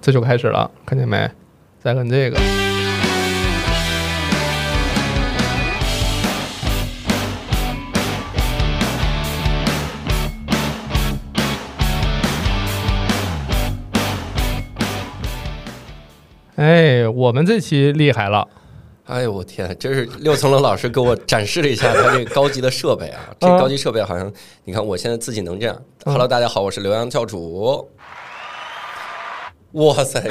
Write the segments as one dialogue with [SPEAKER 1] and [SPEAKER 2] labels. [SPEAKER 1] 这就开始了，看见没？再摁这个。哎，我们这期厉害了，
[SPEAKER 2] 哎呦我天，这是六层楼老师给我展示了一下他这个高级的设备 啊！这高级设备好像，你看我现在自己能这样。
[SPEAKER 1] 嗯
[SPEAKER 2] Hello，大家好，我是刘洋教主。哇塞，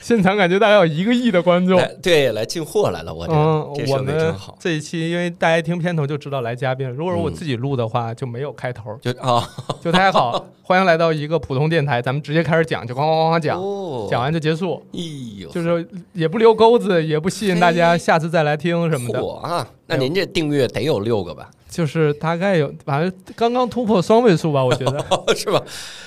[SPEAKER 1] 现场感觉大概有一个亿的观众。
[SPEAKER 2] 来对，来进货来了，哎我
[SPEAKER 1] 嗯，
[SPEAKER 2] 这这
[SPEAKER 1] 我
[SPEAKER 2] 设备
[SPEAKER 1] 们
[SPEAKER 2] 真好，嗯
[SPEAKER 1] 这一期因为大家一听片头就知道来嘉宾，如果是我自己录的话就没有开头，
[SPEAKER 2] 就啊，
[SPEAKER 1] 就太好。 欢迎来到一个普通电台，咱们直接开始讲，就咣咣咣咣讲，
[SPEAKER 2] 哦
[SPEAKER 1] 讲，完就结束，
[SPEAKER 2] 哎呦，
[SPEAKER 1] 就是也不留钩子，也不吸引大家
[SPEAKER 2] 嘿
[SPEAKER 1] 下次再来听什么的，哎
[SPEAKER 2] 嚯啊！那您这订阅得有六个吧？
[SPEAKER 1] 就是大概有反正刚刚突破双位数吧，我觉 得。
[SPEAKER 2] 是吧？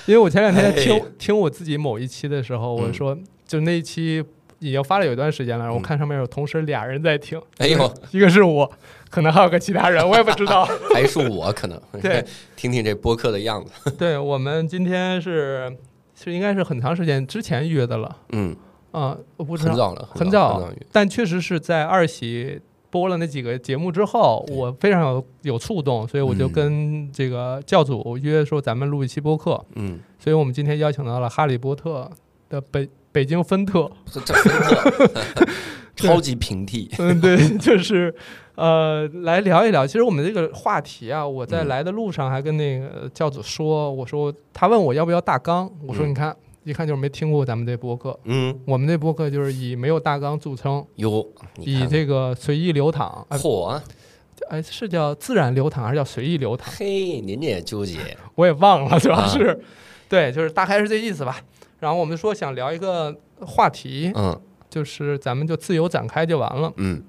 [SPEAKER 1] 因为我前两天听、
[SPEAKER 2] 哎
[SPEAKER 1] 听我自己某一期的时候，我
[SPEAKER 2] 嗯
[SPEAKER 1] 说就那一期已经发了有一段时间了，然后我
[SPEAKER 2] 嗯
[SPEAKER 1] 看上面有同时俩人在听，
[SPEAKER 2] 哎呦，
[SPEAKER 1] 一个是我，可能还有个其他人，我也不知 道。
[SPEAKER 2] 还是我可能
[SPEAKER 1] 对，
[SPEAKER 2] 听听这播客的样子。
[SPEAKER 1] 对我们今天是是应该是很长时间之前约的了
[SPEAKER 2] 嗯，
[SPEAKER 1] 啊、我不知
[SPEAKER 2] 很
[SPEAKER 1] 道，
[SPEAKER 2] 早了，
[SPEAKER 1] 很
[SPEAKER 2] 早，很
[SPEAKER 1] 早，但确实是在二喜播了那几个节目之后，
[SPEAKER 2] 对
[SPEAKER 1] 我非常有有触动，所以我就
[SPEAKER 2] 嗯
[SPEAKER 1] 跟这个教主约说咱们录一期播客，
[SPEAKER 2] 嗯，
[SPEAKER 1] 所以我们今天邀请到了《哈利波特》的北北京分特，
[SPEAKER 2] 这这分特 超级平替。
[SPEAKER 1] 嗯， 对，就是呃，来聊一聊。其实我们这个话题啊，我在
[SPEAKER 2] 嗯
[SPEAKER 1] 来的路上还跟那个教主说，我说他问我要不要大纲，我说
[SPEAKER 2] 嗯
[SPEAKER 1] 你看，一看就是没听过咱们这播客。
[SPEAKER 2] 嗯，
[SPEAKER 1] 我们这播客就是以没有大纲著称，
[SPEAKER 2] 有你
[SPEAKER 1] 以
[SPEAKER 2] 看
[SPEAKER 1] 这个随意流淌，哎
[SPEAKER 2] 嚯啊，
[SPEAKER 1] 哎，是叫自然流淌还是叫随意流淌？
[SPEAKER 2] 嘿，您这也纠结。
[SPEAKER 1] 我也忘了，主要
[SPEAKER 2] 啊
[SPEAKER 1] 是， 对，就是大概是这意思吧。然后我们说想聊一个话题，
[SPEAKER 2] 嗯
[SPEAKER 1] 就是咱们就自由展开就完了，
[SPEAKER 2] 嗯，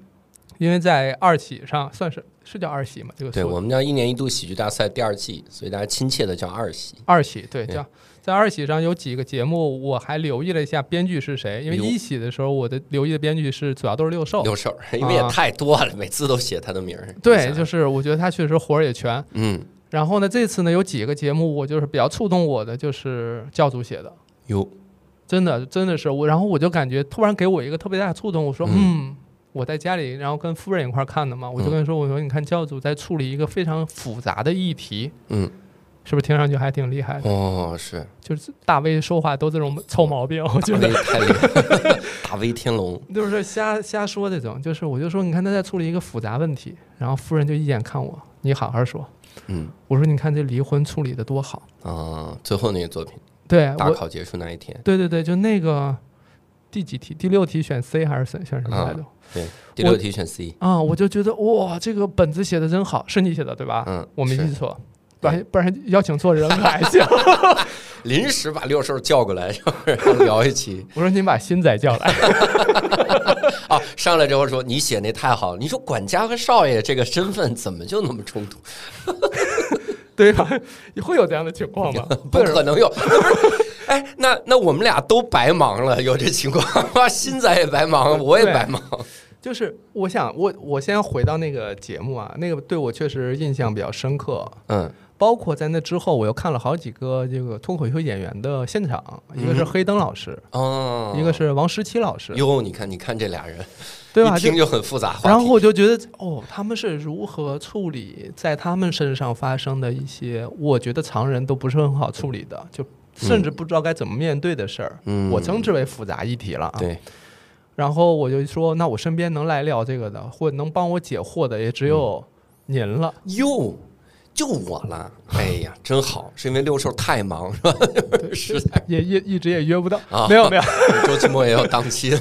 [SPEAKER 1] 因为在二喜上算是是叫二喜嘛，这个
[SPEAKER 2] 对
[SPEAKER 1] 说
[SPEAKER 2] 我们叫一年一度喜剧大赛第二季，所以大家亲切的叫二喜。
[SPEAKER 1] 二喜对
[SPEAKER 2] 对
[SPEAKER 1] 叫。在二喜上有几个节目，我还留意了一下编剧是谁，因为
[SPEAKER 2] 哎呦
[SPEAKER 1] 一喜的时候我的留意的编剧是主要都是六兽，
[SPEAKER 2] 有事儿，因为也
[SPEAKER 1] 啊
[SPEAKER 2] 太多了，每次都写他的名儿。
[SPEAKER 1] 对，就是是我觉得他确实活儿也全。
[SPEAKER 2] 嗯，
[SPEAKER 1] 然后呢，这次呢有几个节目我就是比较触动我的，就是教主写的，
[SPEAKER 2] 有
[SPEAKER 1] 真的真的是我，然后我就感觉突然给我一个特别大的触动，我说嗯。
[SPEAKER 2] 嗯
[SPEAKER 1] 我在家里，然后跟夫人一块儿看的嘛，我就跟她说：“我说你看，教主在处理一个非常复杂的议题，
[SPEAKER 2] 嗯
[SPEAKER 1] 是不是听上去还挺厉害的？
[SPEAKER 2] 哦是
[SPEAKER 1] 就是大 V 说话都这种臭毛病，我觉
[SPEAKER 2] 大
[SPEAKER 1] 得
[SPEAKER 2] V 太厉害了，大 V 天龙。
[SPEAKER 1] 就是瞎瞎说这种。就是我就说，你看他在处理一个复杂问题，然后夫人就一眼看我，你好好说。
[SPEAKER 2] 嗯
[SPEAKER 1] 我说你看这离婚处理的多好，
[SPEAKER 2] 啊，最后那个作品，
[SPEAKER 1] 对
[SPEAKER 2] 大
[SPEAKER 1] 哎我，
[SPEAKER 2] 考结束那一天，
[SPEAKER 1] 对对对，就那个第几题？第六题选 C 还是选选什么来着？
[SPEAKER 2] 第
[SPEAKER 1] 我
[SPEAKER 2] 六题选 C。
[SPEAKER 1] 啊，我就觉得哇，这个本子写的真好，是你写的对吧？
[SPEAKER 2] 嗯，
[SPEAKER 1] 啊我没
[SPEAKER 2] 是
[SPEAKER 1] 记错，不然不然邀请错人了还行。
[SPEAKER 2] 临时把六兽叫过来， 然后聊一期
[SPEAKER 1] 我说您把新仔叫来，
[SPEAKER 2] 啊。上来之后说你写那太好了，你说管家和少爷这个身份怎么就那么冲突？
[SPEAKER 1] 对吧？会有这样的情况吗？
[SPEAKER 2] 不可能有。 哎，那那我们俩都白忙了，有这情况，新仔也白忙，我也白忙。
[SPEAKER 1] 就是我想我我先回到那个节目啊，那个对我确实印象比较深刻。
[SPEAKER 2] 嗯
[SPEAKER 1] 包括在那之后，我又看了好几个这个脱口秀演员的现场，一个是
[SPEAKER 2] 嗯
[SPEAKER 1] 黑灯老师，
[SPEAKER 2] 哦，
[SPEAKER 1] 嗯一个是王十七老师，
[SPEAKER 2] 哟，你看你看这俩人，
[SPEAKER 1] 对吧？
[SPEAKER 2] 一
[SPEAKER 1] 就
[SPEAKER 2] 听就很复杂。话
[SPEAKER 1] 然后
[SPEAKER 2] 题
[SPEAKER 1] 我就觉得，哦，他们是如何处理在他们身上发生的一些，我觉得常人都不是很好处理的，就甚至不知道该怎么面对的事儿，
[SPEAKER 2] 嗯
[SPEAKER 1] 我称之为复杂议题了啊。
[SPEAKER 2] 对，
[SPEAKER 1] 然后我就说，那我身边能来聊这个的，或能帮我解惑的，也只有
[SPEAKER 2] 嗯
[SPEAKER 1] 您了。
[SPEAKER 2] 哟，就我了。哎呀，真好，是因为六兽太忙是吧？实在
[SPEAKER 1] 也也一直也约不到，
[SPEAKER 2] 哎啊
[SPEAKER 1] 没有没有。
[SPEAKER 2] 周奇墨也有档期，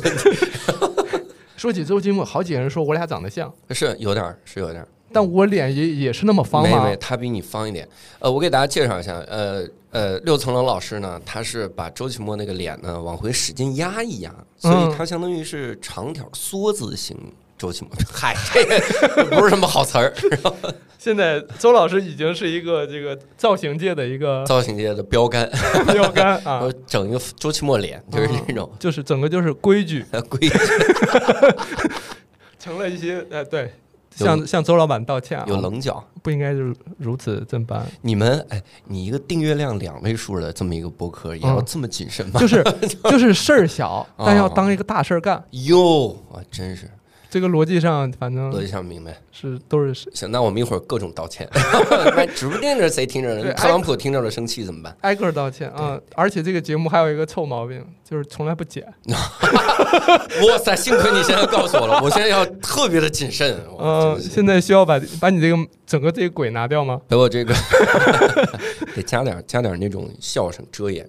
[SPEAKER 1] 说起周奇墨，好几个人说我俩长得像，
[SPEAKER 2] 是有点儿，是有点儿。
[SPEAKER 1] 但我脸也也是那么方
[SPEAKER 2] 没
[SPEAKER 1] 吗
[SPEAKER 2] 没，？他比你方一点。呃，我给大家介绍一下，呃呃，六层楼老师呢，他是把周奇墨那个脸呢往回使劲压一压，所
[SPEAKER 1] 嗯
[SPEAKER 2] 以他相当于是长条梭子型周 奇墨。嗨，这个不是什么好词儿，
[SPEAKER 1] 现在周老师已经是一个这个造型界的一个
[SPEAKER 2] 造型界的标杆，
[SPEAKER 1] 标杆啊。
[SPEAKER 2] 我整一个周奇墨脸，就是这种
[SPEAKER 1] 就是整个就是规矩，
[SPEAKER 2] 规矩。
[SPEAKER 1] 成了一些呃对，向向周老板道歉啊，
[SPEAKER 2] 有棱角。
[SPEAKER 1] 不应该如如此这 般。
[SPEAKER 2] 你们哎，你一个订阅量两位数的这么一个博客，也要
[SPEAKER 1] 嗯
[SPEAKER 2] 这么谨慎吗？
[SPEAKER 1] 就是就是事儿 小，
[SPEAKER 2] 哦
[SPEAKER 1] 但要当一个大事儿干。
[SPEAKER 2] 哟啊，真是
[SPEAKER 1] 这个逻辑上，反
[SPEAKER 2] 逻辑
[SPEAKER 1] 正
[SPEAKER 2] 上明白。
[SPEAKER 1] 是都是
[SPEAKER 2] 行，那我们一会儿各种 道歉，那指不定这谁听着
[SPEAKER 1] 对哎
[SPEAKER 2] 呢，特朗普听着了生气怎么办？
[SPEAKER 1] 挨个儿道歉啊。而且这个节目还有一个臭毛病，就是从来不剪。
[SPEAKER 2] 哇塞，幸亏你现在告诉我了，我现在要特别的谨慎。
[SPEAKER 1] 嗯，
[SPEAKER 2] 嗯，
[SPEAKER 1] 现在需要把把你这个整个这个鬼拿掉吗？
[SPEAKER 2] 给我这个 得加点加点那种笑声遮掩。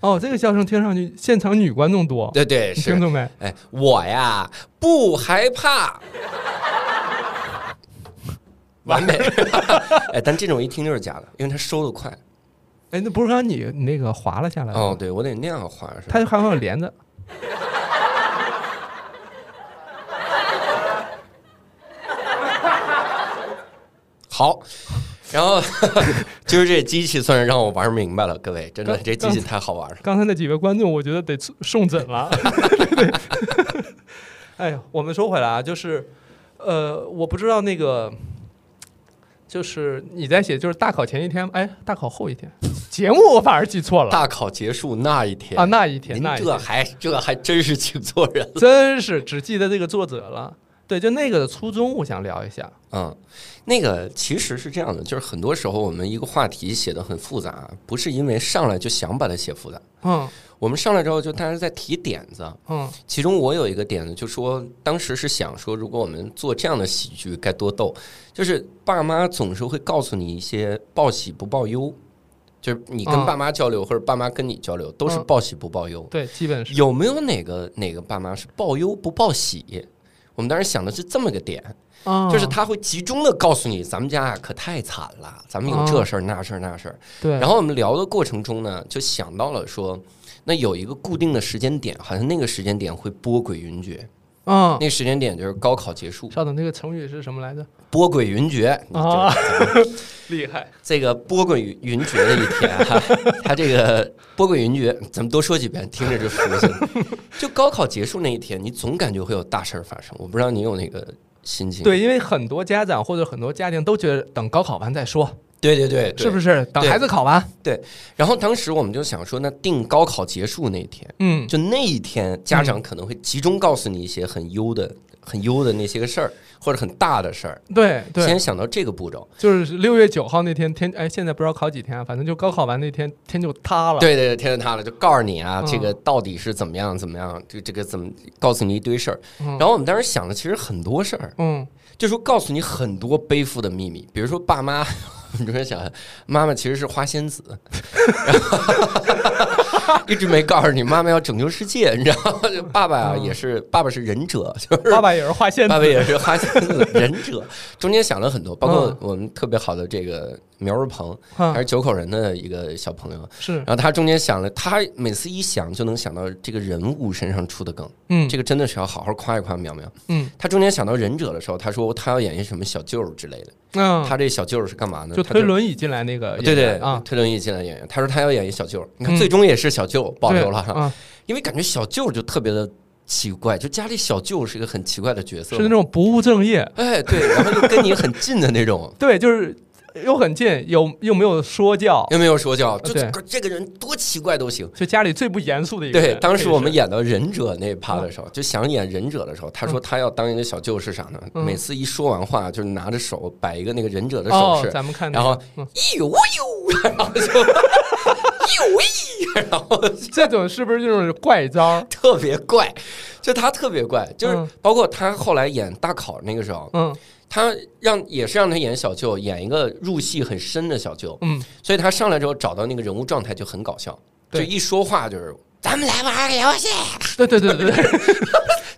[SPEAKER 1] 哦，这个笑声听上去现场女观众多，
[SPEAKER 2] 对对
[SPEAKER 1] 你听
[SPEAKER 2] 是，
[SPEAKER 1] 懂没？
[SPEAKER 2] 哎，我呀不害怕。完美， 哎，但这种一听就是假的，因为他收的快。
[SPEAKER 1] 哎，那不是刚刚你你那个滑了下来吗？
[SPEAKER 2] 哦，对我得那样画是吧？
[SPEAKER 1] 它还会有帘子。
[SPEAKER 2] 好，然后今儿这机器算是让我玩明白了，各位，真的
[SPEAKER 1] 刚
[SPEAKER 2] 这机器太好玩了。
[SPEAKER 1] 刚才那几位观众，我觉得得送送诊了。 对哎呀，我们说回来啊，就是，呃，我不知道那个，就是你在写，就是大考前一天，哎，大考后一天，节目我反而记错了
[SPEAKER 2] 大考结束那一天
[SPEAKER 1] 啊，那一天
[SPEAKER 2] 您
[SPEAKER 1] 那一
[SPEAKER 2] 这
[SPEAKER 1] 天，
[SPEAKER 2] 还这还真是请错人了。
[SPEAKER 1] 真是只记得这个作者了。对，就那个的初衷，我想聊一下。
[SPEAKER 2] 嗯，那个其实是这样的，就是很多时候我们一个话题写的很复杂，不是因为上来就想把它写复杂，
[SPEAKER 1] 嗯
[SPEAKER 2] 我们上来之后就大家在提点子。
[SPEAKER 1] 嗯
[SPEAKER 2] 其中我有一个点子，就说当时是想说，如果我们做这样的喜剧该多逗，就是爸妈总是会告诉你一些报喜不报忧，就是你跟
[SPEAKER 1] 嗯
[SPEAKER 2] 爸妈交流或者爸妈跟你交流都是
[SPEAKER 1] 嗯
[SPEAKER 2] 报喜不报忧。
[SPEAKER 1] 对，基本是。
[SPEAKER 2] 有没有哪个哪个爸妈是报忧不报喜？我们当时想的是这么个点，
[SPEAKER 1] 啊
[SPEAKER 2] 就是他会集中的告诉你，咱们家啊可太惨了，咱们有这事儿那事儿那事儿。
[SPEAKER 1] 对，
[SPEAKER 2] 然后我们聊的过程中呢，就想到了说，那有一个固定的时间点，好像那个时间点会波诡云谲，
[SPEAKER 1] 嗯
[SPEAKER 2] 那，个时间点就是高考结束，
[SPEAKER 1] 稍等，那个成语是什么来着？
[SPEAKER 2] 波诡云谲。你
[SPEAKER 1] 啊
[SPEAKER 2] 这，
[SPEAKER 1] 厉害。
[SPEAKER 2] 这个波诡云谲的一天 哈，他这个波诡云谲，咱们多说几遍，听着就熟悉了。 就高考结束那一天，你总感觉会有大事儿发生，我不知道你有那个心情。
[SPEAKER 1] 对，因为很多家长或者很多家庭都觉得等高考完再说，
[SPEAKER 2] 对对对，对
[SPEAKER 1] 是不是？等孩子考完，
[SPEAKER 2] 然后当时我们就想说，那定高考结束那一天，
[SPEAKER 1] 嗯，
[SPEAKER 2] 就那一天，家长可能会集中告诉你一些很优的、很优的那些个事儿，或者很大的事儿。
[SPEAKER 1] 对对
[SPEAKER 2] 先，想到这个步骤，
[SPEAKER 1] 就是六月九号那天天，哎，现在不知道考几天啊，反正就高考完那天天就塌了。
[SPEAKER 2] 对对对，天天塌了，就告诉你啊，
[SPEAKER 1] 嗯
[SPEAKER 2] 这个到底是怎么样怎么样，就这个怎么告诉你一堆事儿。
[SPEAKER 1] 嗯
[SPEAKER 2] 然后我们当时想的其实很多事儿，
[SPEAKER 1] 嗯
[SPEAKER 2] 就说告诉你很多背负的秘密，比如说爸妈， 我们就会想，妈妈其实是花仙子， 然后一直没告诉你妈妈要拯救世界，你知道吗？就爸爸啊
[SPEAKER 1] 嗯
[SPEAKER 2] 也是，爸爸是忍者，就是
[SPEAKER 1] 爸爸也是画线
[SPEAKER 2] 爸爸也是花仙子忍者， 中间想了很多，包括
[SPEAKER 1] 嗯
[SPEAKER 2] 我们特别好的这个苗瑞鹏，
[SPEAKER 1] 嗯
[SPEAKER 2] 还是九口人的一个小朋友。
[SPEAKER 1] 是
[SPEAKER 2] 然，后他中间想了，他每次一想就能想到这个人物身上出的梗，
[SPEAKER 1] 嗯
[SPEAKER 2] 这个真的是要好好夸一夸苗苗。
[SPEAKER 1] 嗯
[SPEAKER 2] 他中间想到忍者的时候，他说他要演一什么小舅儿之类的。
[SPEAKER 1] 嗯，
[SPEAKER 2] 他这小舅儿是干嘛呢？
[SPEAKER 1] 就
[SPEAKER 2] 他
[SPEAKER 1] 推轮椅进来那个演
[SPEAKER 2] 对对
[SPEAKER 1] 员啊，
[SPEAKER 2] 推轮椅进来演员，他说他要演一小舅儿，你看
[SPEAKER 1] 嗯
[SPEAKER 2] 最终也是小舅儿保留了
[SPEAKER 1] 对
[SPEAKER 2] 哈，
[SPEAKER 1] 啊，
[SPEAKER 2] 因为感觉小舅儿就特别的奇怪，就家里小舅儿是一个很奇怪的角色
[SPEAKER 1] 是，那种不务正业，。
[SPEAKER 2] 哎对，然后就跟你很近的那种
[SPEAKER 1] 对，就是又很近，有又没有说教，
[SPEAKER 2] 有没有说教？就
[SPEAKER 1] 哦对
[SPEAKER 2] 这个人多奇怪都行。
[SPEAKER 1] 就家里最不严肃的一个人。
[SPEAKER 2] 对，当时
[SPEAKER 1] 可以
[SPEAKER 2] 我们
[SPEAKER 1] 是
[SPEAKER 2] 演到忍者那一趴的时
[SPEAKER 1] 嗯
[SPEAKER 2] 候，就想演忍者的时候，他说他要当一个小舅是啥呢？
[SPEAKER 1] 嗯
[SPEAKER 2] 每次一说完话，就是拿着手摆一个那个忍者的手
[SPEAKER 1] 哦，
[SPEAKER 2] 势，
[SPEAKER 1] 咱们看那
[SPEAKER 2] 然
[SPEAKER 1] 个，
[SPEAKER 2] 后
[SPEAKER 1] 嗯
[SPEAKER 2] 咦呦呦，然后就咦呦咦，然后
[SPEAKER 1] 这种是不是就是怪招儿？
[SPEAKER 2] 特别怪， 就他特别怪，就是
[SPEAKER 1] 嗯
[SPEAKER 2] 包括他后来演大考那个时候，
[SPEAKER 1] 嗯
[SPEAKER 2] 他让也是让他演小舅，演一个入戏很深的小舅，
[SPEAKER 1] 嗯，
[SPEAKER 2] 所以他上来之后找到那个人物状态就很搞笑，就
[SPEAKER 1] 对
[SPEAKER 2] 一说话就是咱们来玩个游戏，
[SPEAKER 1] 对对对对 对。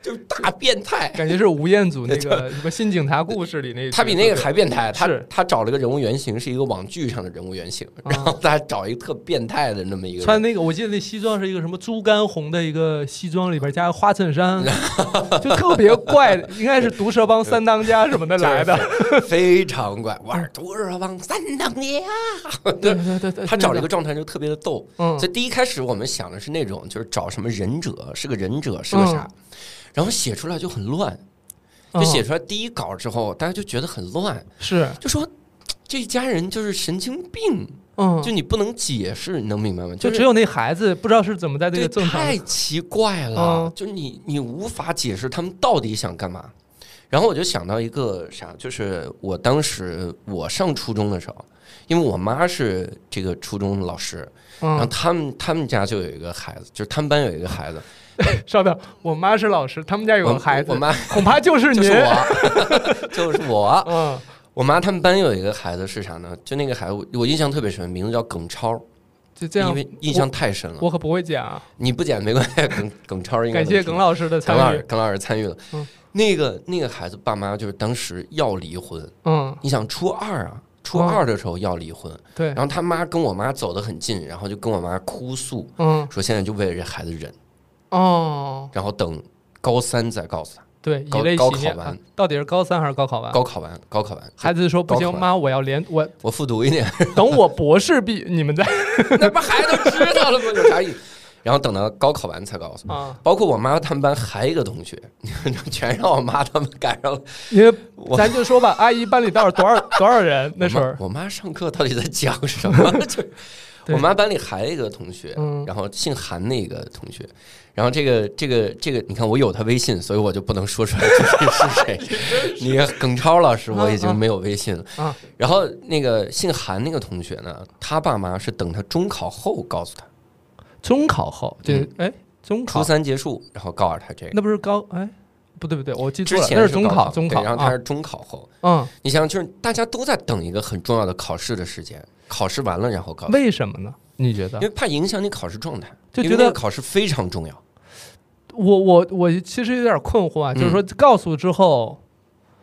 [SPEAKER 2] 就是大变态。
[SPEAKER 1] 感觉是吴彦祖那个什么《新警察故事》里那，
[SPEAKER 2] 他比那个还变态，他
[SPEAKER 1] 是
[SPEAKER 2] 他找了个人物原型是一个网剧上的人物原型，
[SPEAKER 1] 啊
[SPEAKER 2] 然后他找一个特变态的那么一个人
[SPEAKER 1] 穿那个，我记得那西装是一个什么猪肝红的一个西装，里边加个花衬 衫，就特别怪，应该是毒蛇帮三当家什么的来的。
[SPEAKER 2] 非常怪，我是多少帮三当家，
[SPEAKER 1] 对对对对，
[SPEAKER 2] 他找了一
[SPEAKER 1] 那
[SPEAKER 2] 个状态就特别的逗。
[SPEAKER 1] 嗯
[SPEAKER 2] 所以第一开始我们想的是那
[SPEAKER 1] 嗯
[SPEAKER 2] 种，就是找什么忍者，是个忍者，是个啥，然后写出来就很乱。就写出来第一稿之后，大家就觉得很乱，
[SPEAKER 1] 是，
[SPEAKER 2] 就说这一家人就是神经病，
[SPEAKER 1] 嗯，
[SPEAKER 2] 就你不能解释，你能明白吗？
[SPEAKER 1] 就是只有那孩子不知道是怎么在这
[SPEAKER 2] 对，
[SPEAKER 1] 个正常，
[SPEAKER 2] 太奇怪了
[SPEAKER 1] 嗯，
[SPEAKER 2] 就是你你无法解释他们到底想干嘛。然后我就想到一个啥，就是我当时我上初中的时候，因为我妈是这个初中老师，然后
[SPEAKER 1] 嗯，
[SPEAKER 2] 他们他们家就有一个孩子，就是他们班有一 个孩子，
[SPEAKER 1] 稍等，我妈是老师，他们家有
[SPEAKER 2] 我
[SPEAKER 1] 个孩子
[SPEAKER 2] 我，妈
[SPEAKER 1] 恐怕 就是
[SPEAKER 2] 就
[SPEAKER 1] 您
[SPEAKER 2] 是，我， 就是我，
[SPEAKER 1] 嗯，
[SPEAKER 2] 我妈他们班有一个孩子是啥呢？就那个孩子我我印象特别深，名字叫耿超，
[SPEAKER 1] 就这样
[SPEAKER 2] 因，为印象太深了。
[SPEAKER 1] 我可不会讲啊，
[SPEAKER 2] 你不剪没关系，耿耿超应该
[SPEAKER 1] 感谢耿
[SPEAKER 2] 老
[SPEAKER 1] 老师的
[SPEAKER 2] 耿老
[SPEAKER 1] 参
[SPEAKER 2] 师
[SPEAKER 1] 与，
[SPEAKER 2] 耿老师参与了。
[SPEAKER 1] 嗯
[SPEAKER 2] 那个那个孩子爸妈就是当时要离婚，
[SPEAKER 1] 嗯，
[SPEAKER 2] 你想初二啊，初二的时候要离婚，
[SPEAKER 1] 对
[SPEAKER 2] 然，后他妈跟我妈走得很近，然后就跟我妈哭诉
[SPEAKER 1] 嗯，
[SPEAKER 2] 说现在就为了这孩子忍，
[SPEAKER 1] 哦，
[SPEAKER 2] 然后等高三再告诉他，
[SPEAKER 1] 对，以
[SPEAKER 2] 高
[SPEAKER 1] 类
[SPEAKER 2] 高
[SPEAKER 1] 洗
[SPEAKER 2] 考
[SPEAKER 1] 面，
[SPEAKER 2] 完
[SPEAKER 1] 啊到底是高三还是高考完？
[SPEAKER 2] 高考完高考完，
[SPEAKER 1] 孩子说不
[SPEAKER 2] 高考
[SPEAKER 1] 行，
[SPEAKER 2] 完
[SPEAKER 1] 妈，我要连我
[SPEAKER 2] 我复读一年，
[SPEAKER 1] 等我博士毕，你们再
[SPEAKER 2] 那不孩子知道了吗？有啥意思？然后等到高考完才告诉 我。
[SPEAKER 1] 啊，
[SPEAKER 2] 包括我妈他们班还有一个同学， 全让我妈他们赶上了。
[SPEAKER 1] 因为
[SPEAKER 2] 我
[SPEAKER 1] 咱就说吧，阿姨班里到底多少多少人那时
[SPEAKER 2] 我妈
[SPEAKER 1] 候，
[SPEAKER 2] 我妈上课到底在讲 什么？就是
[SPEAKER 1] 对
[SPEAKER 2] 我妈班里还有一个同学
[SPEAKER 1] 嗯，
[SPEAKER 2] 然后姓韩那个同学，然后这个这个这个，你看我有他微信，所以我就不能说出来 这是是谁。你耿超老师，我已
[SPEAKER 1] 啊啊
[SPEAKER 2] 经没有微信了
[SPEAKER 1] 啊。
[SPEAKER 2] 然后那个姓韩那个同学呢，他爸妈是等他中考后告诉他，
[SPEAKER 1] 中考后这
[SPEAKER 2] 嗯
[SPEAKER 1] 哎中考
[SPEAKER 2] 初三结束，然后告诉他这个。
[SPEAKER 1] 那不是高哎不对不对，我记错
[SPEAKER 2] 之
[SPEAKER 1] 了，
[SPEAKER 2] 前
[SPEAKER 1] 那
[SPEAKER 2] 是
[SPEAKER 1] 中
[SPEAKER 2] 高
[SPEAKER 1] 考中考
[SPEAKER 2] 对然后他
[SPEAKER 1] 啊
[SPEAKER 2] 是中考后，
[SPEAKER 1] 嗯，
[SPEAKER 2] 你想想，就是大家都在等一个很重要的考试的时间，考试完了然后告诉，
[SPEAKER 1] 为什么呢？你觉得
[SPEAKER 2] 因？为怕影响你考试状态，
[SPEAKER 1] 就
[SPEAKER 2] 因为
[SPEAKER 1] 觉得
[SPEAKER 2] 那个考试非常重要。
[SPEAKER 1] 我我我其实有点困惑啊，
[SPEAKER 2] 嗯
[SPEAKER 1] 就是说告诉之后，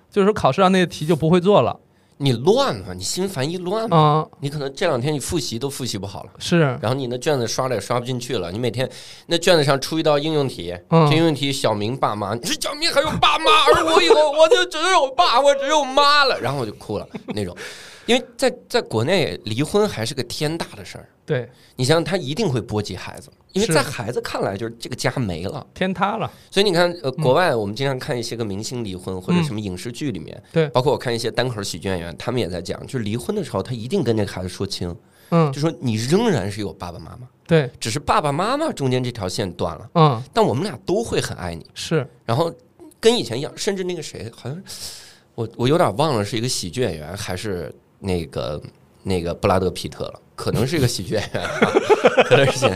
[SPEAKER 1] 就是说考试上那个题就不会做了
[SPEAKER 2] 你乱了，你心烦意乱了，
[SPEAKER 1] 啊，
[SPEAKER 2] 你可能这两天你复习都复习不好了，
[SPEAKER 1] 是
[SPEAKER 2] 然后你那卷子刷了也刷不进去了，你每天那卷子上出一道应用题，
[SPEAKER 1] 嗯
[SPEAKER 2] 这应用题小明爸妈，你说小明还有爸妈，而我以后我就只有 爸，我只有妈了，然后我就哭了那种，因为在在国内离婚还是个天大的事儿。
[SPEAKER 1] 对
[SPEAKER 2] 你想想，他一定会波及孩子，因为
[SPEAKER 1] 是
[SPEAKER 2] 在孩子看来，就是这个家没了。
[SPEAKER 1] 天塌了，
[SPEAKER 2] 所以你看，呃，国外我们经常看一些个明星离婚或者
[SPEAKER 1] 嗯
[SPEAKER 2] 什么影视剧里面，
[SPEAKER 1] 对
[SPEAKER 2] 包括我看一些单口喜剧演员，他们也在讲，就是离婚的时候，他一定跟这个孩子说清，
[SPEAKER 1] 嗯
[SPEAKER 2] 就说你仍然是有爸爸妈妈，
[SPEAKER 1] 对
[SPEAKER 2] 只是爸爸妈妈中间这条线断了，
[SPEAKER 1] 嗯
[SPEAKER 2] 但我们俩都会很爱你。
[SPEAKER 1] 是
[SPEAKER 2] 然后跟以前一样，甚至那个谁，好像我我有点忘了是一个喜剧演员还是那个那个布拉德皮特了，可能是一个喜剧演 员、啊，可能是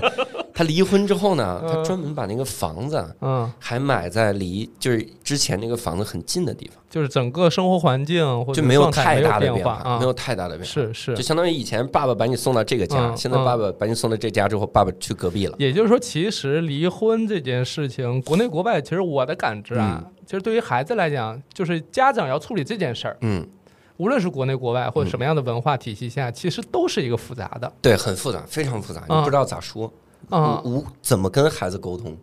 [SPEAKER 2] 他离婚之后呢，他
[SPEAKER 1] 嗯
[SPEAKER 2] 专门把那个房子啊
[SPEAKER 1] 嗯。
[SPEAKER 2] 还买在离就是之前那个房子很近的地方，
[SPEAKER 1] 就是整个生活环境或者
[SPEAKER 2] 就没有
[SPEAKER 1] 状态
[SPEAKER 2] 太
[SPEAKER 1] 没有
[SPEAKER 2] 大的
[SPEAKER 1] 变
[SPEAKER 2] 变
[SPEAKER 1] 化
[SPEAKER 2] 化，
[SPEAKER 1] 啊，
[SPEAKER 2] 没有太大的变化。
[SPEAKER 1] 是是
[SPEAKER 2] 就，相当于以前爸爸把你送到这个家，
[SPEAKER 1] 嗯
[SPEAKER 2] 现在爸爸把你送到这家之后，爸爸去隔壁了。
[SPEAKER 1] 也就是说，其实离婚这件事情，国内国外，其实我的感知啊，其实对于孩子来讲，就是家长要处理这件事儿，
[SPEAKER 2] 嗯，
[SPEAKER 1] 无论是国内国外或者什么样的文化体系下，其实都是一个复杂的
[SPEAKER 2] 对，很复杂，非常复杂，你
[SPEAKER 1] 嗯
[SPEAKER 2] 不知道咋说，
[SPEAKER 1] 啊、
[SPEAKER 2] 无无怎么跟孩子沟通。路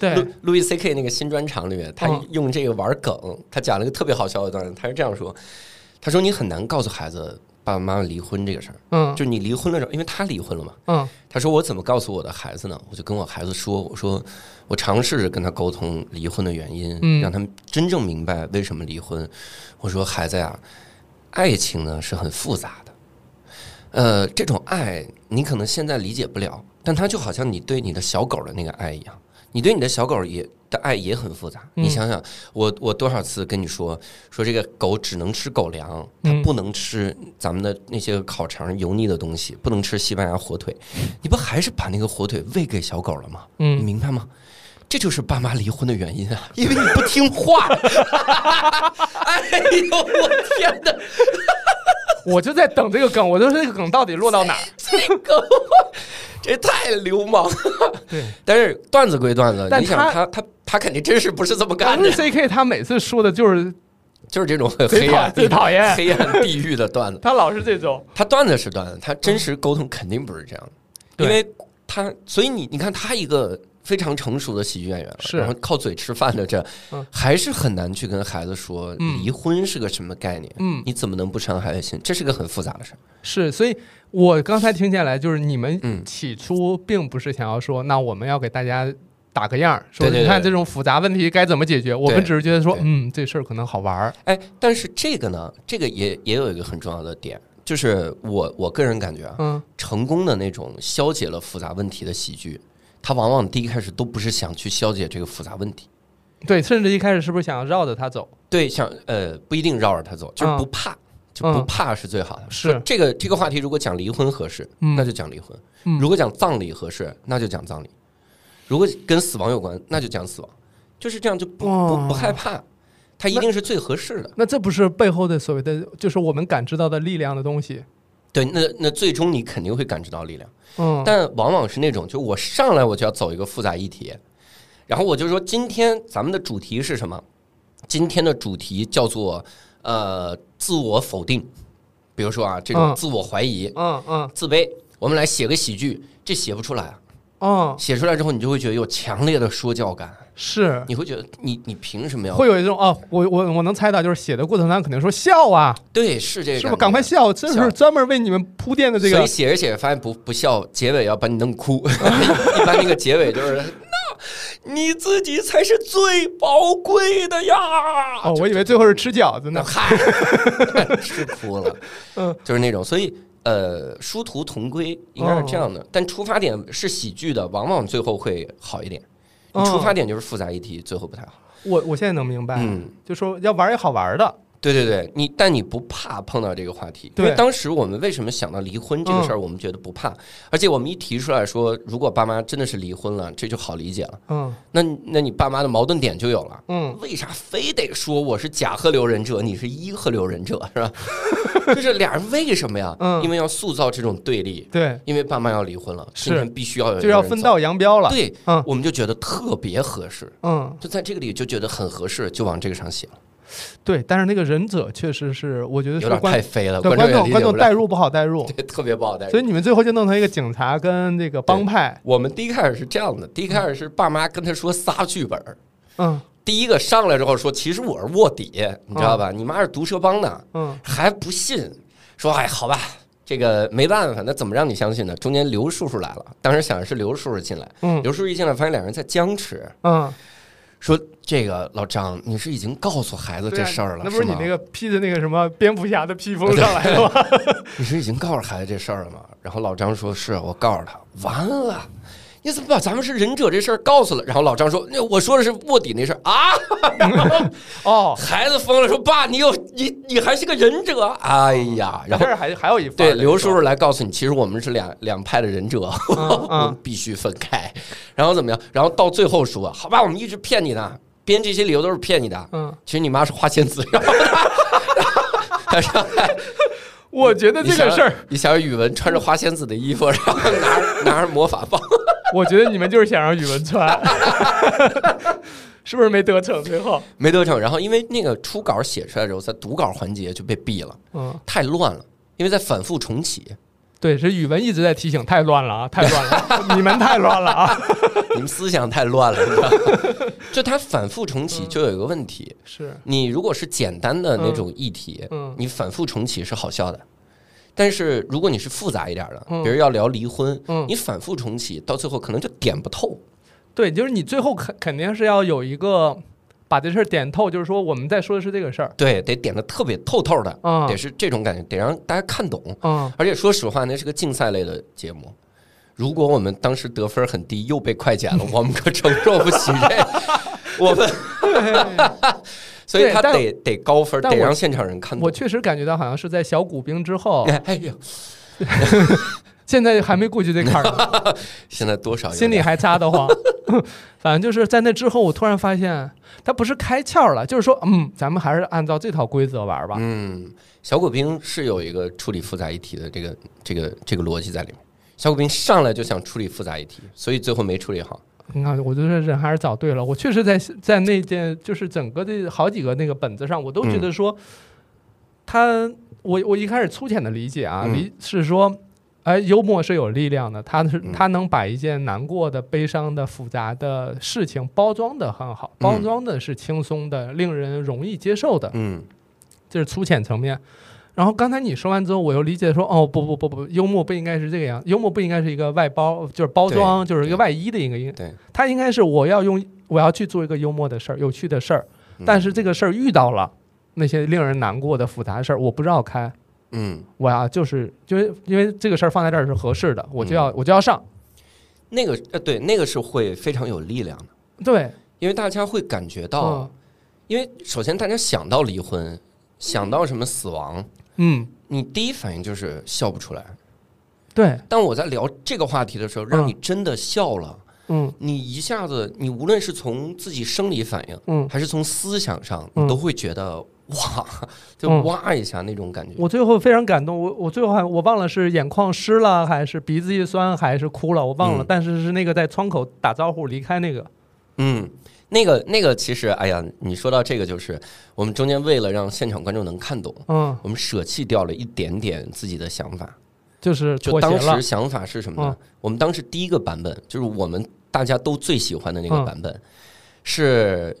[SPEAKER 1] 对，
[SPEAKER 2] 路易 C K 那个新专场里面，他
[SPEAKER 1] 嗯
[SPEAKER 2] 用这个玩梗，他讲了一个特别好笑的段子，他是这样说：“他说你很难告诉孩子爸爸妈妈离婚这个事儿，
[SPEAKER 1] 嗯
[SPEAKER 2] 就你离婚了之后，因为他离婚了嘛。
[SPEAKER 1] 嗯
[SPEAKER 2] 他说我怎么告诉我的孩子呢？我就跟我孩子说，我说我尝试着跟他沟通离婚的原因，
[SPEAKER 1] 嗯
[SPEAKER 2] 让他们真正明白为什么离婚。我说孩子呀，爱情呢是很复杂的，呃，这种爱你可能现在理解不了，但它就好像你对你的小狗的那个爱一样，你对你的小狗也的爱也很复杂。
[SPEAKER 1] 嗯
[SPEAKER 2] 你想想，我我多少次跟你说说这个狗只能吃狗粮，
[SPEAKER 1] 嗯，
[SPEAKER 2] 不能吃咱们的那些烤肠油腻的东西，不能吃西班牙火腿，你不还是把那个火腿喂给小狗了吗？你
[SPEAKER 1] 嗯，
[SPEAKER 2] 明白吗？这就是爸妈离婚的原因啊， 因为你不听话。 哎呦，我天哪！
[SPEAKER 1] 我就在等这个梗，我就说这个梗到底落到哪儿？
[SPEAKER 2] 这个这太流氓了。
[SPEAKER 1] 对，
[SPEAKER 2] 但是段子归段子，
[SPEAKER 1] 但
[SPEAKER 2] 你想
[SPEAKER 1] 他
[SPEAKER 2] 他他他肯定真是不是这么干
[SPEAKER 1] 但
[SPEAKER 2] 的
[SPEAKER 1] 是，C K 他每次说的就是
[SPEAKER 2] 就是这种很
[SPEAKER 1] 最
[SPEAKER 2] 黑
[SPEAKER 1] 讨
[SPEAKER 2] 暗、
[SPEAKER 1] 最讨厌，
[SPEAKER 2] 黑暗地狱的段子。
[SPEAKER 1] 他老是这种，
[SPEAKER 2] 他段子是段子，他真实沟通肯定不是这样的，
[SPEAKER 1] 嗯对
[SPEAKER 2] 因为他，所以你你看他一个非常成熟的喜剧演员了，
[SPEAKER 1] 是
[SPEAKER 2] 然后靠嘴吃饭的这
[SPEAKER 1] 嗯，
[SPEAKER 2] 还是很难去跟孩子说
[SPEAKER 1] 嗯
[SPEAKER 2] 离婚是个什么概念，
[SPEAKER 1] 嗯，
[SPEAKER 2] 你怎么能不伤孩子心？这是个很复杂的事儿，
[SPEAKER 1] 是，所以我刚才听下来，就是你们
[SPEAKER 2] 嗯
[SPEAKER 1] 起初并不是想要说，那我们要给大家。打个样儿，说
[SPEAKER 2] 对对
[SPEAKER 1] 你看这
[SPEAKER 2] 对
[SPEAKER 1] 种复杂问题该怎么解决。我们
[SPEAKER 2] 对
[SPEAKER 1] 只是觉得说，
[SPEAKER 2] 对
[SPEAKER 1] 嗯，这事儿可能好玩儿。
[SPEAKER 2] 哎，但是这个呢，这个也也有一个很重要的点，就是我我个人感觉啊，
[SPEAKER 1] 嗯，
[SPEAKER 2] 成功的那种消解了复杂问题的喜剧，它往往第一开始都不是想去消解这个复杂问题，
[SPEAKER 1] 对，甚至一开始是不是想要绕着他走？
[SPEAKER 2] 对，想呃不一定绕着它走，就是
[SPEAKER 1] 嗯
[SPEAKER 2] 不怕，就不
[SPEAKER 1] 嗯
[SPEAKER 2] 怕是最好的。
[SPEAKER 1] 是
[SPEAKER 2] 说这个这个话题，如果讲离婚合适，
[SPEAKER 1] 嗯
[SPEAKER 2] 那就讲离婚；
[SPEAKER 1] 嗯
[SPEAKER 2] 如果讲葬礼合适，那就讲葬礼；如果跟死亡有关，那就讲死亡。就是这样，就不
[SPEAKER 1] 哇
[SPEAKER 2] 不不害怕，它一
[SPEAKER 1] 那
[SPEAKER 2] 定是最合适的。
[SPEAKER 1] 那这不是背后的所谓的，就是我们感知到的力量的东西。
[SPEAKER 2] 对，那那最终你肯定会感知到力量。
[SPEAKER 1] 嗯，
[SPEAKER 2] 但往往是那种，就我上来我就要走一个复杂议题，然后我就说今天咱们的主题是什么？今天的主题叫做呃自我否定，比如说啊这种
[SPEAKER 1] 嗯
[SPEAKER 2] 自我怀疑、
[SPEAKER 1] 嗯嗯
[SPEAKER 2] 自卑，我们来写个喜剧，这写不出来啊，
[SPEAKER 1] 嗯，
[SPEAKER 2] 写出来之后你就会觉得有强烈的说教感，
[SPEAKER 1] 是
[SPEAKER 2] 你会觉得你你凭什么要
[SPEAKER 1] 会有一种哦，我我我能猜到，就是写的过程当中肯定说笑啊，
[SPEAKER 2] 对是这个
[SPEAKER 1] 是
[SPEAKER 2] 感
[SPEAKER 1] 不是？
[SPEAKER 2] 觉
[SPEAKER 1] 赶快笑，这
[SPEAKER 2] 笑
[SPEAKER 1] 是专门为你们铺垫的这
[SPEAKER 2] 所以
[SPEAKER 1] 个。
[SPEAKER 2] 写着写着发现不不笑，结尾要把你弄 哭。一般那个结尾就是，那你自己才是最宝贵的呀。
[SPEAKER 1] 哦，我以为最后是吃饺子
[SPEAKER 2] 那
[SPEAKER 1] 呢。
[SPEAKER 2] 嗨，吃哭了。
[SPEAKER 1] 嗯，
[SPEAKER 2] 就是那种，所以呃，殊途同归应该是这
[SPEAKER 1] 哦
[SPEAKER 2] 样的。但出发点是喜剧的，往往最后会好一点。你
[SPEAKER 1] 嗯
[SPEAKER 2] 出发点就是复杂议题，最后不太好。
[SPEAKER 1] 我我现在能明白，
[SPEAKER 2] 嗯，
[SPEAKER 1] 就说要玩儿也好玩儿的。
[SPEAKER 2] 对对对，你但你不怕碰到这个话题，因
[SPEAKER 1] 对嗯
[SPEAKER 2] 为当时我们为什么想到离婚这个事儿，我们觉得不怕，而且我们一提出来说，如果爸妈真的是离婚了，这就好理解了。
[SPEAKER 1] 嗯
[SPEAKER 2] 那你那你爸妈的矛盾点就有了。
[SPEAKER 1] 嗯，
[SPEAKER 2] 为啥非得说我是甲贺流忍者，你是伊贺流忍者是吧？ 就是俩人为什么呀？
[SPEAKER 1] 嗯
[SPEAKER 2] 因为要塑造这种对立，
[SPEAKER 1] 对，
[SPEAKER 2] 因为爸妈要离婚了，
[SPEAKER 1] 是
[SPEAKER 2] 今天必须要有一个
[SPEAKER 1] 就要
[SPEAKER 2] 人
[SPEAKER 1] 分
[SPEAKER 2] 走
[SPEAKER 1] 道扬镳了。
[SPEAKER 2] 对，
[SPEAKER 1] 嗯
[SPEAKER 2] 我们就觉得特别合适，
[SPEAKER 1] 嗯，
[SPEAKER 2] 就在这个里就觉得很合适，就往这个上写了，
[SPEAKER 1] 对，但是那个忍者确实是，我觉得
[SPEAKER 2] 有
[SPEAKER 1] 是
[SPEAKER 2] 点
[SPEAKER 1] 观
[SPEAKER 2] 太飞了，
[SPEAKER 1] 对
[SPEAKER 2] 众
[SPEAKER 1] 观
[SPEAKER 2] 也
[SPEAKER 1] 众
[SPEAKER 2] 理
[SPEAKER 1] 观
[SPEAKER 2] 解不
[SPEAKER 1] 众
[SPEAKER 2] 了
[SPEAKER 1] 代。入不好代入，
[SPEAKER 2] 对，特别不好带入
[SPEAKER 1] 所以你们最后就弄成一个警察跟这个帮派。
[SPEAKER 2] 我们第一开始是这样的，第一开始是爸妈跟他说仨剧本儿，
[SPEAKER 1] 嗯
[SPEAKER 2] 第一个上来之后说，其实我是卧底，你知道吧？你妈是毒蛇帮的，
[SPEAKER 1] 嗯
[SPEAKER 2] 还不信，说哎，好吧，这个没办法，那怎么让你相信呢？中间刘叔叔来了，当时想的是刘叔叔进来，
[SPEAKER 1] 嗯
[SPEAKER 2] 刘叔叔一进来发现两人在僵持，
[SPEAKER 1] 嗯，
[SPEAKER 2] 说这个老张，你是已经告诉孩子
[SPEAKER 1] 对
[SPEAKER 2] 这
[SPEAKER 1] 啊
[SPEAKER 2] 事儿了，
[SPEAKER 1] 那不是你
[SPEAKER 2] 吗
[SPEAKER 1] 那个披着那个什么蝙蝠侠的披 风上来的吗？
[SPEAKER 2] 你是已经告诉孩子这事儿了吗？然后老张说：“是我告诉他，完了，你怎么把咱们是忍者这事儿告诉了？”然后老张说：“那我说的是卧底那事儿啊。”
[SPEAKER 1] 哦，
[SPEAKER 2] 孩子疯了，说：“爸，你有你你还是个忍者？”哎呀，然
[SPEAKER 1] 这
[SPEAKER 2] 后
[SPEAKER 1] 儿还还有一番
[SPEAKER 2] 对
[SPEAKER 1] 呢
[SPEAKER 2] 刘叔，叔来告诉你，其实我们是两两派的忍者，
[SPEAKER 1] 你说嗯
[SPEAKER 2] 我们
[SPEAKER 1] 嗯
[SPEAKER 2] 必须分开。然后怎么样？然后到最后说：“好吧，我们一直骗你的，编这些理由都是骗你的。
[SPEAKER 1] 嗯，
[SPEAKER 2] 其实你妈是花仙子。”然后他他他
[SPEAKER 1] 我觉得这个事儿，
[SPEAKER 2] 你想想，你想想宇文穿着花仙子的衣服，然后拿着拿着魔法棒，
[SPEAKER 1] 我觉得你们就是想让宇文 穿，是不是没得逞？最后，
[SPEAKER 2] 没得逞。然后因为那个初稿写出来之后，在读稿环节就被毙了，
[SPEAKER 1] 嗯，
[SPEAKER 2] 太乱了，因为在反复重启。
[SPEAKER 1] 对，是宇文一直在提醒，太乱了啊，太乱了， 你们太乱了啊！
[SPEAKER 2] 你们思想太乱了，你知道吗？ 就它反复重启就有一个问题，
[SPEAKER 1] 是，
[SPEAKER 2] 你如果是简单的那种议题，
[SPEAKER 1] 嗯
[SPEAKER 2] 你反复重启是好笑的。但是如果你是复杂一点的，
[SPEAKER 1] 嗯
[SPEAKER 2] 比如要聊离婚，
[SPEAKER 1] 嗯
[SPEAKER 2] 你反复重启到最后可能就点不透。
[SPEAKER 1] 对，就是你最后肯肯定是要有一个把这事儿点透，就是说我们在说的是这个事儿，
[SPEAKER 2] 对，得点的特别透透的，
[SPEAKER 1] 嗯
[SPEAKER 2] 得是这种感觉，得让大家看懂。
[SPEAKER 1] 嗯，
[SPEAKER 2] 而且说实话，那是个竞赛类的节目。如果我们当时得分很低，又被快剪 了，我们可承受不起这。我们所以
[SPEAKER 1] 对
[SPEAKER 2] 他
[SPEAKER 1] 但
[SPEAKER 2] 得得高分，
[SPEAKER 1] 但
[SPEAKER 2] 得
[SPEAKER 1] 我
[SPEAKER 2] 让现场人看
[SPEAKER 1] 我
[SPEAKER 2] 懂。
[SPEAKER 1] 确实感觉到好像是在小股兵之后，
[SPEAKER 2] 哎哎呦，
[SPEAKER 1] 现在还没过去这坎儿 呢，
[SPEAKER 2] 现在多少有点
[SPEAKER 1] 心里还扎 得慌。反正就是在那之后，我突然发现他不是开窍了，就是说，嗯，咱们还是按照这套规则玩吧。
[SPEAKER 2] 嗯，小狗兵是有一个处理复杂议题的这个这个这个逻辑在里面。小狗兵上来就想处理复杂议题，所以最后没处理好。
[SPEAKER 1] 你看，我就是人还是找对了。我确实在在那件，就是整个的好几个那个本子上，我都觉
[SPEAKER 2] 嗯
[SPEAKER 1] 得说，他我我一开始粗浅的理解啊，
[SPEAKER 2] 嗯
[SPEAKER 1] 理是说，哎，幽默是有力量的，他是
[SPEAKER 2] 嗯
[SPEAKER 1] 他能把一件难过的、悲伤的、复杂的事情包装的很好，包
[SPEAKER 2] 嗯
[SPEAKER 1] 装的是轻松的、令人容易接受的，
[SPEAKER 2] 嗯
[SPEAKER 1] 这是粗浅层面。然后刚才你说完之后，我又理解说，哦，不不不不，幽默不应该是这个样，幽默不应该是一个外包，就是包装，就是一个外衣的一个应，
[SPEAKER 2] 对，
[SPEAKER 1] 它应该是我要用，我要去做一个幽默的事儿，有趣的事儿，
[SPEAKER 2] 嗯
[SPEAKER 1] 但是这个事儿遇到了那些令人难过的复杂事儿，我不绕开，
[SPEAKER 2] 嗯，
[SPEAKER 1] 我要就是就是因为这个事儿放在这儿是合适的，我就
[SPEAKER 2] 嗯
[SPEAKER 1] 要、我就要上，
[SPEAKER 2] 那个呃，对，那个是会非常有力量的，
[SPEAKER 1] 对，
[SPEAKER 2] 因为大家会感觉到，
[SPEAKER 1] 嗯
[SPEAKER 2] 因为首先大家想到离婚，想到什么死亡，
[SPEAKER 1] 嗯，
[SPEAKER 2] 你第一反应就是笑不出来。
[SPEAKER 1] 对，
[SPEAKER 2] 但我在聊这个话题的时候，让你真的笑了，
[SPEAKER 1] 嗯
[SPEAKER 2] 你一下子，你无论是从自己生理反应，
[SPEAKER 1] 嗯。
[SPEAKER 2] 还是从思想上，
[SPEAKER 1] 嗯
[SPEAKER 2] 你都会觉得 哇，就
[SPEAKER 1] 嗯
[SPEAKER 2] 哇一下那种感觉。
[SPEAKER 1] 我最后非常感动，我我最后还我忘了是眼眶湿了，还是鼻子一酸，还是哭了，我忘了。
[SPEAKER 2] 嗯
[SPEAKER 1] 但是是那个在窗口打招呼离开那个，
[SPEAKER 2] 嗯，那个那个，其实哎呀，你说到这个，就是我们中间为了让现场观众能看懂，
[SPEAKER 1] 嗯，
[SPEAKER 2] 我们舍弃掉了一点点自己的想法。
[SPEAKER 1] 就是
[SPEAKER 2] 就
[SPEAKER 1] 妥协
[SPEAKER 2] 当
[SPEAKER 1] 了嗯
[SPEAKER 2] 时，想法是什么呢？我们当时第一个版本就是我们大家都最喜欢的那个
[SPEAKER 1] 嗯
[SPEAKER 2] 版本，是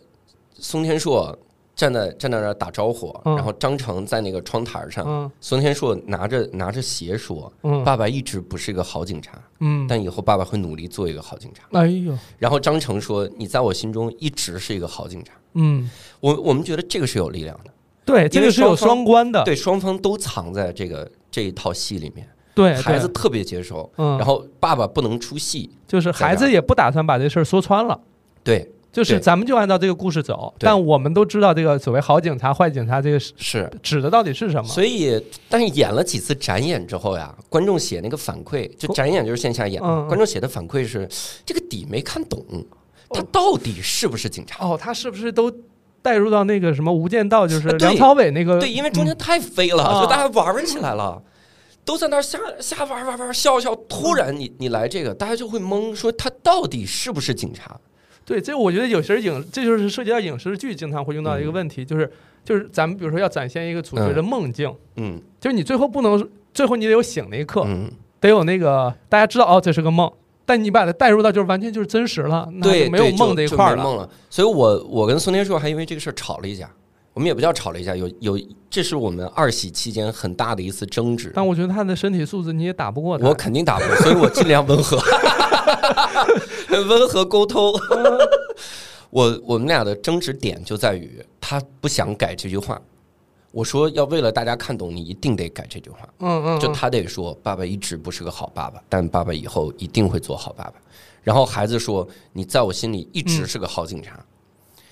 [SPEAKER 2] 松天硕站在站在那儿打招呼，
[SPEAKER 1] 嗯
[SPEAKER 2] 然后张成在那个窗台上，
[SPEAKER 1] 嗯
[SPEAKER 2] 松天硕拿着拿着鞋说：“
[SPEAKER 1] 嗯
[SPEAKER 2] 爸爸一直不是一个好警察，
[SPEAKER 1] 嗯，
[SPEAKER 2] 但以后爸爸会努力做一个好警察。
[SPEAKER 1] 哎呦，”
[SPEAKER 2] 然后张成说：“你在我心中一直是一个好警察。
[SPEAKER 1] 嗯，
[SPEAKER 2] 我”我们觉得这个是有力量的，
[SPEAKER 1] 对，这个是有双关的，
[SPEAKER 2] 对双方都藏在这个这一套戏里面，
[SPEAKER 1] 对
[SPEAKER 2] 孩子
[SPEAKER 1] 对
[SPEAKER 2] 特别接受，
[SPEAKER 1] 嗯，
[SPEAKER 2] 然后爸爸不能出戏，
[SPEAKER 1] 就是孩子也不打算把这事儿说穿了。
[SPEAKER 2] 对，
[SPEAKER 1] 就是
[SPEAKER 2] 对
[SPEAKER 1] 咱们就按照这个故事走，
[SPEAKER 2] 对
[SPEAKER 1] 但我们都知道这个所谓好警察、坏警察这个是
[SPEAKER 2] 是，
[SPEAKER 1] 指的到底是什么？
[SPEAKER 2] 所以但是演了几次展演之后呀，观众写那个反馈，就展演就是线下演嘛，
[SPEAKER 1] 哦嗯嗯
[SPEAKER 2] 观众写的反馈是这个底没看懂，他
[SPEAKER 1] 哦
[SPEAKER 2] 到底是不是警察？
[SPEAKER 1] 哦，他是不是都带入到那个什么《无间道》，就是
[SPEAKER 2] 啊对
[SPEAKER 1] 梁朝伟那个？
[SPEAKER 2] 对，因为
[SPEAKER 1] 嗯
[SPEAKER 2] 中间太飞了，
[SPEAKER 1] 啊
[SPEAKER 2] 就大家玩玩起来了。都在那儿瞎瞎玩玩玩笑笑，突然你你来这个，大家就会懵，说他到底是不是警察？
[SPEAKER 1] 对，这我觉得有时候影，这就是涉及到影视剧经常会用到的一
[SPEAKER 2] 嗯
[SPEAKER 1] 个问题，就是就是咱们比如说要展现一个主角的梦境，
[SPEAKER 2] 嗯
[SPEAKER 1] 就是你最后不能，最后你得有醒那一刻，
[SPEAKER 2] 嗯，
[SPEAKER 1] 得有那个大家知道哦，这是个梦，但你把它带入到就是完全就是真实了，那
[SPEAKER 2] 对，
[SPEAKER 1] 就没有
[SPEAKER 2] 对
[SPEAKER 1] 梦
[SPEAKER 2] 就
[SPEAKER 1] 这一
[SPEAKER 2] 就
[SPEAKER 1] 块儿
[SPEAKER 2] 没
[SPEAKER 1] 了。
[SPEAKER 2] 梦了。所以我我跟孙天硕还因为这个事儿吵了一架，我们也不叫吵了一架，有有，这是我们二喜期间很大的一次争执。
[SPEAKER 1] 但我觉得他的身体素质你也打不过他。
[SPEAKER 2] 我肯定打不过，所以我尽量温和， 温和沟通。 我我们俩的争执点就在于他不想改这句话，我说要为了大家看懂，你一定得改这句话。
[SPEAKER 1] 嗯嗯，
[SPEAKER 2] 就他得说，爸爸一直不是个好爸爸，但爸爸以后一定会做好爸爸。然后孩子说，你在我心里一
[SPEAKER 1] 嗯
[SPEAKER 2] 直是个好警察，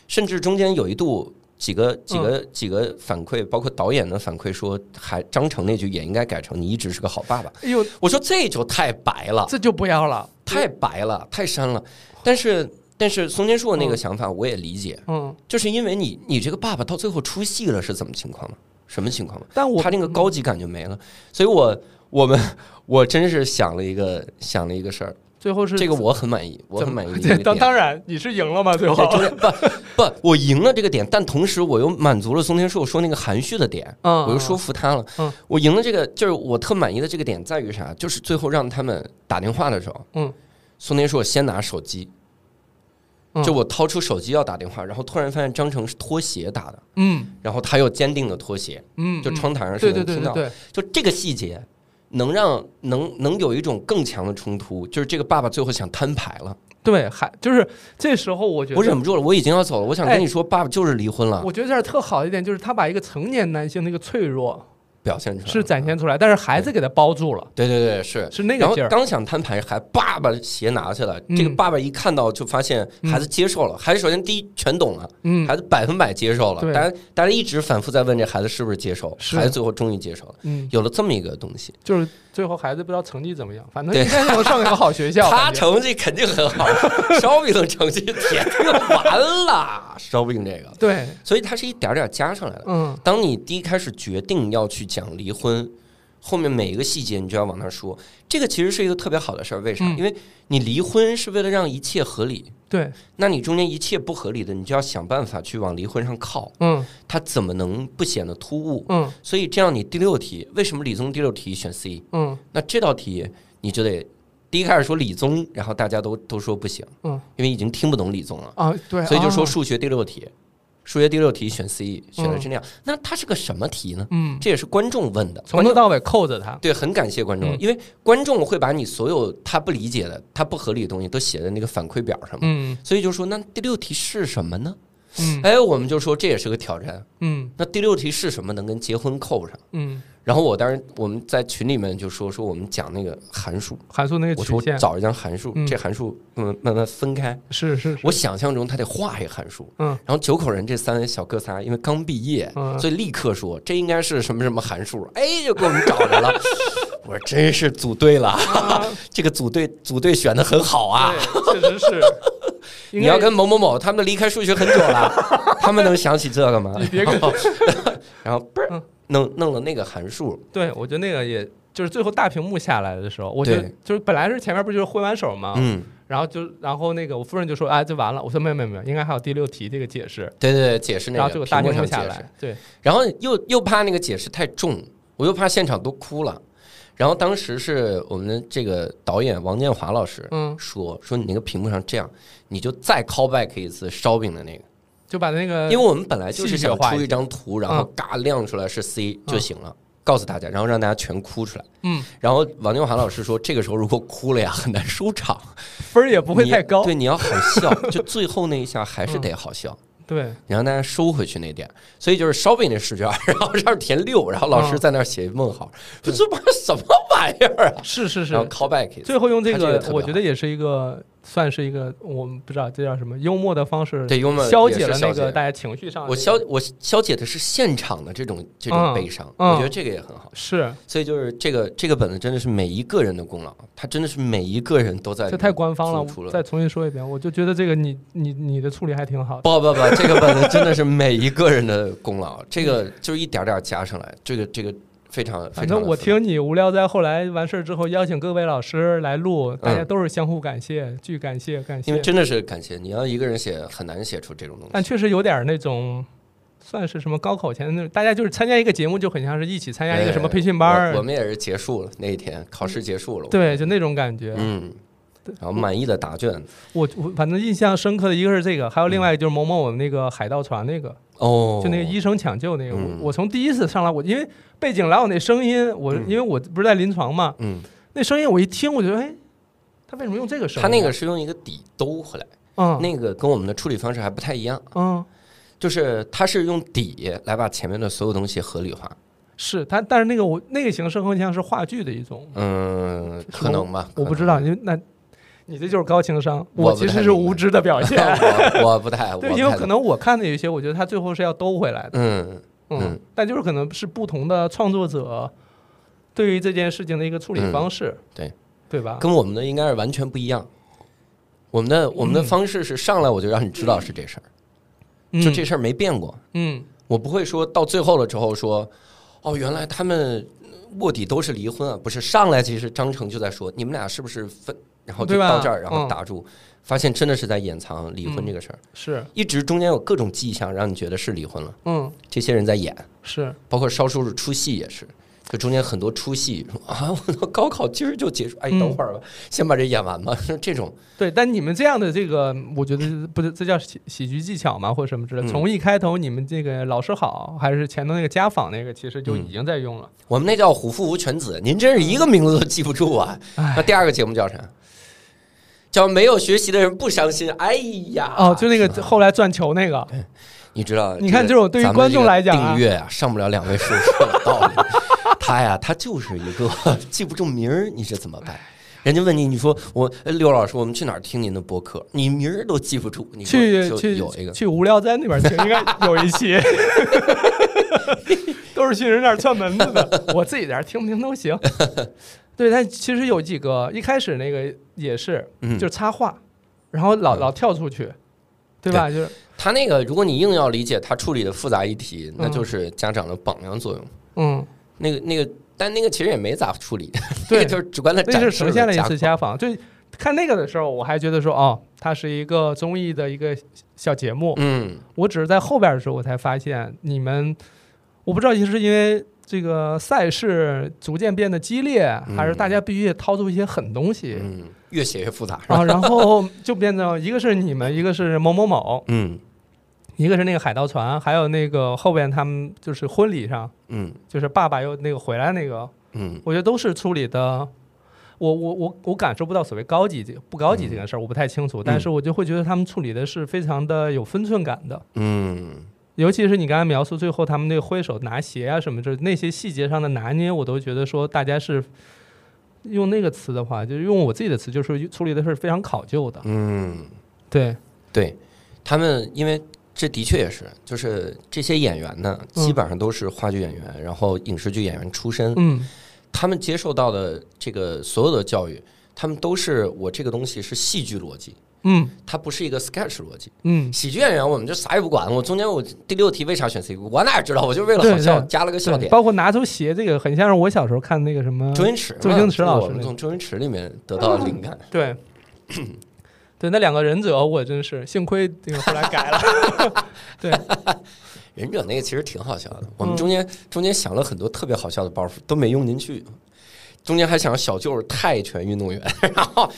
[SPEAKER 2] 甚至中间有一度几个几个
[SPEAKER 1] 嗯
[SPEAKER 2] 几个反馈，包括导演的反馈说，还张成那句也应该改成你一直是个好爸爸。
[SPEAKER 1] 哎呦，
[SPEAKER 2] 我说这就太白了，
[SPEAKER 1] 这就不要了。
[SPEAKER 2] 太白了，太深了。但是但是松天硕那个想法我也理解，
[SPEAKER 1] 嗯，
[SPEAKER 2] 就是因为你你这个爸爸到最后出戏了是怎么情况呢？什么情况呢？
[SPEAKER 1] 但我
[SPEAKER 2] 他那个高级感就没了。所以我我们 我真是想了一个想了一个事儿，
[SPEAKER 1] 最后是
[SPEAKER 2] 这个我很满意，我很满意 的一
[SPEAKER 1] 这
[SPEAKER 2] 个
[SPEAKER 1] 当
[SPEAKER 2] 点。
[SPEAKER 1] 当然你是赢了嘛，最后
[SPEAKER 2] 对，中间不不，我赢了这个点，但同时我又满足了松天硕说那个含蓄的点，
[SPEAKER 1] 嗯，
[SPEAKER 2] 我又说服他了
[SPEAKER 1] 嗯。
[SPEAKER 2] 我赢了这个，就是我特满意的这个点在于啥？就是最后让他们打电话的时候，
[SPEAKER 1] 嗯，
[SPEAKER 2] 松天硕先拿手机
[SPEAKER 1] 嗯，
[SPEAKER 2] 就我掏出手机要打电话，然后突然发现张成是拖鞋打的，
[SPEAKER 1] 嗯
[SPEAKER 2] 然后他又坚定的拖鞋，
[SPEAKER 1] 嗯，
[SPEAKER 2] 就
[SPEAKER 1] 嗯
[SPEAKER 2] 窗台上
[SPEAKER 1] 对
[SPEAKER 2] 是
[SPEAKER 1] 对
[SPEAKER 2] 能
[SPEAKER 1] 对
[SPEAKER 2] 听
[SPEAKER 1] 对
[SPEAKER 2] 到，
[SPEAKER 1] 对，
[SPEAKER 2] 就这个细节能让能能有一种更强的冲突，就是这个爸爸最后想摊牌了，
[SPEAKER 1] 对，还就是这时候我觉得
[SPEAKER 2] 我忍不住了，我已经要走了，我想跟你说，爸爸就是离婚了，
[SPEAKER 1] 我觉得这儿特好一点，就是他把一个成年男性那个脆弱
[SPEAKER 2] 表现出来
[SPEAKER 1] 是展
[SPEAKER 2] 了。
[SPEAKER 1] 现出来，但是孩子给他包住了，
[SPEAKER 2] 啊对对对，是
[SPEAKER 1] 是那
[SPEAKER 2] 然
[SPEAKER 1] 个
[SPEAKER 2] 后
[SPEAKER 1] 劲儿。
[SPEAKER 2] 刚想摊牌，还爸爸鞋拿下来，
[SPEAKER 1] 嗯
[SPEAKER 2] 这个爸爸一看到就发现孩子接受了，孩子首先第一全懂了，
[SPEAKER 1] 嗯，
[SPEAKER 2] 孩子百分百接受了。
[SPEAKER 1] 对
[SPEAKER 2] 大家大家一直反复在问这孩子是不是接受，
[SPEAKER 1] 是
[SPEAKER 2] 孩子最后终于接受了，
[SPEAKER 1] 嗯，
[SPEAKER 2] 有了这么一个东西，
[SPEAKER 1] 就是最后孩子不知道成绩怎么样，反正
[SPEAKER 2] 对
[SPEAKER 1] 应该能上一个好学 校。
[SPEAKER 2] 他
[SPEAKER 1] 感觉
[SPEAKER 2] 成绩肯定很 好，烧饼的成绩铁定完了，烧饼这个，
[SPEAKER 1] 对，
[SPEAKER 2] 所以它是一点点加上来的。
[SPEAKER 1] 嗯
[SPEAKER 2] 当你第一开始决定要去讲离婚，后面每一个细节你就要往那儿说，这个其实是一个特别好的事儿。为啥？
[SPEAKER 1] 嗯
[SPEAKER 2] 因为你离婚是为了让一切合理，
[SPEAKER 1] 对，
[SPEAKER 2] 那你中间一切不合理的，你就要想办法去往离婚上靠，
[SPEAKER 1] 嗯
[SPEAKER 2] 它怎么能不显得突兀？
[SPEAKER 1] 嗯
[SPEAKER 2] 所以这样，你第六题为什么理综第六题选 C？
[SPEAKER 1] 嗯
[SPEAKER 2] 那这道题你就得第一开始说理综，然后大家都都说不行，
[SPEAKER 1] 嗯
[SPEAKER 2] 因为已经听不懂理综了，
[SPEAKER 1] 啊，对，
[SPEAKER 2] 所以就
[SPEAKER 1] 啊
[SPEAKER 2] 说数学第六题。数学第六题选 C，选的
[SPEAKER 1] 嗯
[SPEAKER 2] 是那样。那它是个什么题呢？
[SPEAKER 1] 嗯，
[SPEAKER 2] 这也是观众问的，
[SPEAKER 1] 从头到尾扣着他，
[SPEAKER 2] 对，很感谢观众，
[SPEAKER 1] 嗯
[SPEAKER 2] 因为观众会把你所有他不理解的、他不合理的东西都写在那个反馈表上嘛。
[SPEAKER 1] 嗯
[SPEAKER 2] 所以就说，那第六题是什么呢？
[SPEAKER 1] 嗯
[SPEAKER 2] 哎，我们就说这也是个挑战。
[SPEAKER 1] 嗯
[SPEAKER 2] 那第六题是什么能跟结婚扣上？
[SPEAKER 1] 嗯，
[SPEAKER 2] 然后我当时我们在群里面就说说我们讲那个函数，
[SPEAKER 1] 函数那个
[SPEAKER 2] 我
[SPEAKER 1] 曲
[SPEAKER 2] 说我
[SPEAKER 1] 线，
[SPEAKER 2] 找一张函数，
[SPEAKER 1] 嗯
[SPEAKER 2] 这函数慢慢慢分开。
[SPEAKER 1] 是是是，
[SPEAKER 2] 我想象中他得画一个函数，
[SPEAKER 1] 嗯
[SPEAKER 2] 然后九口人这三位小哥仨因为刚毕业，
[SPEAKER 1] 嗯
[SPEAKER 2] 所以立刻说这应该是什么什么函数，哎，就给我们找着了。 我说真是组队了，这个组队组队选的很好啊。
[SPEAKER 1] 对，确实是。应
[SPEAKER 2] 你要
[SPEAKER 1] 该
[SPEAKER 2] 跟某某某他们离开数学很久 了，他们能想起这个吗？
[SPEAKER 1] 你 别跟
[SPEAKER 2] 然后然后嘣
[SPEAKER 1] 嗯
[SPEAKER 2] 儿弄弄了那个函数，
[SPEAKER 1] 对，我觉得那个也就是最后大屏幕下来的时候，我觉得
[SPEAKER 2] 对
[SPEAKER 1] 就是本来是前面不就是挥完手吗？
[SPEAKER 2] 嗯，
[SPEAKER 1] 然后就然后那个我夫人就说啊，这完了。我说没有没有没有，应该还有第六题这个解释。
[SPEAKER 2] 对对对，解释
[SPEAKER 1] 然
[SPEAKER 2] 那
[SPEAKER 1] 后这
[SPEAKER 2] 个
[SPEAKER 1] 个大
[SPEAKER 2] 屏幕
[SPEAKER 1] 屏
[SPEAKER 2] 上
[SPEAKER 1] 幕
[SPEAKER 2] 解
[SPEAKER 1] 下
[SPEAKER 2] 释
[SPEAKER 1] 来，，对，
[SPEAKER 2] 然后又又怕那个解释太重，我又怕现场都哭了。然后当时是我们的这个导演王建华老师
[SPEAKER 1] 嗯，
[SPEAKER 2] 说说你那个屏幕上这样，你就再 call back 一次烧饼的那个，
[SPEAKER 1] 就把那个
[SPEAKER 2] 因为我们本来就
[SPEAKER 1] 戏剧
[SPEAKER 2] 是想
[SPEAKER 1] 化一嗯
[SPEAKER 2] 出一
[SPEAKER 1] 些
[SPEAKER 2] 张图，然后嘎亮出来是 C 就行了。告诉大家，然后让大家全哭出来。
[SPEAKER 1] 嗯
[SPEAKER 2] 然后王建华老师说，这个时候如果哭了呀，很难收场，
[SPEAKER 1] 分儿也不会太高
[SPEAKER 2] 你，对，你要好笑，就最后那一下还是得好笑。
[SPEAKER 1] 对，
[SPEAKER 2] 你让大家收回去那点儿，所以就是烧饼那试卷， 然后上面填六，然后老
[SPEAKER 1] 嗯
[SPEAKER 2] 师在那儿写问号，说这玩意儿什么玩意儿啊？
[SPEAKER 1] 是是是
[SPEAKER 2] 然。后 call back，
[SPEAKER 1] 最后用这
[SPEAKER 2] 他这个
[SPEAKER 1] 个
[SPEAKER 2] 特别，好
[SPEAKER 1] 我觉得也是一个，算是一个，我们不知道这叫什么幽默的方式，
[SPEAKER 2] 对幽默
[SPEAKER 1] 消
[SPEAKER 2] 也
[SPEAKER 1] 解
[SPEAKER 2] 是
[SPEAKER 1] 了那
[SPEAKER 2] 消解
[SPEAKER 1] 个大家情绪上的那个。
[SPEAKER 2] 我消我消解的是现场的这种这种
[SPEAKER 1] 嗯
[SPEAKER 2] 悲伤，
[SPEAKER 1] 嗯
[SPEAKER 2] 我觉得这个也很好。
[SPEAKER 1] 是，
[SPEAKER 2] 所以就是这个这个本子真的是每一个人的功劳，他真的是每一个人都在
[SPEAKER 1] 这太官方了
[SPEAKER 2] 付出，了
[SPEAKER 1] 再重新说一遍，我就觉得这个你你你的处理还挺好的。
[SPEAKER 2] 不不不，这个本子真的是每一个人的功劳，这个就是一点点加上来，这个这个非常非常
[SPEAKER 1] 反
[SPEAKER 2] 的
[SPEAKER 1] 正我
[SPEAKER 2] 复杂
[SPEAKER 1] 听你无聊斋后来完事儿之后，邀请各位老师来录，大家都是相互感谢，巨感谢感
[SPEAKER 2] 嗯因为
[SPEAKER 1] 谢。
[SPEAKER 2] 真的是感谢你要一个人写很难写出这种东西。
[SPEAKER 1] 但确实有点儿那种，算是什么高考前的那种，大家就是参加一个节目，就很像是一起参加一个什么培训班
[SPEAKER 2] 哎我我
[SPEAKER 1] 儿，
[SPEAKER 2] 们也是结束了那一天，考试结束了。，
[SPEAKER 1] 对，就那种感觉。
[SPEAKER 2] 嗯，然后满意的答卷。
[SPEAKER 1] 我我反正印象深刻的一个是这个，还有另外一个就是某某我们那个海盗船那个，
[SPEAKER 2] 嗯哦，
[SPEAKER 1] 就那个医生抢救那个，
[SPEAKER 2] 嗯
[SPEAKER 1] 我我从第一次上来，我因为背景老有那声音，我
[SPEAKER 2] 嗯
[SPEAKER 1] 因为我不是在临床嘛，
[SPEAKER 2] 嗯，
[SPEAKER 1] 那声音我一听我就哎，他为什么用这个声音啊？
[SPEAKER 2] 他那个是用一个底兜回来，
[SPEAKER 1] 嗯
[SPEAKER 2] 那个跟我们的处理方式还不太一样，
[SPEAKER 1] 嗯。
[SPEAKER 2] 就是他是用底来把前面的所有东西合理化。
[SPEAKER 1] 是他，但是那个我那个形式更像是话剧的一种，
[SPEAKER 2] 嗯，
[SPEAKER 1] 是
[SPEAKER 2] 可能吧，
[SPEAKER 1] 我不知
[SPEAKER 2] 道。
[SPEAKER 1] 道，因为那，你这就是高情商，
[SPEAKER 2] 我不
[SPEAKER 1] 其
[SPEAKER 2] 太
[SPEAKER 1] 实是
[SPEAKER 2] 明白
[SPEAKER 1] 无知的表 现。
[SPEAKER 2] 我我不太，我
[SPEAKER 1] 对，
[SPEAKER 2] 不
[SPEAKER 1] 因为
[SPEAKER 2] 太
[SPEAKER 1] 可能我看的有一些，我觉得他最后是要兜回来的，
[SPEAKER 2] 嗯
[SPEAKER 1] 嗯
[SPEAKER 2] 嗯，
[SPEAKER 1] 但就是可能是不同的创作者对于这件事情的一个处理
[SPEAKER 2] 嗯
[SPEAKER 1] 方式，
[SPEAKER 2] 对
[SPEAKER 1] 对吧？
[SPEAKER 2] 跟我们的应该是完全不一样。我们的我
[SPEAKER 1] 嗯
[SPEAKER 2] 们的方式是上来我就让你知道是这事儿，就这事儿没变过。
[SPEAKER 1] 嗯，
[SPEAKER 2] 我不会说到最后了之后说，哦，原来他们卧底都是离婚啊，不是上来其实张成就在说你们俩是不是分，然后就
[SPEAKER 1] 对吧
[SPEAKER 2] 到这儿，然后
[SPEAKER 1] 嗯
[SPEAKER 2] 打住，发现真的是在掩藏离婚
[SPEAKER 1] 嗯
[SPEAKER 2] 这个事儿，
[SPEAKER 1] 嗯是，
[SPEAKER 2] 一直中间有各种迹象让你觉得是离婚了，
[SPEAKER 1] 嗯
[SPEAKER 2] 这些人在演，
[SPEAKER 1] 是，
[SPEAKER 2] 包括烧叔叔出戏也是。就中间很多出戏 啊，我的高考今儿就结束，哎，
[SPEAKER 1] 嗯
[SPEAKER 2] 等会儿吧，先把这演完吧。 这种
[SPEAKER 1] 对。但你们这样的这个，我觉得不是这叫喜喜剧技巧吗，或者什么之类的。
[SPEAKER 2] 嗯
[SPEAKER 1] 从一开头你们这个老师好，还是前头那个家访那个，其实就
[SPEAKER 2] 嗯
[SPEAKER 1] 已经在用了。
[SPEAKER 2] 我们那叫虎父无犬子，您真是一个名字都记不住啊！
[SPEAKER 1] 哎
[SPEAKER 2] 那第二个节目叫啥？叫没有学习的人不伤心。哎呀，
[SPEAKER 1] 哦，就那个后来转球那个，
[SPEAKER 2] 你知道？
[SPEAKER 1] 你看这
[SPEAKER 2] 这个
[SPEAKER 1] 种对于
[SPEAKER 2] 咱们
[SPEAKER 1] 观众
[SPEAKER 2] 这个
[SPEAKER 1] 来讲啊
[SPEAKER 2] 订阅啊上不了两位数是有道理。他呀，他就是一个记不住名儿，你这怎么
[SPEAKER 1] 哎
[SPEAKER 2] 办？人家问你，你说我呃刘老师，我们去哪儿听您的播客？你名儿都记不住，你说
[SPEAKER 1] 去
[SPEAKER 2] 就
[SPEAKER 1] 去
[SPEAKER 2] 有一个
[SPEAKER 1] 去无聊斋那 边听，应该有一期， 都是去人那儿串门子 的。我自己在这儿听不听都行。对，但其实有几个一开始那个也是，
[SPEAKER 2] 嗯
[SPEAKER 1] 就是插话，然后老
[SPEAKER 2] 嗯
[SPEAKER 1] 老跳出去，对吧？就是
[SPEAKER 2] 他那个，如果你硬要理解他处理的复杂议题，那
[SPEAKER 1] 嗯
[SPEAKER 2] 就是家长的榜样作用。
[SPEAKER 1] 嗯，
[SPEAKER 2] 那个那个，但那个其实也没咋处理，那
[SPEAKER 1] 对
[SPEAKER 2] 个就是只管他
[SPEAKER 1] 那
[SPEAKER 2] 展
[SPEAKER 1] 是
[SPEAKER 2] 示
[SPEAKER 1] 呈现了一
[SPEAKER 2] 家
[SPEAKER 1] 次
[SPEAKER 2] 谱
[SPEAKER 1] 家访。就看那个的时候，我还觉得说哦，它是一个综艺的一个小节目，
[SPEAKER 2] 嗯
[SPEAKER 1] 我只是在后边的时候我才发现，你们我不知道，是因为这个赛事逐渐变得激烈，
[SPEAKER 2] 嗯
[SPEAKER 1] 还是大家必须得掏出一些狠东西、
[SPEAKER 2] 嗯，越写越复杂是吧？
[SPEAKER 1] 啊？然后就变成一个是你们，一个是某某某，
[SPEAKER 2] 嗯
[SPEAKER 1] 一个是那个海盗船，还有那个后边他们就是婚礼上，
[SPEAKER 2] 嗯
[SPEAKER 1] 就是爸爸又那个回来那个，
[SPEAKER 2] 嗯
[SPEAKER 1] 我觉得都是处理的。我我我我感受不到所谓高级这不高
[SPEAKER 2] 嗯
[SPEAKER 1] 级这件事儿，我不太清楚，但是我就会觉得他们处理的是非常的有分寸感的，
[SPEAKER 2] 嗯
[SPEAKER 1] 尤其是你刚才描述最后他们那个挥手拿鞋啊什么，就是那些细节上的拿捏，我都觉得说大家是呃用那个词的话，就是用我自己的词，就是处理的是非常考究的。
[SPEAKER 2] 嗯，
[SPEAKER 1] 对，
[SPEAKER 2] 对他们，因为这的确也是，就是这些演员呢，
[SPEAKER 1] 嗯
[SPEAKER 2] 基本上都是话剧演员，然后影视剧演员出身，
[SPEAKER 1] 嗯
[SPEAKER 2] 他们接受到的这个所有的教育，他们都是我这个东西是戏剧逻辑，
[SPEAKER 1] 嗯
[SPEAKER 2] 它不是一个 sketch 逻辑。
[SPEAKER 1] 嗯，
[SPEAKER 2] 喜剧演员我们就啥也不管，我中间我第六题为啥选 C 歌？我哪知道？我就为了
[SPEAKER 1] 对
[SPEAKER 2] 好笑
[SPEAKER 1] 对
[SPEAKER 2] 加了个笑
[SPEAKER 1] 对
[SPEAKER 2] 点。
[SPEAKER 1] 包括拿出鞋这个，很像是我小时候看那个什么，
[SPEAKER 2] 周星驰嘛，
[SPEAKER 1] 周星驰老师
[SPEAKER 2] 我们
[SPEAKER 1] 那
[SPEAKER 2] 从周星驰里面得到了灵感。
[SPEAKER 1] 对对，那两个忍者，我真是幸亏这个后来改 了。
[SPEAKER 2] 忍者那个其实挺好笑
[SPEAKER 1] 嗯
[SPEAKER 2] 的，我们中间中间想了很多特别好笑的包袱都没用进去，中间还想小舅是泰拳运动员， 然后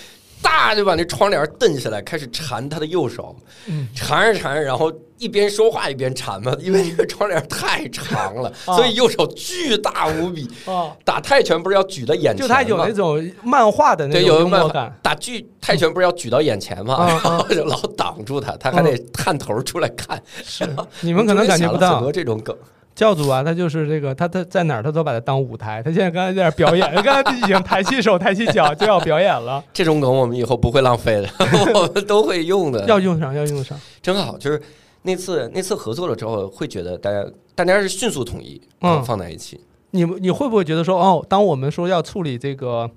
[SPEAKER 2] 大就把那窗帘蹬下来，开始缠他的右手，
[SPEAKER 1] 嗯
[SPEAKER 2] 缠着缠着，然后一边说话一边缠嘛， 因为这个窗帘太长了，
[SPEAKER 1] 啊
[SPEAKER 2] 所以右手巨大无比。
[SPEAKER 1] 哦，
[SPEAKER 2] 打泰拳不是要举到眼前
[SPEAKER 1] 就
[SPEAKER 2] 吗？
[SPEAKER 1] 他有那种漫画的那
[SPEAKER 2] 对，
[SPEAKER 1] 种
[SPEAKER 2] 有
[SPEAKER 1] 幽
[SPEAKER 2] 办
[SPEAKER 1] 默
[SPEAKER 2] 法
[SPEAKER 1] 感。
[SPEAKER 2] 打巨泰拳不是要举到眼前吗？
[SPEAKER 1] 啊啊
[SPEAKER 2] 然后就老挡住他，他还得探头出来看。
[SPEAKER 1] 是，嗯你们可能感觉不
[SPEAKER 2] 中间想了
[SPEAKER 1] 到
[SPEAKER 2] 很多，这种梗。
[SPEAKER 1] 教主啊，他就是这个，他他在哪儿他都把它当舞台。他现在刚才在那儿表 演，刚才已经抬起手、抬起脚就要表演了，
[SPEAKER 2] 这种梗我们以后不会浪费的， 我们都会用的，
[SPEAKER 1] 要用上，要用上。
[SPEAKER 2] 真好。就是那次那次合作了之后，会觉得大家大家是迅速统一，
[SPEAKER 1] 嗯
[SPEAKER 2] 然后放在一起。
[SPEAKER 1] 你们你会不会觉得说，哦，当我们说要处理这个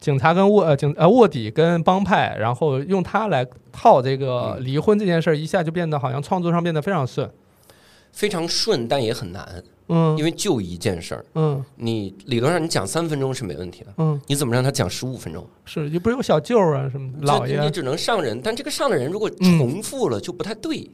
[SPEAKER 1] 警察跟卧呃警呃卧底跟帮派，然后用它来套这个离婚这件事儿，一下就变得好像创作上变得非常顺。
[SPEAKER 2] 非常顺，但也很难，
[SPEAKER 1] 嗯
[SPEAKER 2] 因为就一件事儿，
[SPEAKER 1] 嗯
[SPEAKER 2] 你理论上你讲三分钟是没问题的，
[SPEAKER 1] 嗯，
[SPEAKER 2] 你怎么让他讲十五分钟？
[SPEAKER 1] 是，就不是有小舅儿啊什么的老
[SPEAKER 2] 就你
[SPEAKER 1] 爷，嗯
[SPEAKER 2] 只能上人，但这个上的人如果重复了就不太对。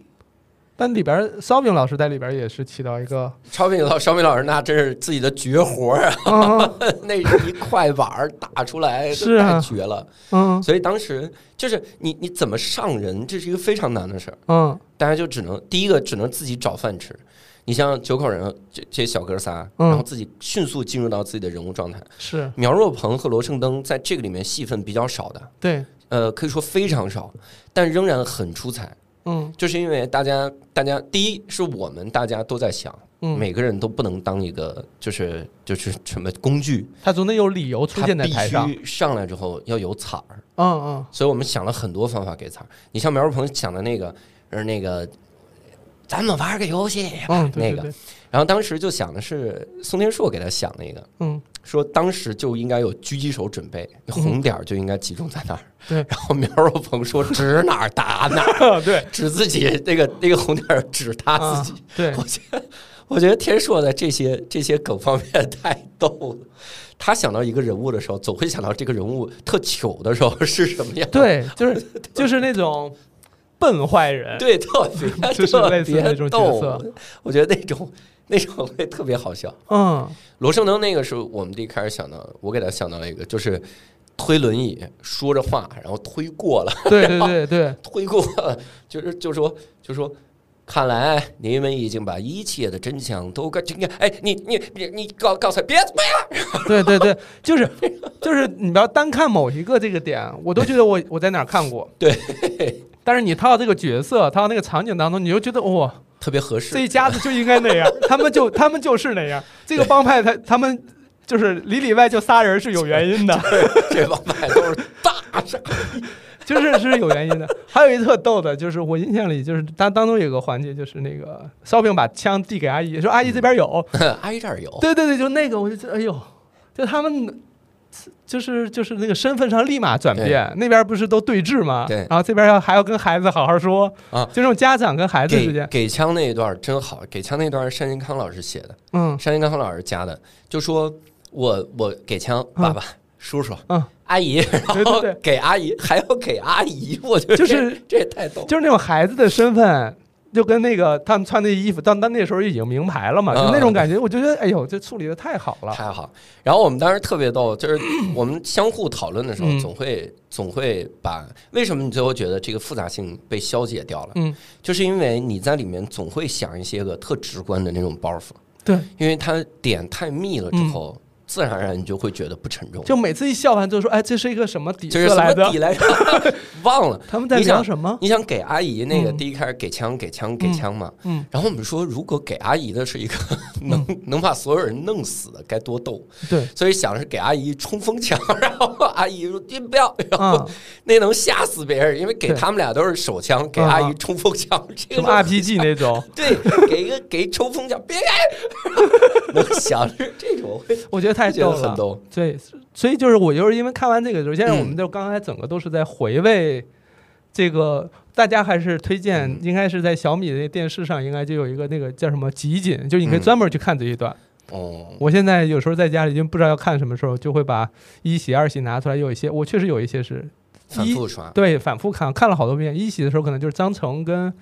[SPEAKER 1] 但里边儿烧饼老师在里边儿也是起到一 个，
[SPEAKER 2] 超品老烧饼老师那真是自己的绝活儿啊！
[SPEAKER 1] 嗯
[SPEAKER 2] 那是一块板儿打出来，
[SPEAKER 1] 是啊
[SPEAKER 2] 太绝了。
[SPEAKER 1] 嗯
[SPEAKER 2] 所以当时就是你你怎么上人，这是一个非常难的事儿。
[SPEAKER 1] 嗯
[SPEAKER 2] 大家就只能第一个只能自己找饭吃。你像九口人这这小哥仨，
[SPEAKER 1] 嗯
[SPEAKER 2] 然后自己迅速进入到自己的人物状态。
[SPEAKER 1] 是
[SPEAKER 2] 苗若鹏和罗胜灯在这个里面戏份比较少的，
[SPEAKER 1] 对，
[SPEAKER 2] 呃，可以说非常少，但仍然很出彩。
[SPEAKER 1] 嗯
[SPEAKER 2] 就是因为大家，大家第一是我们大家都在想，
[SPEAKER 1] 嗯，
[SPEAKER 2] 每个人都不能当一个就是就是什么工具，
[SPEAKER 1] 他总得有理由出
[SPEAKER 2] 他
[SPEAKER 1] 现在
[SPEAKER 2] 必
[SPEAKER 1] 台上，
[SPEAKER 2] 须上来之后要有彩儿。
[SPEAKER 1] 嗯嗯
[SPEAKER 2] 所以我们想了很多方法给彩儿。你像苗若鹏想的那个，呃，那个，咱们玩个游戏，
[SPEAKER 1] 嗯，对
[SPEAKER 2] 哎那
[SPEAKER 1] 对
[SPEAKER 2] 个
[SPEAKER 1] 对，
[SPEAKER 2] 然后当时就想的是宋天硕给他想了一个，
[SPEAKER 1] 嗯
[SPEAKER 2] 说当时就应该有狙击手准备，红点儿就应该集中在哪儿。
[SPEAKER 1] 嗯对
[SPEAKER 2] 然后苗若鹏说指哪儿打哪儿，
[SPEAKER 1] 对
[SPEAKER 2] 指自己那个那个红点儿指他
[SPEAKER 1] 啊
[SPEAKER 2] 自己。
[SPEAKER 1] 对，
[SPEAKER 2] 我觉得我觉得天硕在这些这些梗方面太逗了。他想到一个人物的时候，总会想到这个人物特糗的时候是什么 样。
[SPEAKER 1] 对，就是就是那种笨坏人，
[SPEAKER 2] 对，特别
[SPEAKER 1] 就是
[SPEAKER 2] 特
[SPEAKER 1] 类似那
[SPEAKER 2] 别
[SPEAKER 1] 种角
[SPEAKER 2] 逗
[SPEAKER 1] 色。
[SPEAKER 2] 我觉得那种那种会特别好笑。
[SPEAKER 1] 嗯
[SPEAKER 2] 罗胜灯那个是我们第一开始想到，我给他想到了一个，就是推轮椅说着话，然后推过了，
[SPEAKER 1] 对对对对，
[SPEAKER 2] 推过了，就是就说就说，看来你们已经把一切的真相都告，应该哎，你你你你告告诉别别，
[SPEAKER 1] 对对对，就是就是，你不要单看某一个这个点，我都觉得我我在哪儿看过。
[SPEAKER 2] 对，
[SPEAKER 1] 但是你套到这个角色，套到那个场景当中，你就觉得哇、
[SPEAKER 2] 特别合适
[SPEAKER 1] 这。一家子就应该那样，他们就他们就是那样，这个帮派他他们就是里里外就仨人是有原因的，
[SPEAKER 2] 这帮派都是大傻，
[SPEAKER 1] 就是是有原因的。还有一特逗的，就是我印象里就是当当中有个环节，就是那个烧饼把枪递给阿姨，说阿
[SPEAKER 2] 嗯
[SPEAKER 1] 姨这边有，
[SPEAKER 2] 哦挨这儿有。
[SPEAKER 1] 对对对，就那个，我就觉得，哎呦，就他们就是就是那个身份上立马转变，那边不是都对峙吗？
[SPEAKER 2] 对
[SPEAKER 1] 然后这边要还要跟孩子好好说
[SPEAKER 2] 啊
[SPEAKER 1] 就这种家长跟孩子之
[SPEAKER 2] 给
[SPEAKER 1] 间，
[SPEAKER 2] 给枪那一段真好，给枪那段是单金康老师写的，
[SPEAKER 1] 嗯
[SPEAKER 2] 单金康老师加的，就说我我给枪爸爸、叔叔、
[SPEAKER 1] 嗯，
[SPEAKER 2] 阿姨，然
[SPEAKER 1] 对
[SPEAKER 2] 后
[SPEAKER 1] 对
[SPEAKER 2] 给阿姨，还要给阿姨，我觉得
[SPEAKER 1] 就是
[SPEAKER 2] 这这也太逗了。
[SPEAKER 1] 就是那种孩子的身份。就跟那个他们穿那衣服，但但那时候已经名牌了嘛，就那种感觉，我就觉得哎呦，这处理的太好了，
[SPEAKER 2] 啊太好。然后我们当时特别逗，就是我们相互讨论的时候，
[SPEAKER 1] 嗯
[SPEAKER 2] 总会总会把为什么你最后觉得这个复杂性被消解掉了，
[SPEAKER 1] 嗯，
[SPEAKER 2] 就是因为你在里面总会想一些个特直观的那种包袱，
[SPEAKER 1] 对，
[SPEAKER 2] 因为它点太密了之后，自然而然你就会觉得不沉
[SPEAKER 1] 嗯
[SPEAKER 2] 重，
[SPEAKER 1] 就每次一笑完就说哎，这是一个什么底
[SPEAKER 2] 这是
[SPEAKER 1] 色
[SPEAKER 2] 什
[SPEAKER 1] 来
[SPEAKER 2] 么
[SPEAKER 1] 的
[SPEAKER 2] 底？来着？ 忘了。
[SPEAKER 1] 他们在
[SPEAKER 2] 你想
[SPEAKER 1] 聊什么？
[SPEAKER 2] 你想给阿姨那个
[SPEAKER 1] 嗯
[SPEAKER 2] 第一开始给枪给枪给
[SPEAKER 1] 嗯
[SPEAKER 2] 枪嘛？
[SPEAKER 1] 嗯，
[SPEAKER 2] 然后我们说，如果给阿姨的是一个能能把所有人弄死的，该多逗。
[SPEAKER 1] 对，
[SPEAKER 2] 所以想是给阿姨冲锋枪， 然后阿姨说你不要，然后
[SPEAKER 1] 啊，
[SPEAKER 2] 那能吓死别人，因为给
[SPEAKER 1] 对啊
[SPEAKER 2] 他们俩都是手枪，给阿姨冲锋枪，这
[SPEAKER 1] 什
[SPEAKER 2] 个
[SPEAKER 1] 么 RPG 那种，
[SPEAKER 2] 对，给一个给冲锋枪，别开， 能想是这种，会
[SPEAKER 1] 我觉得太
[SPEAKER 2] 觉
[SPEAKER 1] 逗
[SPEAKER 2] 得很
[SPEAKER 1] 了。
[SPEAKER 2] 逗，
[SPEAKER 1] 对，所以就是我就是因为看完这个时候，现在我们
[SPEAKER 2] 嗯
[SPEAKER 1] 就刚才整个都是在回味这个。大家还是推荐
[SPEAKER 2] 嗯，
[SPEAKER 1] 应该是在小米的那电视上，应该就有一个那个叫什么集锦，就你可以
[SPEAKER 2] 嗯
[SPEAKER 1] 专门去看这一段。
[SPEAKER 2] 哦，
[SPEAKER 1] 我现在有时候在家里就不知道要看什么时候，就会把一喜、二喜拿出来。有一些我确实有一些是
[SPEAKER 2] 反复刷，
[SPEAKER 1] 对反复看，看了好多遍。一喜的时候可能就是张成跟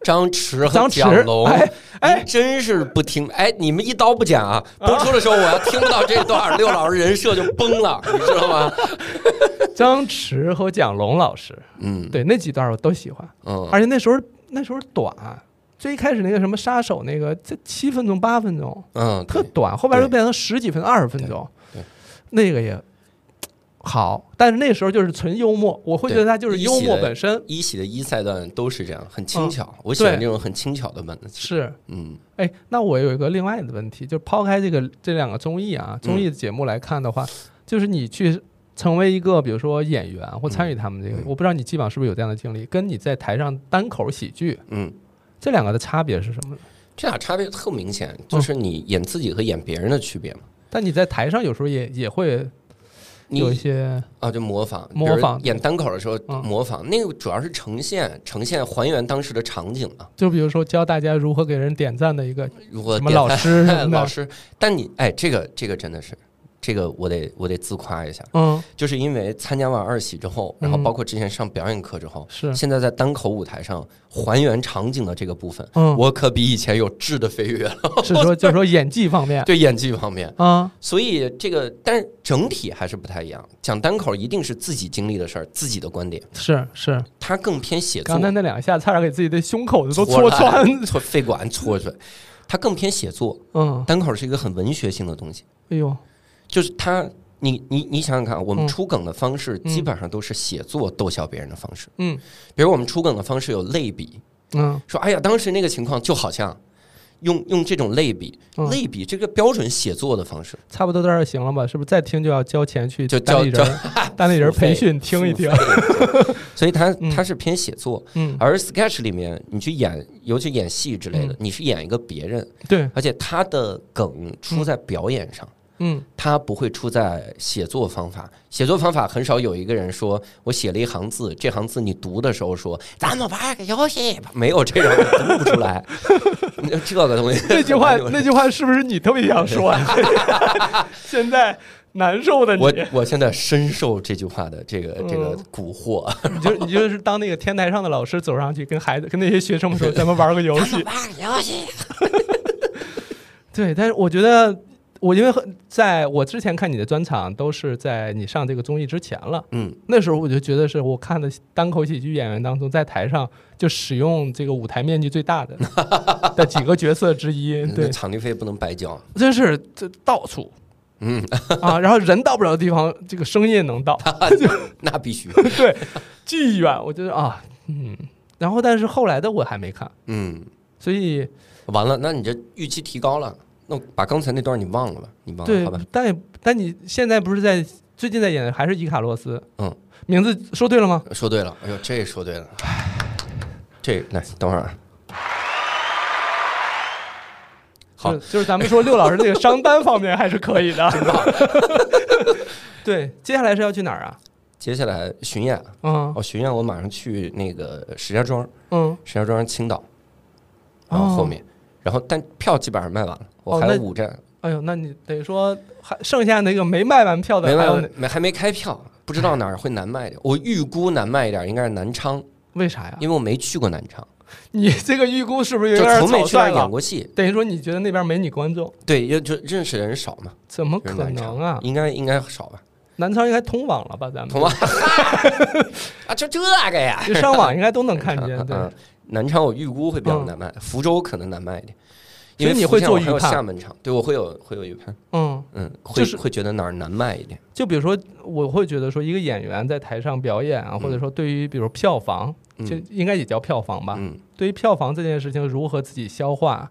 [SPEAKER 2] 张弛和
[SPEAKER 1] 张弛
[SPEAKER 2] 蒋龙，
[SPEAKER 1] 哎哎
[SPEAKER 2] 您真是不听，哎，你们一刀不剪啊！播出的时候我要听不到这段，六老师人设就崩了，你知道吗？
[SPEAKER 1] 张弛和蒋龙老师，
[SPEAKER 2] 嗯，，
[SPEAKER 1] 对那几段我都喜欢，
[SPEAKER 2] 嗯，
[SPEAKER 1] 而且那时候那时候短，最一开始那个什么杀手那个，这七分钟八分钟
[SPEAKER 2] 嗯，
[SPEAKER 1] 特
[SPEAKER 2] 对
[SPEAKER 1] 短，后边
[SPEAKER 2] 对
[SPEAKER 1] 就变成十几分二十分钟
[SPEAKER 2] 对对，
[SPEAKER 1] 那个也好，但是那时候就是纯幽默，我会觉得
[SPEAKER 2] 对
[SPEAKER 1] 它就是
[SPEAKER 2] 一
[SPEAKER 1] 幽
[SPEAKER 2] 喜
[SPEAKER 1] 默
[SPEAKER 2] 的
[SPEAKER 1] 本身
[SPEAKER 2] 一喜的一赛段都是这样，很轻巧。我喜欢
[SPEAKER 1] 嗯对
[SPEAKER 2] 这种很轻巧的文字。
[SPEAKER 1] 是。
[SPEAKER 2] 嗯
[SPEAKER 1] 哎，那我有一个另外的问题，就抛开这个这两个综艺啊，
[SPEAKER 2] 嗯
[SPEAKER 1] 综艺节目来看的话，就是你去成为一个比如说演员或参与他们这个，
[SPEAKER 2] 嗯
[SPEAKER 1] 我不知道你基本上是不是有这样的经历，跟你在台上单口喜剧
[SPEAKER 2] 嗯，
[SPEAKER 1] 这两个的差别是什么呢？
[SPEAKER 2] 这俩差别特明显，就是
[SPEAKER 1] 嗯
[SPEAKER 2] 你演自己和演别人的区别嘛。
[SPEAKER 1] 但你在台上有时候也也会有一
[SPEAKER 2] 你
[SPEAKER 1] 些，
[SPEAKER 2] 啊，就模仿，
[SPEAKER 1] 模
[SPEAKER 2] 比如
[SPEAKER 1] 仿
[SPEAKER 2] 演单口的时候
[SPEAKER 1] 嗯
[SPEAKER 2] 模仿，那个主要是呈现呈现还原当时的场景啊，
[SPEAKER 1] 就比如说教大家如何给人点赞的一 个
[SPEAKER 2] 如何
[SPEAKER 1] 什么
[SPEAKER 2] 点
[SPEAKER 1] 老
[SPEAKER 2] 赞
[SPEAKER 1] 师 什么
[SPEAKER 2] 老
[SPEAKER 1] 的，
[SPEAKER 2] 师，但你哎，这个这个真的是。这个我得我得自夸一下，
[SPEAKER 1] 嗯，
[SPEAKER 2] 就是因为参加完二喜之后，然后
[SPEAKER 1] 嗯
[SPEAKER 2] 包括之前上表演课之后，
[SPEAKER 1] 是，
[SPEAKER 2] 现在在单口舞台上还原场景的这个部分，
[SPEAKER 1] 嗯，
[SPEAKER 2] 我可比以前有质的飞跃了，
[SPEAKER 1] 是说就是说演技方面
[SPEAKER 2] 对演技方面。
[SPEAKER 1] 啊，
[SPEAKER 2] 所以这个，但是整体还是不太一样。讲单口一定是自己经历的事儿，自己的观点，
[SPEAKER 1] 是是，
[SPEAKER 2] 它更偏写作
[SPEAKER 1] 刚，才那两下差点给自己的胸口子都戳
[SPEAKER 2] 搓烂
[SPEAKER 1] 穿，
[SPEAKER 2] 搓肺管搓出来。它更偏写作，
[SPEAKER 1] 嗯，
[SPEAKER 2] 单口是一个很文学性的东西，
[SPEAKER 1] 哎呦，
[SPEAKER 2] 就是它，你你你想想看，啊我们
[SPEAKER 1] 嗯
[SPEAKER 2] 出梗的方式
[SPEAKER 1] 嗯
[SPEAKER 2] 基本上都是写作逗笑别人的方式。
[SPEAKER 1] 嗯
[SPEAKER 2] 比如我们出梗的方式有类比，
[SPEAKER 1] 嗯。
[SPEAKER 2] 说哎呀，当时那个情况就好像。用用这种类比，
[SPEAKER 1] 嗯
[SPEAKER 2] 类比这个标准写作的方式，
[SPEAKER 1] 差不多到这儿行了吧？是不是再听就要交钱去
[SPEAKER 2] 就
[SPEAKER 1] 单
[SPEAKER 2] 交
[SPEAKER 1] 立人 单立人培训听一听？
[SPEAKER 2] 所以它
[SPEAKER 1] 嗯
[SPEAKER 2] 它是偏写作，
[SPEAKER 1] 嗯，
[SPEAKER 2] 而 sketch 里面，你去演，尤其演戏之类的，你是演一个别人，
[SPEAKER 1] 对，
[SPEAKER 2] 而且他的梗出在表演上，
[SPEAKER 1] 嗯
[SPEAKER 2] 他不会出在写作方法。写作方法很少有一个人说我写了一行字，这行字你读的时候说咱们玩个游戏吧，没有这种读不出来。 这个东西，
[SPEAKER 1] 那句话
[SPEAKER 2] 我
[SPEAKER 1] 那句话是不是你特别想说呀？ 现在难受的你，
[SPEAKER 2] 我我现在深受这句话的这个这个
[SPEAKER 1] 嗯
[SPEAKER 2] 蛊惑。
[SPEAKER 1] 你就你就是当那个天台上的老师走上去跟孩子跟那些学生们 说，咱们玩个游
[SPEAKER 2] 咱们
[SPEAKER 1] 戏。
[SPEAKER 2] 玩个游戏，
[SPEAKER 1] 对，但是我觉得我因为很在我之前看你的专场都是在你上这个综艺之前了。
[SPEAKER 2] 嗯，
[SPEAKER 1] 那时候我就觉得是我看的单口喜剧演员当中，在台上就使用这个舞台面积最大 的的几个角色之一。
[SPEAKER 2] 那
[SPEAKER 1] 对，
[SPEAKER 2] 场地费不能白交。
[SPEAKER 1] 真是这到处
[SPEAKER 2] 嗯，
[SPEAKER 1] 啊，然后人到不了的地方，这个声音能 到，
[SPEAKER 2] 那 必须。
[SPEAKER 1] 对，巨远。我觉得啊，嗯，然后但是后来的我还没看，
[SPEAKER 2] 嗯。
[SPEAKER 1] 所以
[SPEAKER 2] 完了，那你这预期提高了，那我把刚才那段你忘了吧？你忘了
[SPEAKER 1] 对
[SPEAKER 2] 啊好吧？，
[SPEAKER 1] 但也但你现在不是在最近在演的还是伊卡洛斯？
[SPEAKER 2] 嗯，
[SPEAKER 1] 名字说对了吗？
[SPEAKER 2] 说对了，哎呦，这说对了，这来等会儿啊，好
[SPEAKER 1] 就就是咱们说六老师这个商单方面还是可以的。 对，接下来是要去哪儿啊？
[SPEAKER 2] 接下来巡演，
[SPEAKER 1] 嗯
[SPEAKER 2] 哦，巡演我马上去那个呃石家庄，
[SPEAKER 1] 嗯，
[SPEAKER 2] 石家庄青岛，然后
[SPEAKER 1] 哦
[SPEAKER 2] 后面，然后但票基本上卖完了，我
[SPEAKER 1] 哦
[SPEAKER 2] 还有
[SPEAKER 1] 那
[SPEAKER 2] 五站，
[SPEAKER 1] 哎呦，那你得说还剩下那个没卖完票的，
[SPEAKER 2] 没
[SPEAKER 1] 还
[SPEAKER 2] 卖
[SPEAKER 1] 有
[SPEAKER 2] 完
[SPEAKER 1] 哪，
[SPEAKER 2] 没还没开票，不知道哪儿会难卖的，我预估难卖一点，应该是南昌，
[SPEAKER 1] 为啥呀？
[SPEAKER 2] 因为我没去过南昌，
[SPEAKER 1] 你啊这个预估是不是有
[SPEAKER 2] 就
[SPEAKER 1] 点
[SPEAKER 2] 从没
[SPEAKER 1] 草
[SPEAKER 2] 去那
[SPEAKER 1] 率
[SPEAKER 2] 儿演
[SPEAKER 1] 了？
[SPEAKER 2] 过戏，
[SPEAKER 1] 等于说你觉得那边没你观众？
[SPEAKER 2] 对，就就认识的人少嘛，
[SPEAKER 1] 怎么
[SPEAKER 2] 人
[SPEAKER 1] 可
[SPEAKER 2] 南昌
[SPEAKER 1] 能啊？
[SPEAKER 2] 应该应该少吧？
[SPEAKER 1] 南昌应该通网了吧？咱们
[SPEAKER 2] 同 啊，就这个呀，
[SPEAKER 1] 就上网应该都能看见。 对，
[SPEAKER 2] 嗯，南昌我预估会比较难卖，福州可能难卖一点，
[SPEAKER 1] 所以
[SPEAKER 2] 因为
[SPEAKER 1] 你
[SPEAKER 2] 福
[SPEAKER 1] 会
[SPEAKER 2] 建
[SPEAKER 1] 做
[SPEAKER 2] 我还
[SPEAKER 1] 预
[SPEAKER 2] 有
[SPEAKER 1] 判
[SPEAKER 2] 厦门场，对我会有会有预判，
[SPEAKER 1] 嗯，
[SPEAKER 2] 嗯，会、
[SPEAKER 1] 就是
[SPEAKER 2] 会觉得哪儿难卖一点，
[SPEAKER 1] 就比如说，我会觉得说，一个演员在台上表演啊，
[SPEAKER 2] 嗯
[SPEAKER 1] 或者说对于比如票房，就
[SPEAKER 2] 嗯
[SPEAKER 1] 应该也叫票房吧。
[SPEAKER 2] 嗯
[SPEAKER 1] 对于票房这件事情，如何自己消化，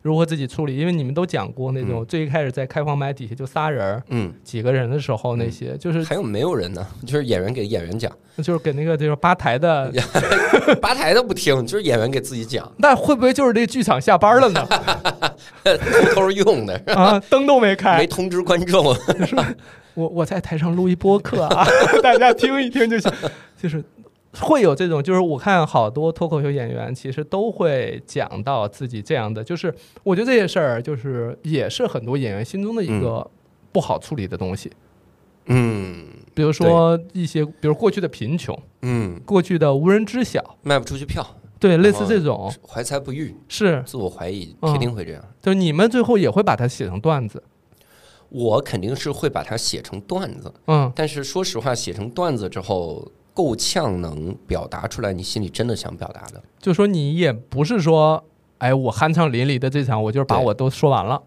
[SPEAKER 1] 如何自己处理，因为你们都讲过那种最一开始在开放麦底下就仨人儿、
[SPEAKER 2] 嗯，
[SPEAKER 1] 几个人的时候，
[SPEAKER 2] 嗯
[SPEAKER 1] 那些就是
[SPEAKER 2] 还有没有人呢？就是演员给演员讲，
[SPEAKER 1] 就是给那个就是吧台 的，
[SPEAKER 2] 吧台都不听，就是演员给自己讲，
[SPEAKER 1] 那会不会就是这剧场下班了呢？
[SPEAKER 2] 偷偷用的，
[SPEAKER 1] 啊，灯都没开
[SPEAKER 2] 没，通知观众，
[SPEAKER 1] 我我在台上录一播客啊， 大家听一听就行。 就是会有这种，就是我看好多脱口秀演员其实都会讲到自己这样的，就是我觉得这些事儿就是也是很多演员心中的一个不好处理的东西。
[SPEAKER 2] 嗯
[SPEAKER 1] 比如说一些，比如过去的贫穷，
[SPEAKER 2] 嗯，
[SPEAKER 1] 过去的无人知晓，
[SPEAKER 2] 卖不出去票，
[SPEAKER 1] 对，类
[SPEAKER 2] 哦
[SPEAKER 1] 似这种
[SPEAKER 2] 怀才不遇，
[SPEAKER 1] 是，
[SPEAKER 2] 自我怀疑，
[SPEAKER 1] 嗯
[SPEAKER 2] 铁定会这样。
[SPEAKER 1] 就是你们最后也会把它写成段子，
[SPEAKER 2] 我肯定是会把它写成段子，
[SPEAKER 1] 嗯
[SPEAKER 2] 但是说实话，写成段子之后，够呛能表达出来你心里真的想表达的。
[SPEAKER 1] 就说你也不是说，哎，我酣畅淋漓的这场，我就是把
[SPEAKER 2] 对
[SPEAKER 1] 我都说完了，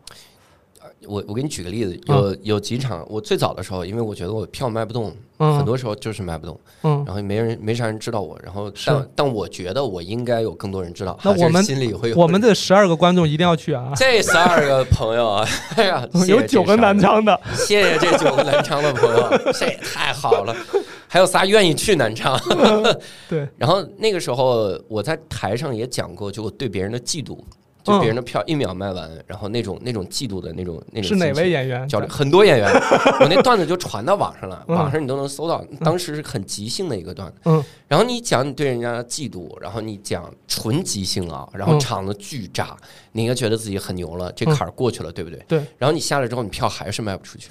[SPEAKER 2] 我我给你举个例子，
[SPEAKER 1] 嗯
[SPEAKER 2] 有有几场，我最早的时候，因为我觉得我票卖不动，
[SPEAKER 1] 嗯，
[SPEAKER 2] 很多时候就是卖不动，
[SPEAKER 1] 嗯，
[SPEAKER 2] 然后没人没啥人知道我，然后
[SPEAKER 1] 是
[SPEAKER 2] 但但我觉得我应该有更多人知道，
[SPEAKER 1] 那
[SPEAKER 2] 啊这
[SPEAKER 1] 我们
[SPEAKER 2] 心里会有，
[SPEAKER 1] 我们这十二个观众一定要去啊
[SPEAKER 2] 这十二个朋友啊， 哎呀，谢谢
[SPEAKER 1] 有
[SPEAKER 2] 这
[SPEAKER 1] 九个
[SPEAKER 2] 十二
[SPEAKER 1] 南昌的，
[SPEAKER 2] 谢谢这九个南昌的朋友， 这也太好了。还有仨愿意去南昌。
[SPEAKER 1] 对，
[SPEAKER 2] 然后那个时候我在台上也讲过，就我对别人的嫉妒，
[SPEAKER 1] 嗯
[SPEAKER 2] 就别人的票一秒卖完，然后那种那种嫉妒的那种那种
[SPEAKER 1] 是哪
[SPEAKER 2] 心情
[SPEAKER 1] 位演员？
[SPEAKER 2] 焦虑？很多演员，我那段子就传到网上了，
[SPEAKER 1] 嗯
[SPEAKER 2] 网上你都能搜到。当时是很即兴的一个段子，
[SPEAKER 1] 嗯，
[SPEAKER 2] 然后你讲你对人家的嫉妒，然后你讲纯即兴啊，然后
[SPEAKER 1] 嗯
[SPEAKER 2] 场子巨炸，你应该觉得自己很牛了，这
[SPEAKER 1] 嗯
[SPEAKER 2] 坎儿过去了，对不对？
[SPEAKER 1] 对。
[SPEAKER 2] 然后你下来之后，你票还是卖不出去，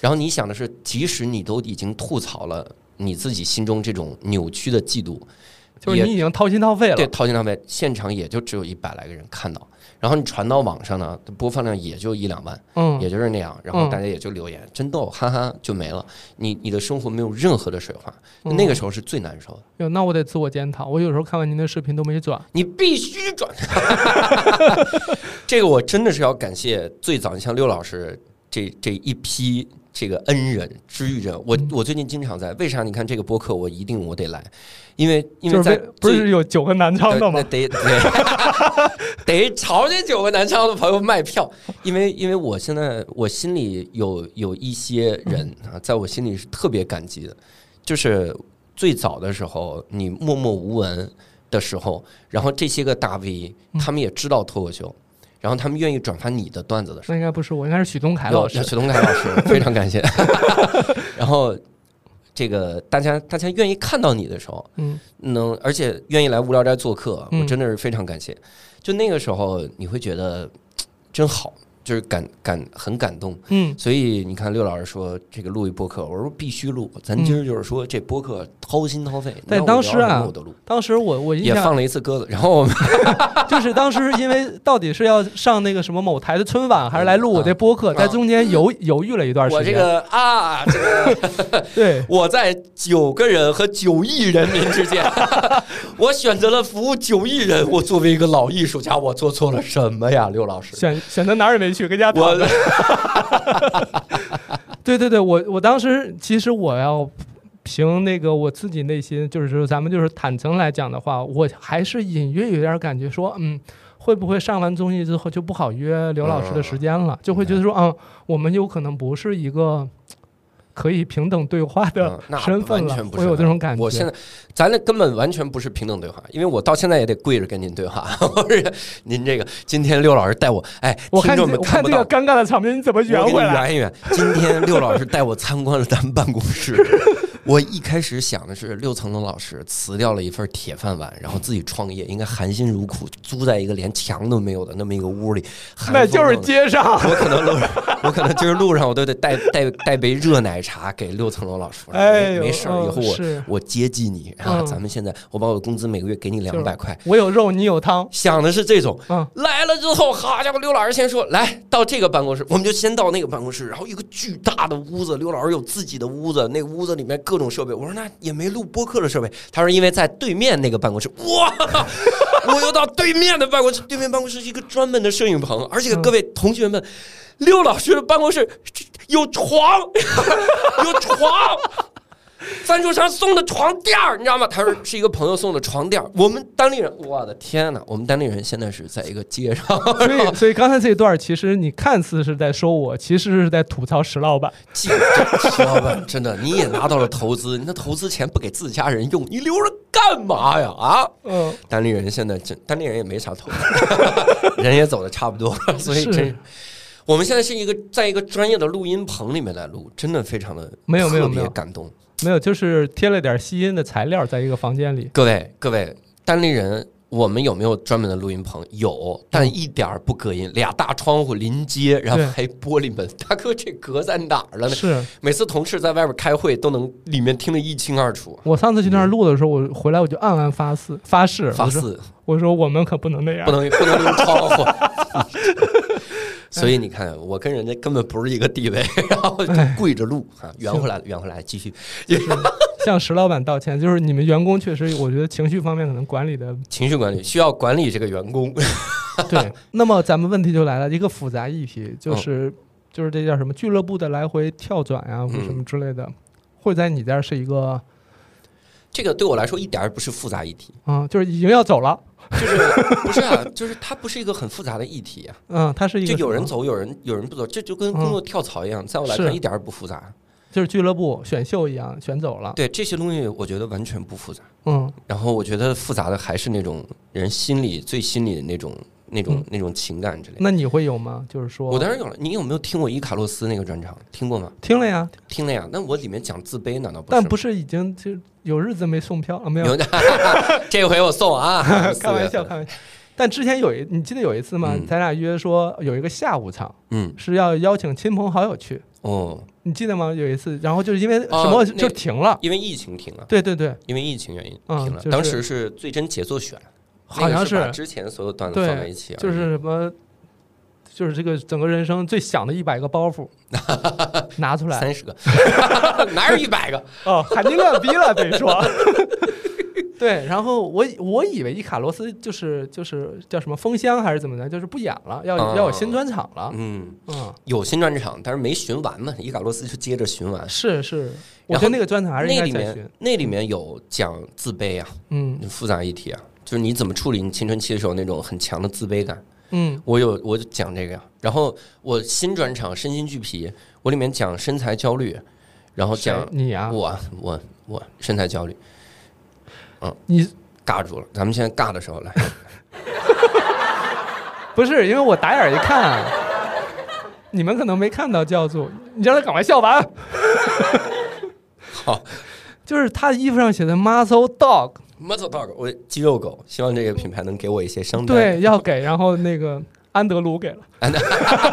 [SPEAKER 2] 然后你想的是，即使你都已经吐槽了你自己心中这种扭曲的嫉妒，
[SPEAKER 1] 就是你已经掏心掏肺
[SPEAKER 2] 对，
[SPEAKER 1] 了，
[SPEAKER 2] 掏心掏肺，现场也就只有一百来个人看到，然后你传到网上呢，播放量也就一两万，
[SPEAKER 1] 嗯
[SPEAKER 2] 也就是那样，然后
[SPEAKER 1] 嗯
[SPEAKER 2] 大家也就留言，真逗，哈哈，就没了。你你的生活没有任何的水花，
[SPEAKER 1] 嗯
[SPEAKER 2] 那个时候是最难受的。
[SPEAKER 1] 哟，那我得自我检讨，我有时候看完您的视频都没转，
[SPEAKER 2] 你必须转， 这个我真的是要感谢最早像刘老师这这一批这个恩人知遇人。
[SPEAKER 1] 嗯
[SPEAKER 2] 我我最近经常在，为啥？你看这个播客，我一定我得来，因为因为
[SPEAKER 1] 就是
[SPEAKER 2] 在
[SPEAKER 1] 为不
[SPEAKER 2] 最
[SPEAKER 1] 是有九个南昌的
[SPEAKER 2] 那
[SPEAKER 1] 吗？
[SPEAKER 2] 得得 得朝这九个南昌的朋友卖票，因为因为我现在我心里有有一些人
[SPEAKER 1] 嗯
[SPEAKER 2] 啊，在我心里是特别感激的，就是最早的时候你默默无闻的时候，然后这些个大 V
[SPEAKER 1] 嗯
[SPEAKER 2] 他们也知道脱口秀，然后他们愿意转发你的段子的时候，
[SPEAKER 1] 那应该不是我，应该是许东凯
[SPEAKER 2] 有
[SPEAKER 1] 老师
[SPEAKER 2] 有。许东凯老师，非常感谢。 然后这个大家大家愿意看到你的时候，
[SPEAKER 1] 嗯
[SPEAKER 2] 能，而且愿意来无聊斋做客，啊
[SPEAKER 1] 嗯
[SPEAKER 2] 我真的是非常感谢。就那个时候，你会觉得嘖真好，就是感感很感动。
[SPEAKER 1] 嗯，
[SPEAKER 2] 所以你看，六老师说这个录一播客，我说必须录。咱
[SPEAKER 1] 嗯
[SPEAKER 2] 今儿就是说这播客掏心掏肺，
[SPEAKER 1] 在
[SPEAKER 2] 你让我
[SPEAKER 1] 当时啊
[SPEAKER 2] 聊什么我都录，
[SPEAKER 1] 当时我我印
[SPEAKER 2] 也
[SPEAKER 1] 象
[SPEAKER 2] 放了一次鸽子。然后我们
[SPEAKER 1] 就是当时因为到底是要上那个什么某台的春晚，还是来录我这播客，
[SPEAKER 2] 嗯
[SPEAKER 1] 在中间犹犹豫了一段
[SPEAKER 2] 我
[SPEAKER 1] 时
[SPEAKER 2] 这
[SPEAKER 1] 间。
[SPEAKER 2] 个啊，这个
[SPEAKER 1] 对，
[SPEAKER 2] 我在九个人和九亿人民之间， 我选择了服务九亿人。我作为一个老艺术家，我做错了什么呀，六老师？
[SPEAKER 1] 选选择哪儿也没去，跟家躺
[SPEAKER 2] 我
[SPEAKER 1] 着。对对对，我我当时其实我要凭那个我自己内心，就是说咱们就是坦诚来讲的话，我还是隐约有点感觉说，嗯，会不会上完综艺之后就不好约刘老师的时间了，就会觉得说，嗯，我们有可能不是一个可以平等对话的
[SPEAKER 2] 嗯那
[SPEAKER 1] 身份
[SPEAKER 2] 完
[SPEAKER 1] 了，
[SPEAKER 2] 全不
[SPEAKER 1] 我
[SPEAKER 2] 是
[SPEAKER 1] 有这种感觉。
[SPEAKER 2] 我现在，咱俩根本完全不是平等对话，因为我到现在也得跪着跟您对话。 我是您这个，今天六老师带我，哎，
[SPEAKER 1] 我
[SPEAKER 2] 听
[SPEAKER 1] 看你
[SPEAKER 2] 众们
[SPEAKER 1] 我看
[SPEAKER 2] 不
[SPEAKER 1] 这个
[SPEAKER 2] 到，
[SPEAKER 1] 尴尬的场面，你怎么圆
[SPEAKER 2] 我给你
[SPEAKER 1] 回来？
[SPEAKER 2] 圆 一圆。今天六老师带我参观了咱们办公室。我一开始想的是，六层楼老师辞掉了一份铁饭碗，然后自己创业，应该含辛茹苦，租在一个连墙都没有的那么一个屋里，寒
[SPEAKER 1] 那
[SPEAKER 2] 风
[SPEAKER 1] 就是
[SPEAKER 2] 冷
[SPEAKER 1] 街上，
[SPEAKER 2] 我可能录，我可能今儿路上我都得带带带杯热奶茶给六层楼老叔了。
[SPEAKER 1] 哎
[SPEAKER 2] 没
[SPEAKER 1] 呦，
[SPEAKER 2] 没事儿，
[SPEAKER 1] 嗯
[SPEAKER 2] 以后我
[SPEAKER 1] 是
[SPEAKER 2] 我接济你啊。
[SPEAKER 1] 嗯
[SPEAKER 2] 咱们现在我把我的工资每个月给你
[SPEAKER 1] 是
[SPEAKER 2] 两百块，
[SPEAKER 1] 我有肉，你有 汤，
[SPEAKER 2] 想的是这种。
[SPEAKER 1] 嗯，
[SPEAKER 2] 来了之后，好家伙，刘老师先说来到这个办公室，我们就先到那个办公室，然后一个巨大的屋子，刘老师有自己的屋子，那个屋子里面各种设备。我说那也没录播客的设备，他说因为在对面那个办公室，哇，我又到对面的办公室，对面办公室是一个专门的摄影棚，而且
[SPEAKER 1] 嗯
[SPEAKER 2] 各位同学们，刘老师的办公室有床， 有床。赞助商送的床垫儿，你知道吗？他说是一个朋友送的床垫儿。我们单立人，我的天哪！我们单立人现在是在一个街上，
[SPEAKER 1] 所以所以刚才这一段，其实你看似是在说我，其实是在吐槽石老板。
[SPEAKER 2] 记这石老板真的，你也拿到了投资，你那投资钱不给自家人用，你留着干嘛呀？啊！
[SPEAKER 1] 嗯，
[SPEAKER 2] 单立人现在真，单立人也没啥投资，人也走的差不多， 了，所以
[SPEAKER 1] 是
[SPEAKER 2] 真。我们现在是一个在一个专业的录音棚里面来录，真的非常的
[SPEAKER 1] 没有没有
[SPEAKER 2] 特
[SPEAKER 1] 没
[SPEAKER 2] 别
[SPEAKER 1] 有
[SPEAKER 2] 感动。
[SPEAKER 1] 没有，就是贴了点吸音的材料在一个房间里。
[SPEAKER 2] 各位各位，单立人我们有没有专门的录音棚？有，但一点儿不隔音，俩大窗户临街，然
[SPEAKER 1] 嗯
[SPEAKER 2] 后
[SPEAKER 1] 对
[SPEAKER 2] 还玻璃门。大哥，这隔在哪儿了呢？
[SPEAKER 1] 是
[SPEAKER 2] 每次同事在外边开会，都能里面听得一清二楚。
[SPEAKER 1] 我上次去那儿录的时候，我回来我就暗暗发誓发誓，
[SPEAKER 2] 发
[SPEAKER 1] 我说
[SPEAKER 2] 誓
[SPEAKER 1] 我说我们可不能那样
[SPEAKER 2] 不。能不能留窗 户。所以你看，我跟人家根本不是一个 地位，然后就跪着录
[SPEAKER 1] 哎
[SPEAKER 2] 啊，圆回来了，圆回来了，继续
[SPEAKER 1] 向石老板道歉，就是你们员工确实，我觉得情绪方面可能管理 的
[SPEAKER 2] 情绪管理需要管理这个员工。
[SPEAKER 1] 对。那么咱们问题就来了，一个复杂议题，就是、
[SPEAKER 2] 嗯
[SPEAKER 1] 就是这叫什么俱乐部的来回跳转呀、或者
[SPEAKER 2] 嗯
[SPEAKER 1] 什么之类的，会在你这儿是一个
[SPEAKER 2] 这个对我来说一点儿也不是复杂议题，
[SPEAKER 1] 嗯，就是已经要走了，
[SPEAKER 2] 就是不是啊？就是它不是一个很复杂的议题啊。
[SPEAKER 1] 嗯，它是一个
[SPEAKER 2] 就有
[SPEAKER 1] 什
[SPEAKER 2] 人
[SPEAKER 1] 么，嗯
[SPEAKER 2] 走，有人有人不走，这就跟工作跳槽一样，在我来看
[SPEAKER 1] 是
[SPEAKER 2] 一点儿也不复杂。
[SPEAKER 1] 就是俱乐部选秀一样选走了，
[SPEAKER 2] 对这些东西，我觉得完全不复杂。
[SPEAKER 1] 嗯，
[SPEAKER 2] 然后我觉得复杂的还是那种人心里最心里的那种、那种
[SPEAKER 1] 嗯、
[SPEAKER 2] 那种情感之类的。
[SPEAKER 1] 那你会有吗？就是说，
[SPEAKER 2] 我当然有了，你有没有听过伊卡洛斯那个专场？听过吗？
[SPEAKER 1] 听了呀，
[SPEAKER 2] 听了呀。那我里面讲自卑，难道不是吗？
[SPEAKER 1] 但不是已经就有日子没送票了没有？，
[SPEAKER 2] 有 这回我送啊
[SPEAKER 1] 开玩笑，
[SPEAKER 2] 四月份
[SPEAKER 1] 开玩笑。但之前有一，你记得有一次吗？
[SPEAKER 2] 嗯
[SPEAKER 1] 咱俩约说有一个下午场
[SPEAKER 2] 嗯，
[SPEAKER 1] 是要邀请亲朋好友去，
[SPEAKER 2] 哦，
[SPEAKER 1] 你记得吗？有一次，然后就是因为什
[SPEAKER 2] 哦
[SPEAKER 1] 么
[SPEAKER 2] 那
[SPEAKER 1] 就停了，
[SPEAKER 2] 因为疫情停了，
[SPEAKER 1] 对对对
[SPEAKER 2] 因为疫情原因
[SPEAKER 1] 嗯
[SPEAKER 2] 停了。
[SPEAKER 1] 就是
[SPEAKER 2] 当时是最真节奏选，
[SPEAKER 1] 好
[SPEAKER 2] 那
[SPEAKER 1] 像
[SPEAKER 2] 个是把
[SPEAKER 1] 是
[SPEAKER 2] 之前所有段子
[SPEAKER 1] 对
[SPEAKER 2] 放在一起而已，
[SPEAKER 1] 就是什么，就是这个整个人生最响的一百个包 袱拿出来，
[SPEAKER 2] 三十个， 哪有一百个？
[SPEAKER 1] 哦，喊你两逼了，得说。 对，然后我以我以为伊卡洛斯就是就是叫什么封箱还是怎么的，就是不演了，要有、
[SPEAKER 2] 啊
[SPEAKER 1] 要有新专场了。
[SPEAKER 2] 嗯，
[SPEAKER 1] 嗯，
[SPEAKER 2] 有新专场，但是没巡完嘛，伊卡洛斯就接着巡完。
[SPEAKER 1] 嗯是是，我觉得
[SPEAKER 2] 然后
[SPEAKER 1] 那个专场还是应
[SPEAKER 2] 那
[SPEAKER 1] 该
[SPEAKER 2] 里
[SPEAKER 1] 再寻
[SPEAKER 2] 面。那里面有讲自卑啊，
[SPEAKER 1] 嗯
[SPEAKER 2] 复杂议题啊，就是你怎么处理你青春期的时候那种很强的自卑感。
[SPEAKER 1] 嗯
[SPEAKER 2] 我有我就讲这个呀，然后我新专场身心俱疲，我里面讲身材焦虑，然后
[SPEAKER 1] 谁
[SPEAKER 2] 讲
[SPEAKER 1] 你啊，
[SPEAKER 2] 我我我身材焦虑，
[SPEAKER 1] 你
[SPEAKER 2] 尬住了。咱们现在尬的时候来，
[SPEAKER 1] 不是因为我打眼一看，啊你们可能没看到教主，你让他赶快笑完。
[SPEAKER 2] 好，
[SPEAKER 1] 就是他衣服上写的 muscle dog，
[SPEAKER 2] muscle dog，我肌肉狗，希望这个品牌能给我一些商单。
[SPEAKER 1] 对，要给，然后那个安德鲁给了。
[SPEAKER 2] 安德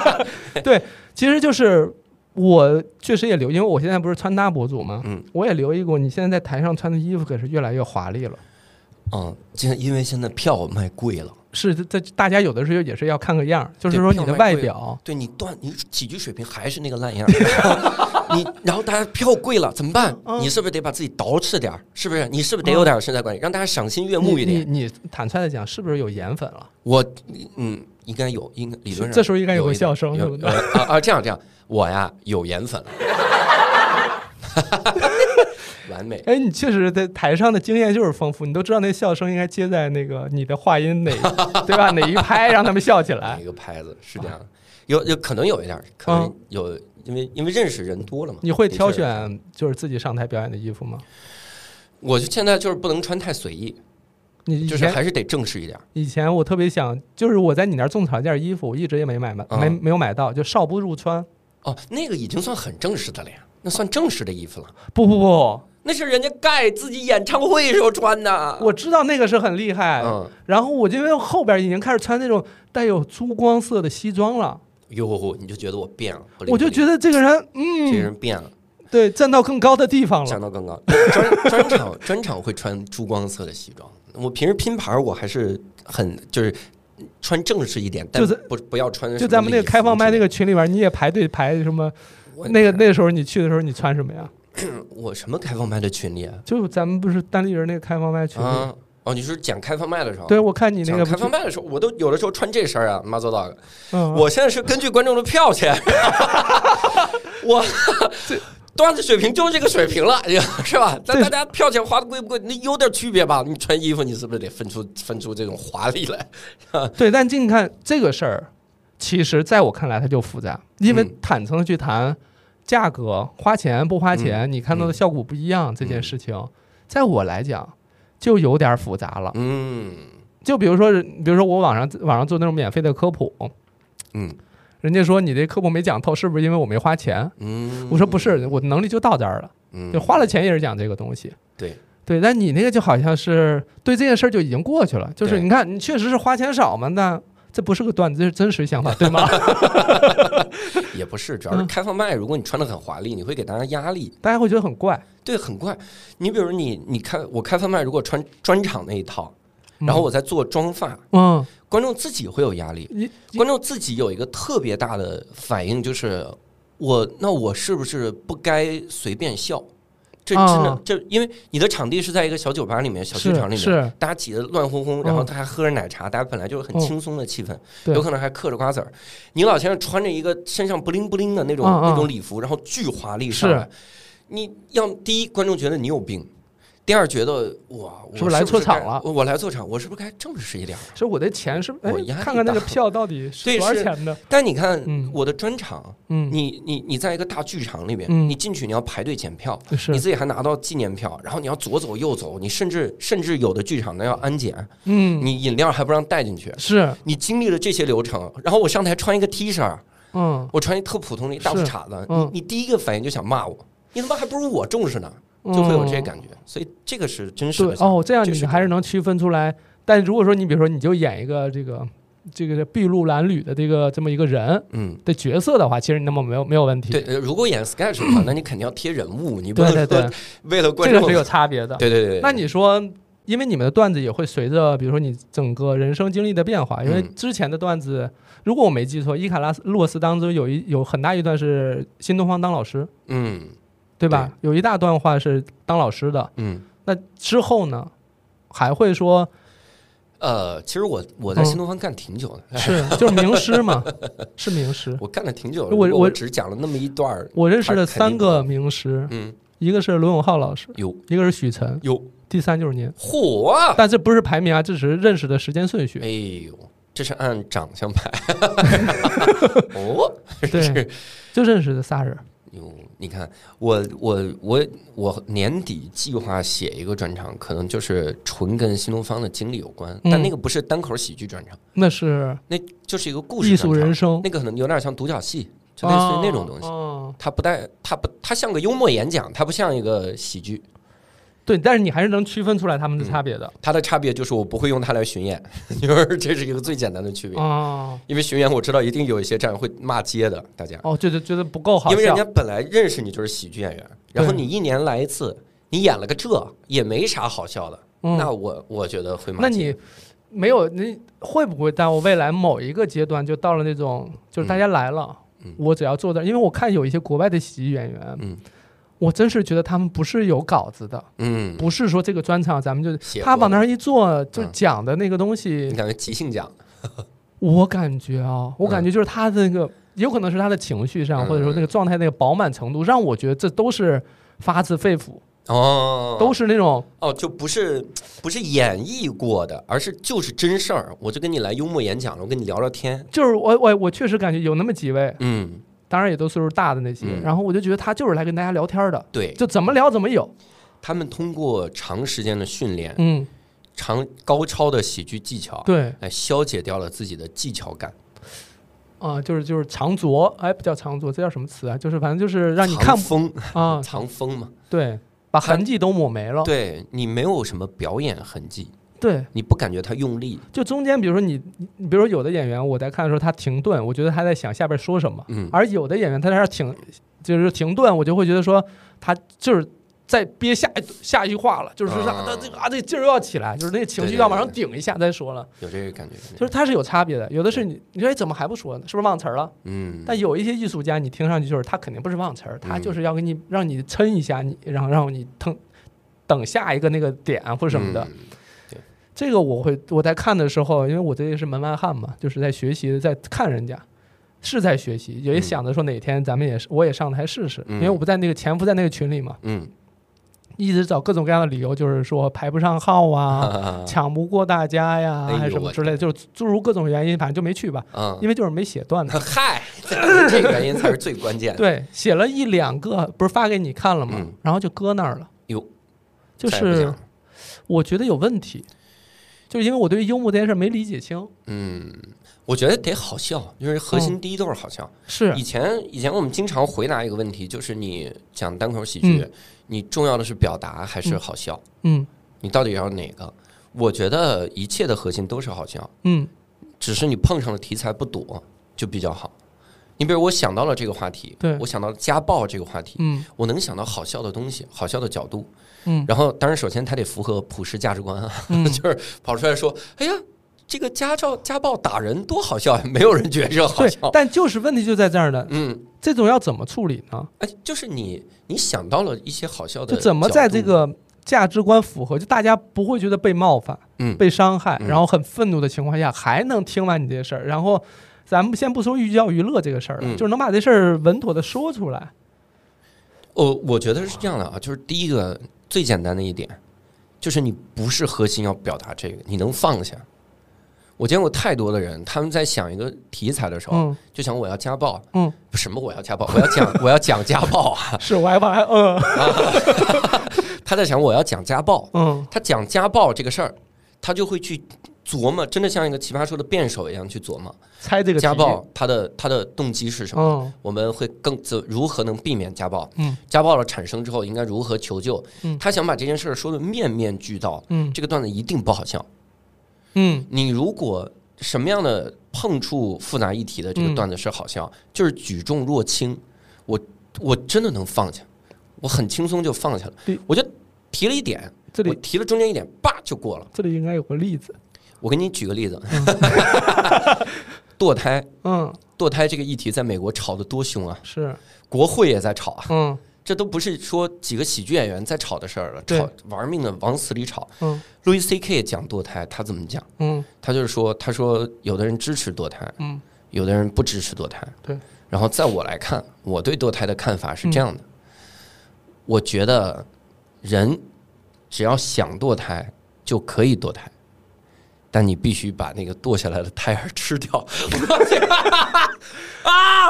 [SPEAKER 1] 对，其实就是我确实也留，因为我现在不是穿搭博主嘛，
[SPEAKER 2] 嗯，
[SPEAKER 1] 我也留意过，你现在在台上穿的衣服可是越来越华丽了。
[SPEAKER 2] 嗯，现在因为现在票卖贵了。
[SPEAKER 1] 是在大家有的时候也是要看个样儿，就是
[SPEAKER 2] 对
[SPEAKER 1] 说你
[SPEAKER 2] 票
[SPEAKER 1] 的
[SPEAKER 2] 卖
[SPEAKER 1] 外
[SPEAKER 2] 贵
[SPEAKER 1] 表，
[SPEAKER 2] 对你段你喜剧水平还是那个烂样儿，你然后大家票贵了怎么办？
[SPEAKER 1] 嗯
[SPEAKER 2] 你是不是得把自己捯饬点儿？是不是？你是不是得有点身材管理，让大家赏心悦目
[SPEAKER 1] 你
[SPEAKER 2] 一
[SPEAKER 1] 你
[SPEAKER 2] 点？
[SPEAKER 1] 你坦率的讲，是不是有颜粉了？
[SPEAKER 2] 我嗯，应该有，应该理论上
[SPEAKER 1] 这时候应该有
[SPEAKER 2] 有
[SPEAKER 1] 个
[SPEAKER 2] 一点
[SPEAKER 1] 笑声
[SPEAKER 2] 有
[SPEAKER 1] 什么的
[SPEAKER 2] 有啊啊！这样这样，我呀有颜粉了， 完美。
[SPEAKER 1] 哎，你确实在台上的经验就是丰富，你都知道那笑声应该接在那个你的话音 哪，对吧？哪一拍让他们笑起
[SPEAKER 2] 哪
[SPEAKER 1] 来
[SPEAKER 2] 一？个牌子是这样的？有有可能有一点儿，可能有，因为因为认识人多了嘛。
[SPEAKER 1] 嗯你会
[SPEAKER 2] 的确
[SPEAKER 1] 挑
[SPEAKER 2] 是这样？
[SPEAKER 1] 选就是自己上台表演的衣服吗？
[SPEAKER 2] 我就现在就是不能穿太随意，
[SPEAKER 1] 你以
[SPEAKER 2] 就是
[SPEAKER 1] 前
[SPEAKER 2] 还是得正式一点儿。
[SPEAKER 1] 以前我特别想，就是我在你那儿种草一件衣服，我一直也没买嘛，
[SPEAKER 2] 嗯
[SPEAKER 1] 没没有买到，就少不入川。
[SPEAKER 2] 哦，那个已经算很正式的了呀，那算正式的衣服了，
[SPEAKER 1] 不不不，
[SPEAKER 2] 那是人家盖自己演唱会时候穿的。
[SPEAKER 1] 我知道那个是很厉害，
[SPEAKER 2] 嗯，
[SPEAKER 1] 然后我就因为后边已经开始穿那种带有珠光色的西装了，
[SPEAKER 2] 晕乎乎，你就觉得我变了，不灵
[SPEAKER 1] 我就
[SPEAKER 2] 哦不灵
[SPEAKER 1] 觉得这个人，
[SPEAKER 2] 这个
[SPEAKER 1] 嗯，
[SPEAKER 2] 人变了，
[SPEAKER 1] 对，站到更高的地方
[SPEAKER 2] 站
[SPEAKER 1] 了。
[SPEAKER 2] 到更高。专 专场专场会穿珠光色的西装，我平时拼盘儿我还是很就是穿正式一点，但
[SPEAKER 1] 就是
[SPEAKER 2] 不不要穿
[SPEAKER 1] 就咱们那个开放麦那
[SPEAKER 2] 个
[SPEAKER 1] 个群里边，你也排队排什么？
[SPEAKER 2] 我
[SPEAKER 1] 那个那个时候你去的时候，你穿什么呀？
[SPEAKER 2] 我什么开放麦的群里啊？
[SPEAKER 1] 就咱们不是单立人那个开放麦群里，
[SPEAKER 2] 啊哦，你是讲开放麦的时候？
[SPEAKER 1] 对，我看你那
[SPEAKER 2] 讲
[SPEAKER 1] 个
[SPEAKER 2] 开放麦的时候，我都有的时候穿这身儿啊，妈做 dog。
[SPEAKER 1] 嗯，
[SPEAKER 2] 我现在是根据观众的票 钱，我段子水平就是这个水平了，哎是吧？但
[SPEAKER 1] 对
[SPEAKER 2] 大家票钱花的贵不贵，那有点区别吧？你穿衣服，你是不是得分出分出这种华丽来？
[SPEAKER 1] 对，但近看这个事儿，其实在我看来它就复杂，因为
[SPEAKER 2] 嗯
[SPEAKER 1] 坦诚的去谈价格、花钱不花钱，你看到
[SPEAKER 2] 嗯
[SPEAKER 1] 的效果不一样、这件事情，在我来讲就有点复杂了。
[SPEAKER 2] 嗯
[SPEAKER 1] 就比如说，比如说我网上网上做那种免费的科普，
[SPEAKER 2] 嗯
[SPEAKER 1] 人家说你这科普没讲透，是不是因为我没花钱？
[SPEAKER 2] 嗯
[SPEAKER 1] 我说不，是，我能力就到这儿了，
[SPEAKER 2] 嗯
[SPEAKER 1] 就花了钱也是讲这个东西。
[SPEAKER 2] 对
[SPEAKER 1] 对，但你那个就好像是对这件事儿就已经过去了，就是
[SPEAKER 2] 对
[SPEAKER 1] 你看你确实是花钱少嘛，那这不是个段子，这是真实想法，对吗？
[SPEAKER 2] 也不是，主要是
[SPEAKER 1] 嗯
[SPEAKER 2] 开放麦，如果你穿的很华丽，你会给大家压力。
[SPEAKER 1] 大家会觉得很怪。
[SPEAKER 2] 对，很怪。你比如你，你看我开放麦，如果穿专场那一套，
[SPEAKER 1] 嗯
[SPEAKER 2] 然后我再做妆发，
[SPEAKER 1] 嗯，
[SPEAKER 2] 观众自己会有压力。
[SPEAKER 1] 你
[SPEAKER 2] 观众自己有一个特别大的反应，就是我那我是不是不该随便笑？这真的、
[SPEAKER 1] 啊
[SPEAKER 2] 这，因为你的场地是在一个小酒吧里面、小剧
[SPEAKER 1] 是
[SPEAKER 2] 场里面，
[SPEAKER 1] 是，
[SPEAKER 2] 大家挤得乱哄哄，
[SPEAKER 1] 嗯
[SPEAKER 2] 然后大家喝着奶茶，大家本来就是很
[SPEAKER 1] 嗯
[SPEAKER 2] 轻松的气氛，
[SPEAKER 1] 对
[SPEAKER 2] 有可能还嗑着瓜子儿。你老先生穿着一个身上布灵布灵的那种、
[SPEAKER 1] 嗯嗯
[SPEAKER 2] 那种礼服，然后巨华丽上来，你要第一观众觉得你有病。第二，觉得哇，我
[SPEAKER 1] 是
[SPEAKER 2] 是
[SPEAKER 1] 不是来错场
[SPEAKER 2] 该
[SPEAKER 1] 了
[SPEAKER 2] 我我来错场，我是不是该正式一点儿？
[SPEAKER 1] 所以我的钱是哎
[SPEAKER 2] 我压，力
[SPEAKER 1] 看看那个
[SPEAKER 2] 大
[SPEAKER 1] 票到底是
[SPEAKER 2] 对
[SPEAKER 1] 多少
[SPEAKER 2] 是
[SPEAKER 1] 钱的？
[SPEAKER 2] 但你看
[SPEAKER 1] 嗯
[SPEAKER 2] 我的专场，
[SPEAKER 1] 嗯，
[SPEAKER 2] 你你你在一个大剧场里面，
[SPEAKER 1] 嗯
[SPEAKER 2] 你进去你要排队检票，
[SPEAKER 1] 是
[SPEAKER 2] 你自己还拿到纪念票，然后你要左走右走，你甚至甚至有的剧场呢要安检，
[SPEAKER 1] 嗯
[SPEAKER 2] 你饮料还不让带进去。
[SPEAKER 1] 是
[SPEAKER 2] 你经历了这些流程，然后我上台穿一个 T 恤儿，
[SPEAKER 1] 嗯
[SPEAKER 2] 我穿一特普通的一大裤
[SPEAKER 1] 是
[SPEAKER 2] 衩子，
[SPEAKER 1] 嗯
[SPEAKER 2] 你你第一个反应就想骂我，你他妈还不如我重视呢，
[SPEAKER 1] 嗯
[SPEAKER 2] 就会有这些感觉。所以这个是真实
[SPEAKER 1] 对
[SPEAKER 2] 的想法。
[SPEAKER 1] 哦，这样
[SPEAKER 2] 这
[SPEAKER 1] 你
[SPEAKER 2] 是
[SPEAKER 1] 还是能区分出来。但如果说你比如说你就演一个这个这个筚路蓝缕的这个这么一个人
[SPEAKER 2] 嗯，
[SPEAKER 1] 的角色的话，其实你那么没有没有问题。
[SPEAKER 2] 对，呃如果演 sketch 的话，那你肯定要贴人物，你不
[SPEAKER 1] 对
[SPEAKER 2] 能
[SPEAKER 1] 对对
[SPEAKER 2] 说，为了观
[SPEAKER 1] 这个
[SPEAKER 2] 众。
[SPEAKER 1] 是有差别的。
[SPEAKER 2] 对对对，
[SPEAKER 1] 那你说，因为你们的段子也会随着，比如说你整个人生经历的变化，因为
[SPEAKER 2] 嗯
[SPEAKER 1] 之前的段子，如果我没记错，伊卡拉斯洛斯当中有一有很大一段是新东方当老师，
[SPEAKER 2] 嗯
[SPEAKER 1] 对吧？有一大段话是当老师的。
[SPEAKER 2] 嗯。
[SPEAKER 1] 那之后呢，还会说
[SPEAKER 2] 呃，其实我我在
[SPEAKER 1] 嗯
[SPEAKER 2] 新东方干挺久的，
[SPEAKER 1] 是就是名师嘛，是名师。
[SPEAKER 2] 我干了挺久了。
[SPEAKER 1] 我
[SPEAKER 2] 如果
[SPEAKER 1] 我
[SPEAKER 2] 我只讲了那么一段儿，
[SPEAKER 1] 我认识的
[SPEAKER 2] 他肯定
[SPEAKER 1] 三个名师，
[SPEAKER 2] 嗯，
[SPEAKER 1] 一个是罗永浩老师，
[SPEAKER 2] 有
[SPEAKER 1] 一个是许晨，
[SPEAKER 2] 有
[SPEAKER 1] 第三就是您。
[SPEAKER 2] 火啊，
[SPEAKER 1] 但这不是排名啊，这只是认识的时间顺序
[SPEAKER 2] 哎。呦，这是按长相排哦，
[SPEAKER 1] 对，就认识的仨人。
[SPEAKER 2] 哟，你看我我我我年底计划写一个专场，可能就是纯跟新东方的经历有关，但
[SPEAKER 1] 嗯
[SPEAKER 2] 那个不是单口喜剧专场，
[SPEAKER 1] 那是
[SPEAKER 2] 那就是一个故事
[SPEAKER 1] 艺术
[SPEAKER 2] 专场
[SPEAKER 1] 人生，
[SPEAKER 2] 那个可能有点像独角戏，就类似于那种东西。
[SPEAKER 1] 哦哦
[SPEAKER 2] 它不带，它不，它像个幽默演讲，它不像一个喜剧。
[SPEAKER 1] 对，但是你还是能区分出来他们的差别的。
[SPEAKER 2] 它嗯的差别就是我不会用它来巡演， 就是这是一个最简单的区别。
[SPEAKER 1] 哦
[SPEAKER 2] 因为巡演我知道一定有一些站会骂街的，大家，
[SPEAKER 1] 哦，觉得觉得不够好
[SPEAKER 2] 因为人
[SPEAKER 1] 笑
[SPEAKER 2] 家。本来认识你就是喜剧演员，然后
[SPEAKER 1] 对
[SPEAKER 2] 你一年来一次，你演了个这也没啥好笑的，
[SPEAKER 1] 嗯
[SPEAKER 2] 那我我觉得会
[SPEAKER 1] 那
[SPEAKER 2] 骂街。
[SPEAKER 1] 你没有，你会不会到未来某一个阶段就到了那种，就是大家来了，
[SPEAKER 2] 嗯
[SPEAKER 1] 我只要坐在，因为我看有一些国外的喜剧演员，
[SPEAKER 2] 嗯
[SPEAKER 1] 我真是觉得他们不是有稿子的，
[SPEAKER 2] 嗯，
[SPEAKER 1] 不是说这个专场咱们
[SPEAKER 2] 写
[SPEAKER 1] 就
[SPEAKER 2] 过
[SPEAKER 1] 他往那儿一坐就
[SPEAKER 2] 嗯
[SPEAKER 1] 讲的那个东西
[SPEAKER 2] 你，感觉即兴讲，
[SPEAKER 1] 我感觉啊，我
[SPEAKER 2] 嗯
[SPEAKER 1] 感觉就是他的那个，有可能是他的情绪上，
[SPEAKER 2] 嗯
[SPEAKER 1] 或者说那个状态那个饱满程度，让我觉得这都是发自肺腑，
[SPEAKER 2] 哦，
[SPEAKER 1] 都是那种
[SPEAKER 2] 哦，就不是不是演绎过的，而是就是真事儿。我就跟你来幽默演讲了，我跟你聊聊天。
[SPEAKER 1] 就是我我我确实感觉有那么几位，
[SPEAKER 2] 嗯，
[SPEAKER 1] 当然也都岁数大的那些，
[SPEAKER 2] 嗯
[SPEAKER 1] 然后我就觉得他就是来跟大家聊天的，
[SPEAKER 2] 对，
[SPEAKER 1] 就怎么聊怎么有，
[SPEAKER 2] 他们通过长时间的训练，
[SPEAKER 1] 嗯，
[SPEAKER 2] 长高超的喜剧技巧，
[SPEAKER 1] 对，
[SPEAKER 2] 来消解掉了自己的技巧感，
[SPEAKER 1] 啊、就是就是长拙，哎，不叫长拙，这叫什么词啊？就是反正就是让你看
[SPEAKER 2] 藏风，
[SPEAKER 1] 啊，
[SPEAKER 2] 藏风嘛。
[SPEAKER 1] 对，把痕迹都抹没了，
[SPEAKER 2] 对你没有什么表演痕迹，
[SPEAKER 1] 对，
[SPEAKER 2] 你不感觉他用力，
[SPEAKER 1] 就中间比如说你，你比如说有的演员我在看的时候他停顿，我觉得他在想下边说什么，
[SPEAKER 2] 嗯，
[SPEAKER 1] 而有的演员他在那儿停，就是停顿，我就会觉得说他就是在憋下一下一句话了，就是说
[SPEAKER 2] 啊
[SPEAKER 1] 啥他这个啊这劲儿又要起来，就是那情绪要往上顶一下再说了，
[SPEAKER 2] 有这个感觉，
[SPEAKER 1] 就是它是有差别的，有的是你你说哎怎么还不说呢？是不是忘词儿了？
[SPEAKER 2] 嗯，
[SPEAKER 1] 但有一些艺术家，你听上去就是他肯定不是忘词儿，他
[SPEAKER 2] 嗯
[SPEAKER 1] 就是要给你让你抻一下你，然后让你腾等下一个那个点啊或者什么的。
[SPEAKER 2] 嗯
[SPEAKER 1] 这个我会我在看的时候，因为我这也是门外汉嘛，就是在学习，在看人家是在学习，也
[SPEAKER 2] 嗯
[SPEAKER 1] 想着说哪天咱们也是我也上台试试，
[SPEAKER 2] 嗯
[SPEAKER 1] 因为我不在那个潜伏在那个群里嘛，
[SPEAKER 2] 嗯
[SPEAKER 1] 一直找各种各样的理由，就是说排不上号 啊，
[SPEAKER 2] 啊
[SPEAKER 1] 抢不过大家呀，
[SPEAKER 2] 哎呦
[SPEAKER 1] 还是什么
[SPEAKER 2] 我
[SPEAKER 1] 之类的，就是诸如各种原因，反正就没去吧，
[SPEAKER 2] 啊，
[SPEAKER 1] 因为就是没写段子。
[SPEAKER 2] 嗨，这个原因才是最关键的。
[SPEAKER 1] 对，写了一两个，不是发给你看了吗？
[SPEAKER 2] 嗯
[SPEAKER 1] 然后就搁那儿了。
[SPEAKER 2] 哟，
[SPEAKER 1] 就
[SPEAKER 2] 再也不
[SPEAKER 1] 是
[SPEAKER 2] 讲了
[SPEAKER 1] 我觉得有问题，就是因为我对于幽默这件事没理解清。
[SPEAKER 2] 嗯，我觉得得好笑，就是核心第一都是好笑。
[SPEAKER 1] 嗯是
[SPEAKER 2] 以前以前我们经常回答一个问题，就是你讲单口喜剧，你重要的是表达还是好笑？
[SPEAKER 1] 嗯
[SPEAKER 2] 你到底要哪个？我觉得一切的核心都是好笑，
[SPEAKER 1] 嗯
[SPEAKER 2] 只是你碰上的题材不多就比较好。你比如我想到了这个话题，
[SPEAKER 1] 对
[SPEAKER 2] 我想到了家暴这个话题，
[SPEAKER 1] 嗯
[SPEAKER 2] 我能想到好笑的东西，好笑的角度。
[SPEAKER 1] 嗯
[SPEAKER 2] 然后，当然，首先它得符合普世价值观啊，
[SPEAKER 1] 嗯
[SPEAKER 2] 就是跑出来说，哎呀，这个家暴家暴打人多好笑呀，没有人觉着好
[SPEAKER 1] 对
[SPEAKER 2] 笑，。
[SPEAKER 1] 但就是问题就在这儿呢，
[SPEAKER 2] 嗯，
[SPEAKER 1] 这种要怎么处理呢？
[SPEAKER 2] 哎，就是你你想到了一些好笑的，
[SPEAKER 1] 就怎么在这，个价值观符合，就大家不会觉得被冒犯、
[SPEAKER 2] 嗯，
[SPEAKER 1] 被伤害，
[SPEAKER 2] 嗯
[SPEAKER 1] 然后很愤怒的情况下，还能听完你这事儿，然后咱们先不说寓教于乐这个事儿了，
[SPEAKER 2] 嗯
[SPEAKER 1] 就是能把这事儿稳妥的说出来。
[SPEAKER 2] 我呃我觉得是这样的啊，就是第一个最简单的一点，就是你不是核心要表达这个，你能放下。我见过太多的人，他们在想一个题材的时候，
[SPEAKER 1] 嗯
[SPEAKER 2] 就想我要家暴，
[SPEAKER 1] 嗯，
[SPEAKER 2] 什么我要家暴，我要讲我要讲家暴啊，
[SPEAKER 1] 是我还怕还 嗯
[SPEAKER 2] 他在想我要讲家暴，
[SPEAKER 1] 嗯
[SPEAKER 2] 他讲家暴这个事儿，他就会去琢磨，真的像一个奇葩说的辩手一样去琢磨
[SPEAKER 1] 猜这个
[SPEAKER 2] 家
[SPEAKER 1] 题
[SPEAKER 2] 暴他的他的动机是什么，
[SPEAKER 1] 嗯
[SPEAKER 2] 我们会更怎如何能避免家暴，
[SPEAKER 1] 嗯
[SPEAKER 2] 家暴了产生之后应该如何求救
[SPEAKER 1] 嗯，
[SPEAKER 2] 他想把这件事儿说的面面俱到，
[SPEAKER 1] 嗯
[SPEAKER 2] 这个段子一定不好笑。
[SPEAKER 1] 嗯
[SPEAKER 2] 你如果什么样的碰触复杂议题的这个段子是好笑，
[SPEAKER 1] 嗯
[SPEAKER 2] 就是举重若轻，我我真的能放下，我很轻松就放下了
[SPEAKER 1] 对。
[SPEAKER 2] 我就提了一点，
[SPEAKER 1] 这
[SPEAKER 2] 我
[SPEAKER 1] 里
[SPEAKER 2] 提了中间一点，叭就过了。
[SPEAKER 1] 这里应该有个例子。
[SPEAKER 2] 我给你举个例子， 堕胎，
[SPEAKER 1] 嗯，
[SPEAKER 2] 堕胎这个议题在美国吵得多凶啊，
[SPEAKER 1] 是，
[SPEAKER 2] 国会也在吵啊，
[SPEAKER 1] 嗯
[SPEAKER 2] 这都不是说几个喜剧演员在吵的事儿了，
[SPEAKER 1] 对
[SPEAKER 2] 吵玩命的往死里吵。
[SPEAKER 1] 嗯
[SPEAKER 2] 路易 C K 讲堕胎，他怎么讲？
[SPEAKER 1] 嗯
[SPEAKER 2] 他就是说，他说有的人支持堕胎，
[SPEAKER 1] 嗯
[SPEAKER 2] 有的人不支持堕胎。
[SPEAKER 1] 对。
[SPEAKER 2] 然后在我来看，我对堕胎的看法是这样的：我觉得人只要想堕胎就可以堕胎，但你必须把那个堕下来的胎儿吃掉。啊！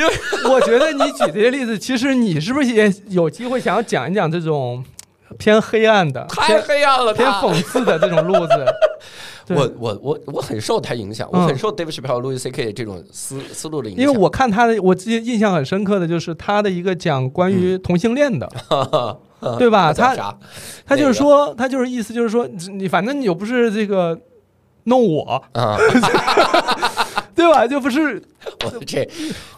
[SPEAKER 1] 我觉得你举这些例子，其实你是不是也有机会想要讲一讲这种偏黑暗的、
[SPEAKER 2] 太
[SPEAKER 1] 偏
[SPEAKER 2] 黑暗 了，
[SPEAKER 1] 偏
[SPEAKER 2] 他
[SPEAKER 1] 讽刺的这种路子？对
[SPEAKER 2] 我我我我很受他影响，我
[SPEAKER 1] 嗯
[SPEAKER 2] 很受 David Chappelle、Louis C.K. 这种思思路 的影响。
[SPEAKER 1] 因为我看他的，我记印象很深刻的就是他的一个讲关于同性恋 的，
[SPEAKER 2] 我
[SPEAKER 1] 对吧？啊他
[SPEAKER 2] 啥？
[SPEAKER 1] 他就
[SPEAKER 2] 哪
[SPEAKER 1] 是
[SPEAKER 2] 个
[SPEAKER 1] 说，他就是意思就是说，你反正你又不是这个弄我，
[SPEAKER 2] 啊，
[SPEAKER 1] 对吧？就不是
[SPEAKER 2] 我这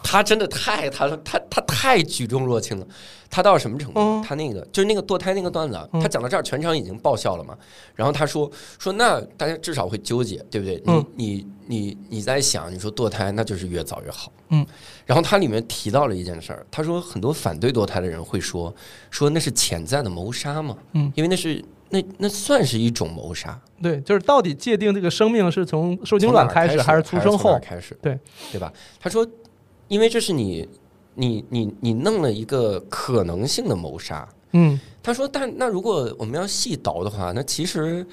[SPEAKER 2] 他真的太他他他太举重若轻了。他到什么程度？
[SPEAKER 1] 嗯
[SPEAKER 2] 他那个就是那个堕胎那个段子啊，
[SPEAKER 1] 嗯
[SPEAKER 2] 他讲到这儿全场已经爆笑了嘛。然后他说说那大家至少会纠结，对不对？
[SPEAKER 1] 嗯
[SPEAKER 2] 你你你你在想，你说堕胎那就是越早越好。
[SPEAKER 1] 嗯。
[SPEAKER 2] 然后他里面提到了一件事儿，他说很多反对堕胎的人会说说那是潜在的谋杀嘛，
[SPEAKER 1] 嗯，
[SPEAKER 2] 因为那是那那算是一种谋杀。
[SPEAKER 1] 对，就是到底界定这个生命是从受精
[SPEAKER 2] 从哪
[SPEAKER 1] 卵
[SPEAKER 2] 儿
[SPEAKER 1] 开
[SPEAKER 2] 始，
[SPEAKER 1] 始还是出生
[SPEAKER 2] 从哪
[SPEAKER 1] 后
[SPEAKER 2] 儿？开始，
[SPEAKER 1] 对
[SPEAKER 2] 对吧？他说，因为这是你你你你弄了一个可能性的谋杀。
[SPEAKER 1] 嗯
[SPEAKER 2] 他说，但那如果我们要细倒的话，那其实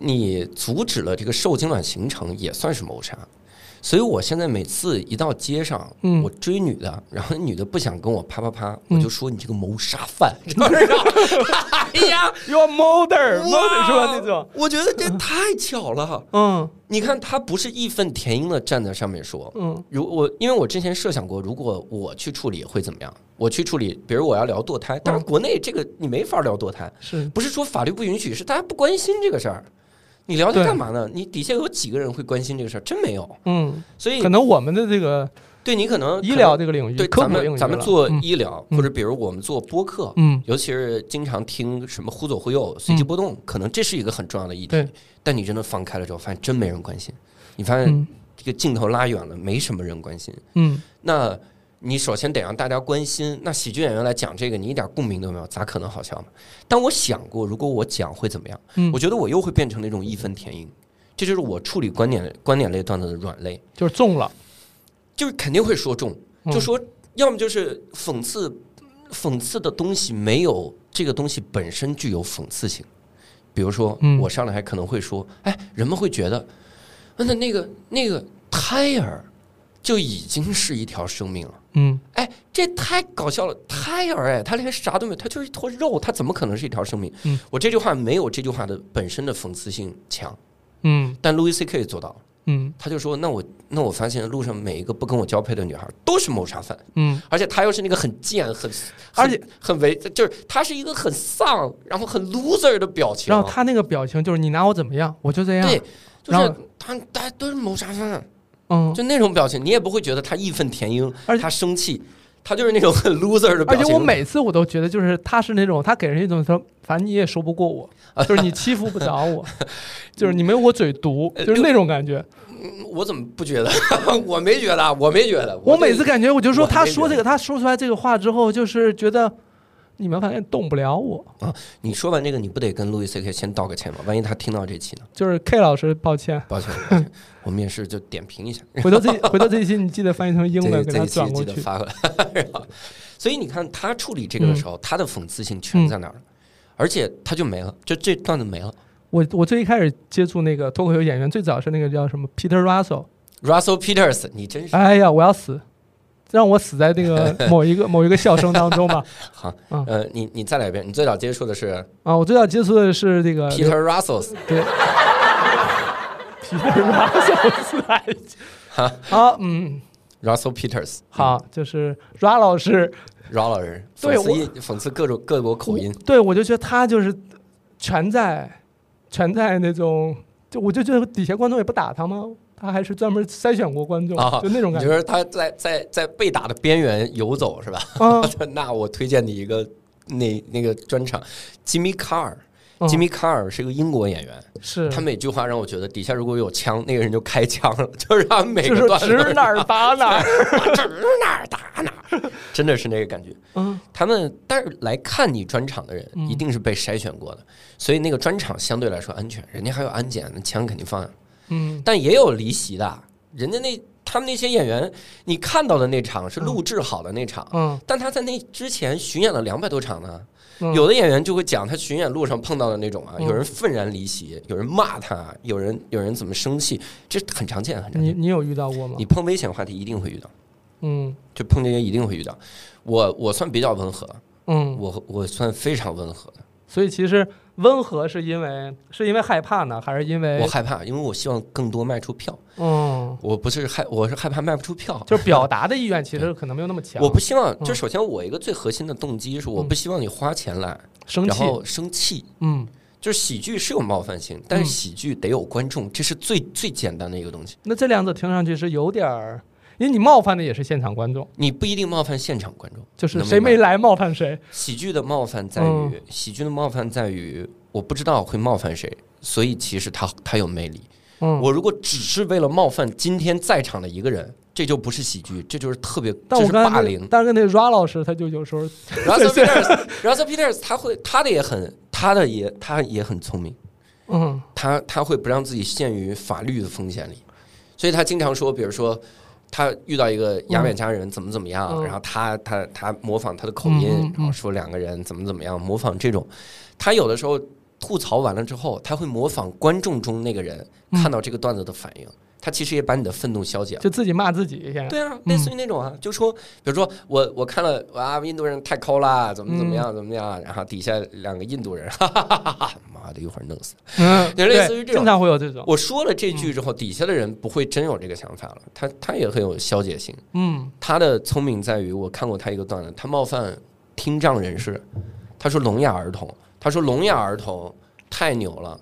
[SPEAKER 2] 你阻止了这个受精卵形成也算是谋杀。所以我现在每次一到街上，
[SPEAKER 1] 嗯
[SPEAKER 2] 我追女的，然后女的不想跟我啪啪啪，
[SPEAKER 1] 嗯
[SPEAKER 2] 我就说你这个谋杀犯，知 道吗哎呀，
[SPEAKER 1] ，Your mother，mother
[SPEAKER 2] 哇
[SPEAKER 1] 是吧？那种，
[SPEAKER 2] 我觉得这太巧了。
[SPEAKER 1] 嗯
[SPEAKER 2] 你看，他不是义愤填膺的站在上面说，
[SPEAKER 1] 嗯
[SPEAKER 2] 如我，因为我之前设想过，如果我去处理会怎么样？我去处理，比如我要聊堕胎，
[SPEAKER 1] 嗯
[SPEAKER 2] 但是国内这个你没法聊堕胎，
[SPEAKER 1] 是，
[SPEAKER 2] 不是说法律不允许，是大家不关心这个事儿。你了解
[SPEAKER 1] 对
[SPEAKER 2] 干嘛呢？你底下有几个人会关心这个事儿？真没有。
[SPEAKER 1] 嗯，
[SPEAKER 2] 所以
[SPEAKER 1] 可能我们的这个
[SPEAKER 2] 对你可能
[SPEAKER 1] 医疗这个领域，
[SPEAKER 2] 对
[SPEAKER 1] 科
[SPEAKER 2] 咱
[SPEAKER 1] 普领域
[SPEAKER 2] 们
[SPEAKER 1] 了，
[SPEAKER 2] 咱们做
[SPEAKER 1] 嗯
[SPEAKER 2] 医疗，
[SPEAKER 1] 嗯
[SPEAKER 2] 或者比如我们做播客，
[SPEAKER 1] 嗯
[SPEAKER 2] 尤其是经常听什么忽左忽右、随机波动，可能这是一个很重要的议题
[SPEAKER 1] 对。
[SPEAKER 2] 但你真的放开了之后，发现真没人关心。你发现
[SPEAKER 1] 嗯
[SPEAKER 2] 这个镜头拉远了，没什么人关心。
[SPEAKER 1] 嗯，
[SPEAKER 2] 那你首先得让大家关心。那喜剧演员来讲这个，你一点共鸣都没有，咋可能好笑呢？但我想过，如果我讲会怎么样？
[SPEAKER 1] 嗯
[SPEAKER 2] 我觉得我又会变成那种义愤填膺。这就是我处理观点观点类段子的软肋，
[SPEAKER 1] 就是中了，
[SPEAKER 2] 就是肯定会说中，
[SPEAKER 1] 嗯
[SPEAKER 2] 就说要么就是讽刺，讽刺的东西没有这个东西本身具有讽刺性。比如说，
[SPEAKER 1] 嗯
[SPEAKER 2] 我上来还可能会说，哎，人们会觉得，啊那那个那个胎儿就已经是一条生命了。
[SPEAKER 1] 嗯
[SPEAKER 2] 哎，这太搞笑了！胎儿哎，他连啥都没有，他就是一坨肉，他怎么可能是一条生命？
[SPEAKER 1] 嗯
[SPEAKER 2] 我这句话没有这句话的本身的讽刺性强，
[SPEAKER 1] 嗯
[SPEAKER 2] 但 Louis C K 做到了。
[SPEAKER 1] 嗯
[SPEAKER 2] 他就说：“那我那我发现路上每一个不跟我交配的女孩都是谋杀犯，
[SPEAKER 1] 嗯，
[SPEAKER 2] 而且他又是那个很贱、很
[SPEAKER 1] 而且
[SPEAKER 2] 很很为，就是他是一个很丧，然后很 loser 的表情。
[SPEAKER 1] 然后他那个表情就是你拿我怎么样，我就这样，
[SPEAKER 2] 对，就
[SPEAKER 1] 然
[SPEAKER 2] 是
[SPEAKER 1] 后
[SPEAKER 2] 他大家都是谋杀犯，
[SPEAKER 1] 嗯，
[SPEAKER 2] 就那种表情，你也不会觉得他义愤填膺
[SPEAKER 1] 而，且
[SPEAKER 2] 他生气，他就是那种很 loser 的表
[SPEAKER 1] 而
[SPEAKER 2] 情。
[SPEAKER 1] 且我每次我都觉得就是他是那种他给人一种说，反正你也说不过 我，就是你欺负不着我，就是你没有我嘴毒，
[SPEAKER 2] 呃
[SPEAKER 1] 就是那种感觉。
[SPEAKER 2] 我怎么不觉得？ 我没觉得啊，我没觉得。
[SPEAKER 1] 我
[SPEAKER 2] 对
[SPEAKER 1] 每次感觉我就
[SPEAKER 2] 我
[SPEAKER 1] 说
[SPEAKER 2] 还
[SPEAKER 1] 他
[SPEAKER 2] 没
[SPEAKER 1] 说
[SPEAKER 2] 觉
[SPEAKER 1] 这个，他说出来这个话之后，就是觉得你们反正动不了我。
[SPEAKER 2] 你说完这个，你不得跟路易 C K 先道个歉吗？万一他听到这期呢？
[SPEAKER 1] 就是 K 老师，抱歉，
[SPEAKER 2] 抱歉，抱歉我们也是就点评一下，
[SPEAKER 1] 回头这回头这一期你记得翻译成英
[SPEAKER 2] 这
[SPEAKER 1] 文
[SPEAKER 2] 个
[SPEAKER 1] 给
[SPEAKER 2] 这
[SPEAKER 1] 他
[SPEAKER 2] 一期
[SPEAKER 1] 转过
[SPEAKER 2] 记得
[SPEAKER 1] 去。嗯
[SPEAKER 2] 发过来。 然后所以你看他处理这个的时候，他的讽刺性全在哪儿了？而且他就没了，就这段子没了。
[SPEAKER 1] 我我最一开始接触那个脱口秀演员，最早是那个叫什么 Peter Russell。
[SPEAKER 2] Russell Peters，你真是
[SPEAKER 1] 哎呀，我要死，让我死在那个某一个某一个笑声当中 吧。
[SPEAKER 2] 好
[SPEAKER 1] 嗯。
[SPEAKER 2] 呃，你你再来一遍，你最早接触的是
[SPEAKER 1] 啊，我最早接触的是这个
[SPEAKER 2] Peter Russell，
[SPEAKER 1] 对，Peter Russell 是哪一集
[SPEAKER 2] 哈
[SPEAKER 1] 啊，嗯，
[SPEAKER 2] Russell Peters，
[SPEAKER 1] 好，就是 Ra 老师，
[SPEAKER 2] ，Ra 老人，
[SPEAKER 1] 对
[SPEAKER 2] 讽刺一讽刺各种各国口音，
[SPEAKER 1] 对我就觉得他就是全在全在那种，就我就觉得底下观众也不打他吗？他还是专门筛选过观众，
[SPEAKER 2] 啊
[SPEAKER 1] 就那种
[SPEAKER 2] 你
[SPEAKER 1] 感
[SPEAKER 2] 就
[SPEAKER 1] 觉
[SPEAKER 2] 是他在在在被打的边缘游走是吧？
[SPEAKER 1] 啊
[SPEAKER 2] 那我推荐你一个那那个专场，Jimmy Carr。
[SPEAKER 1] 嗯
[SPEAKER 2] Jimmy Carr 是个英国演员，
[SPEAKER 1] 是
[SPEAKER 2] 他每句话让我觉得底下如果有枪，那个人就开枪了， 就是他每
[SPEAKER 1] 就
[SPEAKER 2] 个
[SPEAKER 1] 是
[SPEAKER 2] 段子
[SPEAKER 1] 指哪儿打哪儿，
[SPEAKER 2] 指哪儿打哪儿， 真的是那个感觉。
[SPEAKER 1] 嗯
[SPEAKER 2] 他们但是来看你专场的人
[SPEAKER 1] 嗯
[SPEAKER 2] 一定是被筛选过的，所以那个专场相对来说安全，人家还有安检，那枪肯定放下。
[SPEAKER 1] 嗯
[SPEAKER 2] 但也有离席的，人家那他们那些演员，你看到的那场是录制好的那场，
[SPEAKER 1] 嗯
[SPEAKER 2] 但他在那之前巡演了两百多场呢。
[SPEAKER 1] 嗯，
[SPEAKER 2] 有的演员就会讲他巡演路上碰到的那种啊，
[SPEAKER 1] 嗯
[SPEAKER 2] 有人愤然离席，有人骂他，有人有人怎么生气，这很常见，很常
[SPEAKER 1] 你
[SPEAKER 2] 见。
[SPEAKER 1] 你有遇到过吗
[SPEAKER 2] 你？碰危险话题一定会遇到，
[SPEAKER 1] 嗯
[SPEAKER 2] 就碰这些一定会遇到。我我算比较温和，
[SPEAKER 1] 嗯，
[SPEAKER 2] 我我算非常温和的。
[SPEAKER 1] 所以其实温和是因为是因为害怕呢，还是因为
[SPEAKER 2] 我害怕，因为我希望更多卖出票。
[SPEAKER 1] 嗯，
[SPEAKER 2] 我不是害，我是害怕卖不出票。
[SPEAKER 1] 就是表达的意愿其实可能没有那么强。
[SPEAKER 2] 我不希望，就
[SPEAKER 1] 嗯
[SPEAKER 2] 首先我一个最核心的动机是，我
[SPEAKER 1] 嗯
[SPEAKER 2] 不希望你花钱来，
[SPEAKER 1] 生
[SPEAKER 2] 然
[SPEAKER 1] 气，
[SPEAKER 2] 后生气。
[SPEAKER 1] 嗯，
[SPEAKER 2] 就是喜剧是有冒犯性，但是
[SPEAKER 1] 嗯
[SPEAKER 2] 喜剧得有观众，这是最最简单的一个东西。
[SPEAKER 1] 那这两者听上去是有点儿，因为你冒犯的也是现场观众，
[SPEAKER 2] 你不一定冒犯现场观众，
[SPEAKER 1] 就是
[SPEAKER 2] 能
[SPEAKER 1] 谁
[SPEAKER 2] 明白
[SPEAKER 1] 没来冒犯谁。
[SPEAKER 2] 喜剧的冒犯在
[SPEAKER 1] 嗯
[SPEAKER 2] 于，喜剧的冒犯在于我不知道会冒犯谁，所以其实它它有魅力。
[SPEAKER 1] 嗯，
[SPEAKER 2] 我如果只是为了冒犯今天在场的一个人，这就不是喜剧，这就是特别，
[SPEAKER 1] 但
[SPEAKER 2] 这
[SPEAKER 1] 我
[SPEAKER 2] 是
[SPEAKER 1] 刚才
[SPEAKER 2] 霸
[SPEAKER 1] 那
[SPEAKER 2] 凌。
[SPEAKER 1] 但是跟那 Ra 老师，他就有时候，
[SPEAKER 2] Russell Peters，Russell Peters，他会他的也很，他的也他也很聪明。
[SPEAKER 1] 嗯
[SPEAKER 2] 他他会不让自己陷于法律的风险里，所以他经常说，比如说他遇到一个牙买加人怎么怎么样，
[SPEAKER 1] 嗯
[SPEAKER 2] 然后他他他模仿他的口
[SPEAKER 1] 嗯
[SPEAKER 2] 音
[SPEAKER 1] 嗯，
[SPEAKER 2] 然后说两个人怎么怎么样，模仿这种，他有的时候吐槽完了之后，他会模仿观众中那个人
[SPEAKER 1] 嗯
[SPEAKER 2] 看到这个段子的反应，他其实也把你的愤怒消解了。
[SPEAKER 1] 就嗯自己骂自己先。
[SPEAKER 2] 对啊，类似于那种啊，就说，比如说我我看了啊，印度人太抠啦，怎么怎
[SPEAKER 1] 嗯
[SPEAKER 2] 么样怎么样，然后底下两个印度人， 哈哈哈哈哈，妈的，一会儿弄死。
[SPEAKER 1] 嗯，
[SPEAKER 2] 就
[SPEAKER 1] 对，
[SPEAKER 2] 类似于这种
[SPEAKER 1] 经常会有这种。
[SPEAKER 2] 我说了这句之后，底下的人不会真有这个想法了，他他也很有消解性。
[SPEAKER 1] 嗯
[SPEAKER 2] 他的聪明在于，我看过他一个段子，他冒犯听障人士，他说聋哑儿童，他说聋哑儿童太牛了，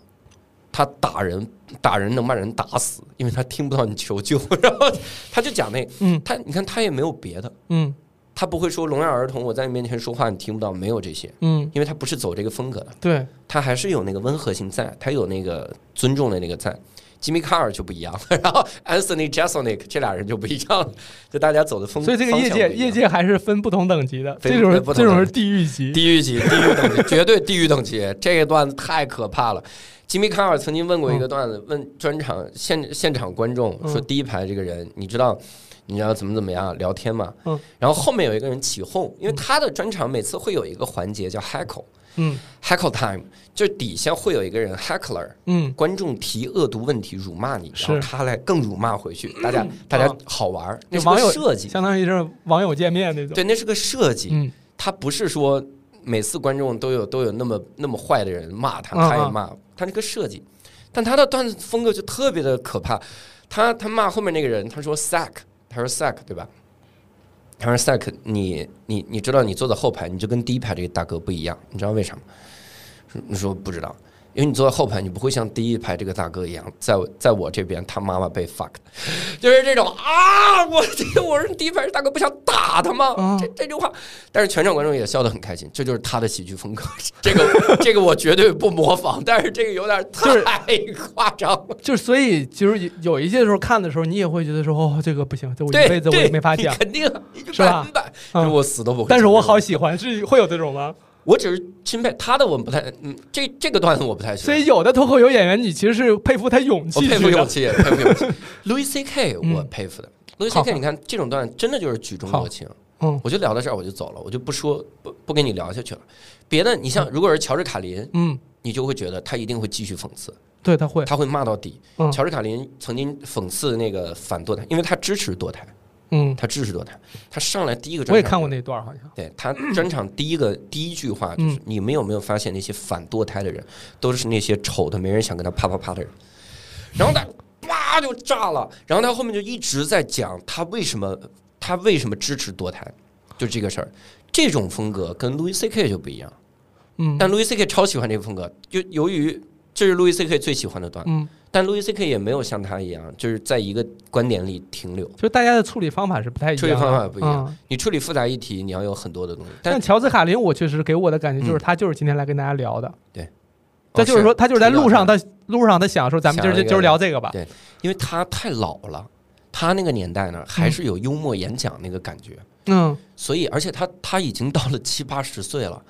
[SPEAKER 2] 他打人，打人能把人打死，因为他听不到你求救， 然后他就讲那，
[SPEAKER 1] 嗯
[SPEAKER 2] 他你看他也没有别的，
[SPEAKER 1] 嗯
[SPEAKER 2] 他不会说聋哑儿童我在你面前说话你听不到，没有这些，
[SPEAKER 1] 嗯，
[SPEAKER 2] 因为他不是走这个风格的，
[SPEAKER 1] 对，
[SPEAKER 2] 他还是有那个温和性在，他有那个尊重的那个在。吉米卡尔就不一样了，然后 Anthony Jeselnik 这俩人就不一样了，就大家走的风，
[SPEAKER 1] 所以这个业
[SPEAKER 2] 方向
[SPEAKER 1] 界
[SPEAKER 2] 不一样
[SPEAKER 1] 业界还是分不同等级的，
[SPEAKER 2] 分
[SPEAKER 1] 这种是
[SPEAKER 2] 不同
[SPEAKER 1] 这种
[SPEAKER 2] 等
[SPEAKER 1] 是
[SPEAKER 2] 级
[SPEAKER 1] 地狱级，
[SPEAKER 2] 地狱级，地狱等级，绝对地狱等级。这个段子太可怕了。吉米卡尔曾经问过一个段子，问专场现现场观众
[SPEAKER 1] 嗯
[SPEAKER 2] 说：“第一排这个人，你知道你知道怎么怎么样聊天吗？”
[SPEAKER 1] 嗯
[SPEAKER 2] 然后后面有一个人起哄，因为他的专场每次会有一个环节叫 heckle
[SPEAKER 1] 嗯
[SPEAKER 2] heckle time，就底下会有一个人 heckler，
[SPEAKER 1] 嗯
[SPEAKER 2] 观众提恶毒问题辱骂你，然后
[SPEAKER 1] 是
[SPEAKER 2] 他来更辱骂回去，大家大家
[SPEAKER 1] 啊
[SPEAKER 2] 好玩儿，那
[SPEAKER 1] 就是网友
[SPEAKER 2] 个设计，
[SPEAKER 1] 相当于是网友见面那种，
[SPEAKER 2] 对，那是个设计，
[SPEAKER 1] 嗯
[SPEAKER 2] 他不是说每次观众都有都有那么那么坏的人骂他，
[SPEAKER 1] 嗯
[SPEAKER 2] 他也骂，他这个设计，但他的段子风格就特别的可怕。他他骂后面那个人，他说 sack，他说 sack 对吧？他说 sack，你你你知道你坐在后排，你就跟第一排这个大哥不一样，你知道为啥吗？说你说不知道。因为你坐在后排，你不会像第一排这个大哥一样，在我在我这边，他妈妈被 fuck，就是这种啊！我我说第一排大哥不想打他吗？
[SPEAKER 1] 嗯
[SPEAKER 2] 这这句话但是全场观众也笑得很开心，这就是他的喜剧风格。 这个这个我绝对不模仿，但是这个有点
[SPEAKER 1] 就是
[SPEAKER 2] 太夸张了。
[SPEAKER 1] 就是所以就是有有一些时候看的时候，你也会觉得说哦，这个不行，这我
[SPEAKER 2] 对，
[SPEAKER 1] 一辈子我
[SPEAKER 2] 对
[SPEAKER 1] 也没法
[SPEAKER 2] 你
[SPEAKER 1] 讲，
[SPEAKER 2] 肯定一句
[SPEAKER 1] 是吧
[SPEAKER 2] 百分百，
[SPEAKER 1] 嗯
[SPEAKER 2] 就是我死都不会。
[SPEAKER 1] 但是我好，喜欢，是会有这种吗？
[SPEAKER 2] 我只是钦佩他的，我不太，嗯，这这个段子我不太喜
[SPEAKER 1] 所
[SPEAKER 2] 欢。
[SPEAKER 1] 以有的脱口秀演员，你其实是佩服他勇
[SPEAKER 2] 我
[SPEAKER 1] 气
[SPEAKER 2] 佩
[SPEAKER 1] 去
[SPEAKER 2] 服勇
[SPEAKER 1] 的，
[SPEAKER 2] 气，佩服 勇气。Louis C K
[SPEAKER 1] 嗯
[SPEAKER 2] 我佩服的，Louis
[SPEAKER 1] 好
[SPEAKER 2] C K，你看这种段子真的就是举重若轻。
[SPEAKER 1] 嗯
[SPEAKER 2] 我就聊到这儿，我就走了，我就不说不不跟你聊下去了。别的，你像如果是乔治卡林，
[SPEAKER 1] 嗯，
[SPEAKER 2] 你就会觉得他一定会继续讽刺。
[SPEAKER 1] 对，他会，
[SPEAKER 2] 他会骂到底。
[SPEAKER 1] 嗯
[SPEAKER 2] 乔治卡林曾经讽刺那个反堕胎，因为他支持堕胎，
[SPEAKER 1] 嗯，
[SPEAKER 2] 他支持堕胎。他上来第一个专场，
[SPEAKER 1] 我也看过。那段儿好像，
[SPEAKER 2] 对他专场第一个第一句话
[SPEAKER 1] 嗯
[SPEAKER 2] 就是：“你们有没有发现那些反堕胎的人，都是那些丑的没人想跟他啪啪啪的人？”然后他叭就炸了，然后他后面就一直在讲他为什么他为什么支持堕胎，就这个事儿。这种风格跟 Louis C.K. 就不一样，
[SPEAKER 1] 嗯
[SPEAKER 2] 但 Louis C.K. 超喜欢这个风格，就由于这是 Louis C.K. 最喜欢的段子。
[SPEAKER 1] 嗯，
[SPEAKER 2] 但路易 C K 也没有像他一样，就是在一个观点里停留。
[SPEAKER 1] 就是大家的处理方法是不太一样的，
[SPEAKER 2] 处理方法不一样
[SPEAKER 1] 嗯。
[SPEAKER 2] 你处理复杂议题，你要有很多的东西。但
[SPEAKER 1] 但乔治卡林，我确实给我的感觉就是
[SPEAKER 2] 嗯
[SPEAKER 1] 他就是今天来跟大家聊的，
[SPEAKER 2] 哦
[SPEAKER 1] 他就是说他就是在
[SPEAKER 2] 这个
[SPEAKER 1] 路上，他路上他想说咱们今儿就
[SPEAKER 2] 想了一个
[SPEAKER 1] 今儿聊这个吧
[SPEAKER 2] 对，因为他太老了，他那个年代呢，还是有幽默演讲那个感觉。
[SPEAKER 1] 嗯，
[SPEAKER 2] 所以，而且他他已经到了七八十岁了，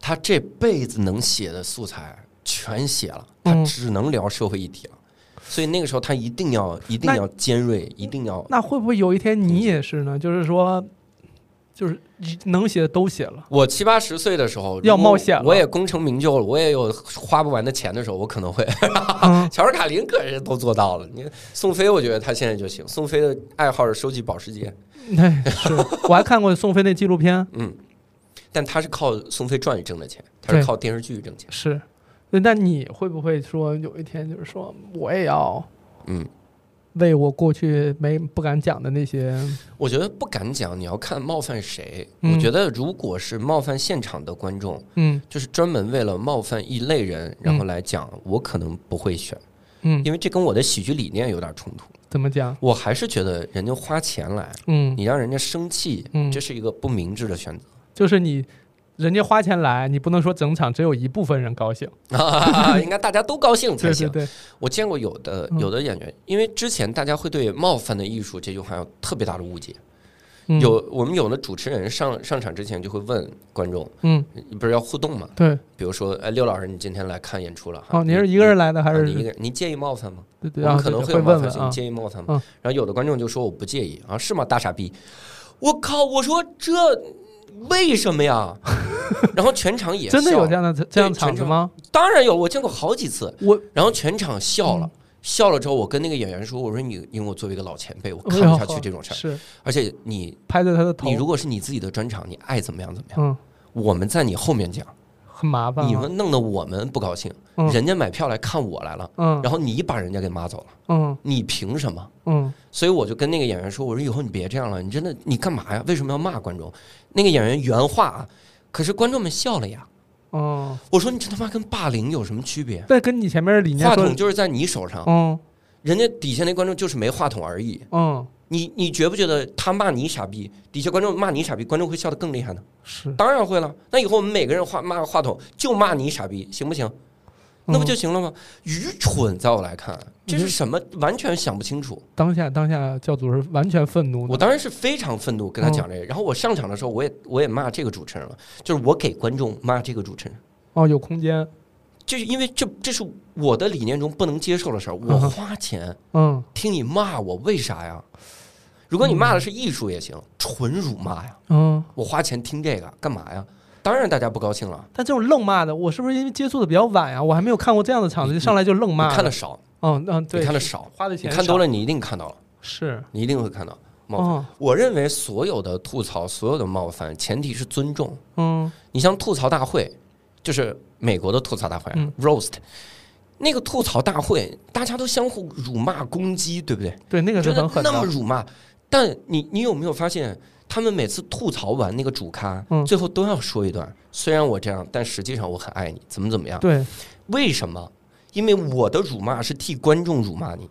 [SPEAKER 2] 他这辈子能写的素材全写了，他
[SPEAKER 1] 嗯
[SPEAKER 2] 只能聊社会议题了。所以那个时候，他一定要一定
[SPEAKER 1] 那
[SPEAKER 2] 要尖锐，一定要
[SPEAKER 1] 那会不会有一天你也是呢？就是说，就是能写的都写 了，
[SPEAKER 2] 我七八十岁的时候，
[SPEAKER 1] 要
[SPEAKER 2] 如果
[SPEAKER 1] 冒险了
[SPEAKER 2] 我也功成名就了，我也有花不完的钱的时候，我可能会。
[SPEAKER 1] 嗯
[SPEAKER 2] 乔治卡林可是都做到了。你宋飞，我觉得他现在就行。宋飞的爱好是收集保时捷，
[SPEAKER 1] 哎，是我还看过宋飞那纪录片，
[SPEAKER 2] 嗯，但他是靠宋飞传挣的钱，他是
[SPEAKER 1] 对
[SPEAKER 2] 靠电视剧挣钱。
[SPEAKER 1] 是。那那你会不会说有一天就是说我也要
[SPEAKER 2] 嗯，
[SPEAKER 1] 为我过去没不敢讲的那些，
[SPEAKER 2] 我觉得不敢讲，你要看冒犯谁。
[SPEAKER 1] 嗯
[SPEAKER 2] 我觉得如果是冒犯现场的观众，
[SPEAKER 1] 嗯
[SPEAKER 2] 就是专门为了冒犯一类人，然后来讲，我可能不会选，
[SPEAKER 1] 嗯，
[SPEAKER 2] 因为这跟我的喜剧理念有点冲突。
[SPEAKER 1] 怎么讲？
[SPEAKER 2] 我还是觉得人家花钱来。
[SPEAKER 1] 嗯，
[SPEAKER 2] 你让人家生气，
[SPEAKER 1] 嗯
[SPEAKER 2] 这是一个不明智的选择。
[SPEAKER 1] 就是你人家花钱来，你不能说整场只有一部分人高兴。
[SPEAKER 2] 应该大家都高兴才
[SPEAKER 1] 对对
[SPEAKER 2] 行。
[SPEAKER 1] 对，
[SPEAKER 2] 我见过有的
[SPEAKER 1] 嗯
[SPEAKER 2] 有的演员，因为之前大家会对“冒犯的艺术”这句话有特别大的误解。
[SPEAKER 1] 嗯
[SPEAKER 2] 有我们有的主持人上上场之前就会问观众
[SPEAKER 1] 嗯，
[SPEAKER 2] 不是要互动吗？
[SPEAKER 1] 对。
[SPEAKER 2] 比如说，哎，刘老师，你今天来看演出了哈？
[SPEAKER 1] 哦，你是一个人来的还
[SPEAKER 2] 啊
[SPEAKER 1] 是
[SPEAKER 2] 你一个人？你介意冒犯吗？
[SPEAKER 1] 对对
[SPEAKER 2] 我
[SPEAKER 1] 啊
[SPEAKER 2] 们可
[SPEAKER 1] 对
[SPEAKER 2] 能
[SPEAKER 1] 对
[SPEAKER 2] 有
[SPEAKER 1] 会
[SPEAKER 2] 冒
[SPEAKER 1] 问
[SPEAKER 2] 犯
[SPEAKER 1] 问
[SPEAKER 2] 性，
[SPEAKER 1] 啊
[SPEAKER 2] 你？介意冒犯
[SPEAKER 1] 嗯
[SPEAKER 2] 吗？然后有的观众就说我不介意啊，是吗？大傻逼！我靠！我说这为什 么呀？然后全场也
[SPEAKER 1] 真的
[SPEAKER 2] 笑
[SPEAKER 1] 有这样的这样
[SPEAKER 2] 对
[SPEAKER 1] 场
[SPEAKER 2] 全
[SPEAKER 1] 子
[SPEAKER 2] 场
[SPEAKER 1] 吗？
[SPEAKER 2] 当然有，我见过好几次。
[SPEAKER 1] 我嗯
[SPEAKER 2] 然后全场笑了，笑了之后，我跟那个演员说：“我说你，因为我作为一个老前辈，我
[SPEAKER 1] 哎
[SPEAKER 2] 看不下去这种事 儿。
[SPEAKER 1] 是
[SPEAKER 2] 而且你，
[SPEAKER 1] 拍着他的头
[SPEAKER 2] 你，如果是你自己的专场，你爱怎么样怎么样。
[SPEAKER 1] 嗯，
[SPEAKER 2] 我们在你后面讲，
[SPEAKER 1] 很麻烦啊。
[SPEAKER 2] 你们弄得我们不高兴。
[SPEAKER 1] 嗯
[SPEAKER 2] 人家买票来看我来了，
[SPEAKER 1] 嗯
[SPEAKER 2] 然后你把人家给骂走了，
[SPEAKER 1] 嗯
[SPEAKER 2] 你凭什么？”
[SPEAKER 1] 嗯
[SPEAKER 2] 所以我就跟那个演员说：“我说以后你别这样了，你真的你干嘛呀？为什么要骂观众？”那个演员原话啊，可是观众们笑了呀。
[SPEAKER 1] 嗯，
[SPEAKER 2] 我说你这他妈跟霸凌有什么区别？
[SPEAKER 1] 但跟你前面理念
[SPEAKER 2] 话
[SPEAKER 1] 说
[SPEAKER 2] 筒，啊就是在你手上，
[SPEAKER 1] 嗯
[SPEAKER 2] 人家底下那观众就是没话筒而已。
[SPEAKER 1] 嗯，
[SPEAKER 2] 你你觉不觉得他骂你傻逼，底下观众骂你傻逼，观众会笑得更厉害呢？
[SPEAKER 1] 是，
[SPEAKER 2] 当然会了。那以后我们每个人话骂个话筒就骂你傻逼，行不行？那不
[SPEAKER 1] 嗯
[SPEAKER 2] 就行了吗？愚蠢，在我来看，这是
[SPEAKER 1] 嗯
[SPEAKER 2] 什么？完全想不清楚。
[SPEAKER 1] 当下当下教主是完全愤怒的，
[SPEAKER 2] 我当然是非常愤怒跟他讲这
[SPEAKER 1] 嗯
[SPEAKER 2] 个。然后我上场的时候，我也我也骂这个主持人了，就是我给观众骂这个主持人，
[SPEAKER 1] 哦有空间，
[SPEAKER 2] 就是因为这这是我的理念中不能接受的事儿。我
[SPEAKER 1] 嗯哼
[SPEAKER 2] 花钱
[SPEAKER 1] 嗯
[SPEAKER 2] 听你骂我，为啥呀？如果你骂的是艺术也行，纯辱骂呀。
[SPEAKER 1] 嗯。
[SPEAKER 2] 我花钱听这个干嘛呀？当然大家不高兴了，
[SPEAKER 1] 但这种愣骂的，我是不是因为接触的比较晚呀、啊我还没有看过这样的场子，
[SPEAKER 2] 你
[SPEAKER 1] 就上来就愣
[SPEAKER 2] 你
[SPEAKER 1] 骂。
[SPEAKER 2] 看的，少，
[SPEAKER 1] 嗯嗯，
[SPEAKER 2] 你
[SPEAKER 1] 对，
[SPEAKER 2] 看的少，
[SPEAKER 1] 花的
[SPEAKER 2] 你
[SPEAKER 1] 钱
[SPEAKER 2] 看多
[SPEAKER 1] 少
[SPEAKER 2] 了，你一定看到了，
[SPEAKER 1] 是，
[SPEAKER 2] 你一定会看到。冒犯
[SPEAKER 1] 嗯
[SPEAKER 2] 我认为所有的吐槽，所有的冒犯，前提是尊重。
[SPEAKER 1] 嗯
[SPEAKER 2] 你像吐槽大会，就是美国的吐槽大会、
[SPEAKER 1] 嗯
[SPEAKER 2] r o a s t 那个吐槽大会，大家都相互辱骂攻击，对不对？
[SPEAKER 1] 对，那个是
[SPEAKER 2] 觉
[SPEAKER 1] 很
[SPEAKER 2] 得
[SPEAKER 1] 狠的
[SPEAKER 2] 那么辱骂，但你你有没有发现，他们每次吐槽完那个主咖，
[SPEAKER 1] 嗯
[SPEAKER 2] 最后都要说一段，虽然我这样，但实际上我很爱你，怎么怎么样？
[SPEAKER 1] 对，
[SPEAKER 2] 为什么？因为我的辱骂是替观众辱骂你，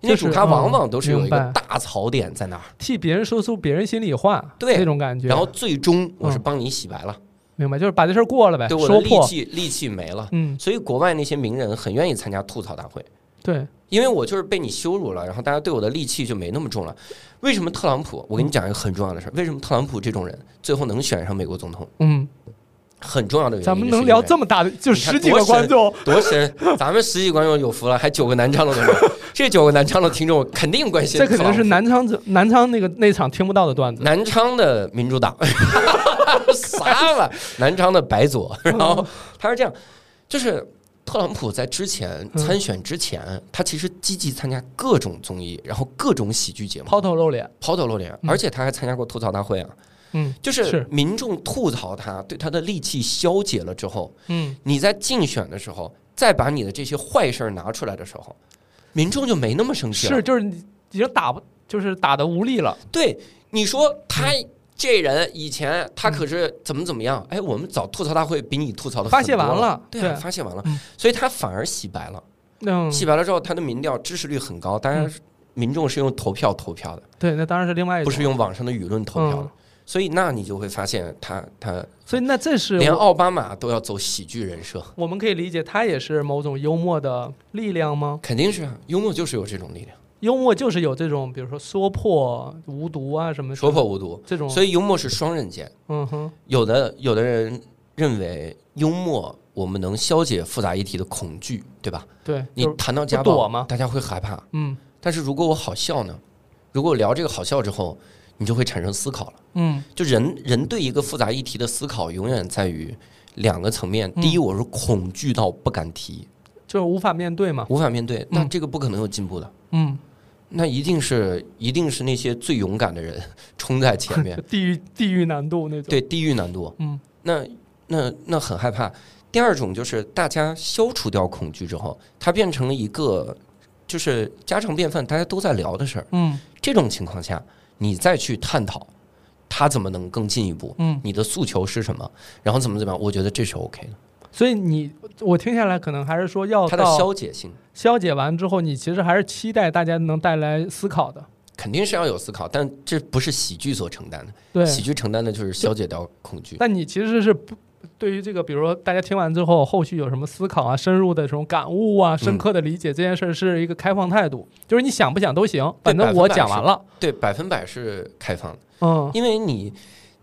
[SPEAKER 2] 因为
[SPEAKER 1] 就是
[SPEAKER 2] 主咖往往都是有一
[SPEAKER 1] 嗯
[SPEAKER 2] 个
[SPEAKER 1] 明
[SPEAKER 2] 大槽点在那儿，
[SPEAKER 1] 替别人说出别人心里话，
[SPEAKER 2] 对
[SPEAKER 1] 那种感觉。
[SPEAKER 2] 然后最终我是帮你洗白了，
[SPEAKER 1] 明白，就是把这事儿过了呗，
[SPEAKER 2] 对我
[SPEAKER 1] 嗯
[SPEAKER 2] 的
[SPEAKER 1] 说
[SPEAKER 2] 力
[SPEAKER 1] 破。
[SPEAKER 2] 气力气没了。
[SPEAKER 1] 嗯，
[SPEAKER 2] 所以国外那些名人很愿意参加吐槽大会，
[SPEAKER 1] 对，
[SPEAKER 2] 因为我就是被你羞辱了，然后大家对我的戾气就没那么重了。为什么特朗普？我跟你讲一个很重要的事儿，为什么特朗普这种人最后能选上美国总统？
[SPEAKER 1] 嗯，
[SPEAKER 2] 很重要的原因，
[SPEAKER 1] 咱们能聊这
[SPEAKER 2] 么
[SPEAKER 1] 么大的，就
[SPEAKER 2] 你看
[SPEAKER 1] 十几
[SPEAKER 2] 多
[SPEAKER 1] 个
[SPEAKER 2] 神
[SPEAKER 1] 观众，
[SPEAKER 2] 多深？咱们十几观众有福了，还九个南昌的观 众，这九个南昌的听众肯定关心
[SPEAKER 1] 这
[SPEAKER 2] 特朗
[SPEAKER 1] 肯
[SPEAKER 2] 普。
[SPEAKER 1] 定是南昌这南昌那个那场听不到的段子。
[SPEAKER 2] 南昌的民主党， 啥了？南昌的白左，
[SPEAKER 1] 嗯
[SPEAKER 2] 然后他是这样，就是特朗普在之前
[SPEAKER 1] 嗯
[SPEAKER 2] 参选之前，他其实积极参加各种综艺，然后各种喜剧节目，
[SPEAKER 1] 抛头露脸，
[SPEAKER 2] 抛头露脸，
[SPEAKER 1] 嗯
[SPEAKER 2] 而且他还参加过吐槽大会啊，
[SPEAKER 1] 嗯
[SPEAKER 2] 就是
[SPEAKER 1] 是
[SPEAKER 2] 民众吐槽他，对他的戾气消解了之后，
[SPEAKER 1] 嗯，
[SPEAKER 2] 你在竞选的时候再把你的这些坏事儿拿出来的时候，民众就没那么生气了
[SPEAKER 1] 是。就是你已经打不，就是打的无力了。
[SPEAKER 2] 对，你说他
[SPEAKER 1] 嗯
[SPEAKER 2] 这人以前他可是怎么怎么样？哎，我们早吐槽大会比你吐槽的
[SPEAKER 1] 发泄完
[SPEAKER 2] 了
[SPEAKER 1] 了，
[SPEAKER 2] 对啊，
[SPEAKER 1] 对
[SPEAKER 2] 发泄完了
[SPEAKER 1] 嗯，
[SPEAKER 2] 所以他反而洗白了。
[SPEAKER 1] 嗯，
[SPEAKER 2] 洗白了之后，他的民调支持率很高，当然
[SPEAKER 1] 嗯
[SPEAKER 2] 是民众是用投票投票的，
[SPEAKER 1] 对，那当然是另外一
[SPEAKER 2] 不
[SPEAKER 1] 种。
[SPEAKER 2] 是用网上的舆论投票的
[SPEAKER 1] 嗯。
[SPEAKER 2] 所以，那你就会发现他，他
[SPEAKER 1] 所以那这是哦
[SPEAKER 2] 连
[SPEAKER 1] 我
[SPEAKER 2] 奥巴马都要走喜剧人设，
[SPEAKER 1] 我们可以理解，他也是某种幽默的力量吗？
[SPEAKER 2] 肯定是啊，幽默就是有这种力量，
[SPEAKER 1] 幽默就是有这种，比如说说破无毒啊什么
[SPEAKER 2] 说破无毒。
[SPEAKER 1] 这种，
[SPEAKER 2] 所以，幽默是双刃剑。
[SPEAKER 1] 嗯哼，
[SPEAKER 2] 有的有的人认为幽默我们能消解复杂议题的恐惧，对吧？
[SPEAKER 1] 对，
[SPEAKER 2] 你
[SPEAKER 1] 就是
[SPEAKER 2] 谈到家
[SPEAKER 1] 不躲
[SPEAKER 2] 暴
[SPEAKER 1] 吗
[SPEAKER 2] 大家会害怕。
[SPEAKER 1] 嗯
[SPEAKER 2] 但是如果我好笑呢？如果我聊这个好笑之后，你就会产生思考了。
[SPEAKER 1] 嗯
[SPEAKER 2] 就人人对一个复杂议题的思考，永远在于两个层面。
[SPEAKER 1] 嗯
[SPEAKER 2] 第一，我是恐惧到不敢提，
[SPEAKER 1] 就是无法面对嘛，
[SPEAKER 2] 无法面对，那这个不可能有进步的。
[SPEAKER 1] 嗯，
[SPEAKER 2] 那一定是一定是那些最勇敢的人冲在前面
[SPEAKER 1] 就，地狱地狱难度那种，
[SPEAKER 2] 对地狱难度。
[SPEAKER 1] 嗯
[SPEAKER 2] 那那那很害怕。第二种就是大家消除掉恐惧之后，它变成了一个就是家常便饭，大家都在聊的事儿。
[SPEAKER 1] 嗯
[SPEAKER 2] 这种情况下，你再去探讨它怎么能更进一步，
[SPEAKER 1] 嗯，
[SPEAKER 2] 你的诉求是什么，然后怎么怎么样，我觉得这是 OK 的。
[SPEAKER 1] 所以你我听下来可能还是说要
[SPEAKER 2] 它的
[SPEAKER 1] 哦到
[SPEAKER 2] 消解性
[SPEAKER 1] 消解完之后，你其实还是期待大家能带来思考的，
[SPEAKER 2] 肯定是要有思考，但这不是喜剧所承担的。
[SPEAKER 1] 对，
[SPEAKER 2] 喜剧承担的就是消解掉恐惧。
[SPEAKER 1] 但你其实是不对于这个，比如说大家听完之后，后续有什么思考啊、深入的这种感悟啊、
[SPEAKER 2] 嗯
[SPEAKER 1] 深刻的理解，这件事儿是一个开放态度，就是你想不想都行，反正我讲完了。
[SPEAKER 2] 对，百分百是开放的。
[SPEAKER 1] 嗯
[SPEAKER 2] 因为你，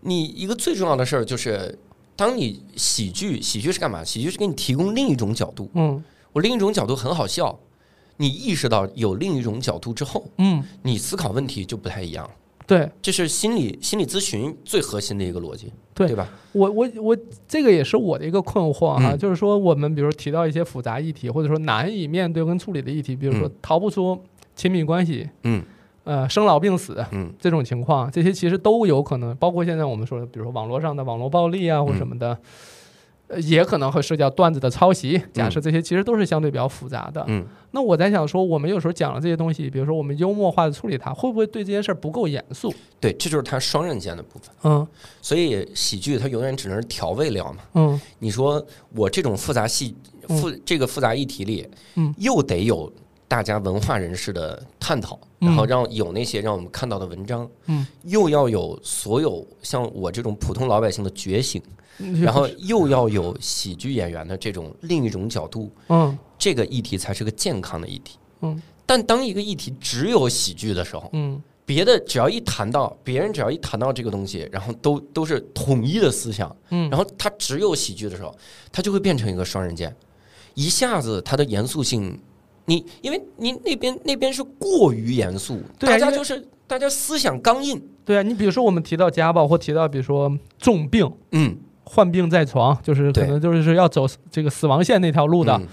[SPEAKER 2] 你一个最重要的事儿就是，当你喜剧，喜剧是干嘛？喜剧是给你提供另一种角度。
[SPEAKER 1] 嗯
[SPEAKER 2] 我另一种角度很好笑，你意识到有另一种角度之后，
[SPEAKER 1] 嗯，
[SPEAKER 2] 你思考问题就不太一样了。
[SPEAKER 1] 对
[SPEAKER 2] 这是心理心理咨询最核心的一个逻辑，
[SPEAKER 1] 对
[SPEAKER 2] 对吧？
[SPEAKER 1] 我我我这个也是我的一个困惑哈、
[SPEAKER 2] 嗯
[SPEAKER 1] 就是说我们比如提到一些复杂议题，或者说难以面对跟处理的议题，比如说
[SPEAKER 2] 嗯
[SPEAKER 1] 逃不出亲密关系，
[SPEAKER 2] 嗯
[SPEAKER 1] 呃，生老病死，
[SPEAKER 2] 嗯
[SPEAKER 1] 这种情况，
[SPEAKER 2] 嗯
[SPEAKER 1] 这些其实都有可能，包括现在我们说的，比如说网络上的网络暴力啊，或什么的，呃也可能会涉及到段子的抄袭、假设这些其实都是相对比较复杂的。
[SPEAKER 2] 嗯
[SPEAKER 1] 那我在想说，我们有时候讲了这些东西，比如说我们幽默化的处理它，会不会对这件事儿不够严肃？
[SPEAKER 2] 对，这就是它双刃剑的部分。
[SPEAKER 1] 嗯
[SPEAKER 2] 所以喜剧它永远只能是调味料嘛。
[SPEAKER 1] 嗯
[SPEAKER 2] 你说我这种复杂戏复这个复杂议题里，
[SPEAKER 1] 嗯
[SPEAKER 2] 又得有大家文化人士的探讨，
[SPEAKER 1] 嗯
[SPEAKER 2] 然后让有那些让我们看到的文章，
[SPEAKER 1] 嗯，
[SPEAKER 2] 又要有所有像我这种普通老百姓的 觉醒，
[SPEAKER 1] 嗯
[SPEAKER 2] 然后又要有喜剧演员的这种另一种角度，
[SPEAKER 1] 嗯
[SPEAKER 2] 这个议题才是个健康的议题。
[SPEAKER 1] 嗯
[SPEAKER 2] 但当一个议题只有喜剧的时候，
[SPEAKER 1] 嗯
[SPEAKER 2] 别的只要一谈到别人只要一谈到这个东西，然后都都是统一的思想，
[SPEAKER 1] 嗯，
[SPEAKER 2] 然后它只有喜剧的时候，它就会变成一个双刃剑，一下子它的严肃性，你因为你那边那边是过于严肃，
[SPEAKER 1] 对啊
[SPEAKER 2] 大家
[SPEAKER 1] 因为
[SPEAKER 2] 就是大家思想刚硬，
[SPEAKER 1] 对啊，你比如说我们提到家暴，或提到比如说重病、
[SPEAKER 2] 嗯，
[SPEAKER 1] 患病在床，就是可
[SPEAKER 2] 对
[SPEAKER 1] 能就是要走这个死亡线那条路的、
[SPEAKER 2] 嗯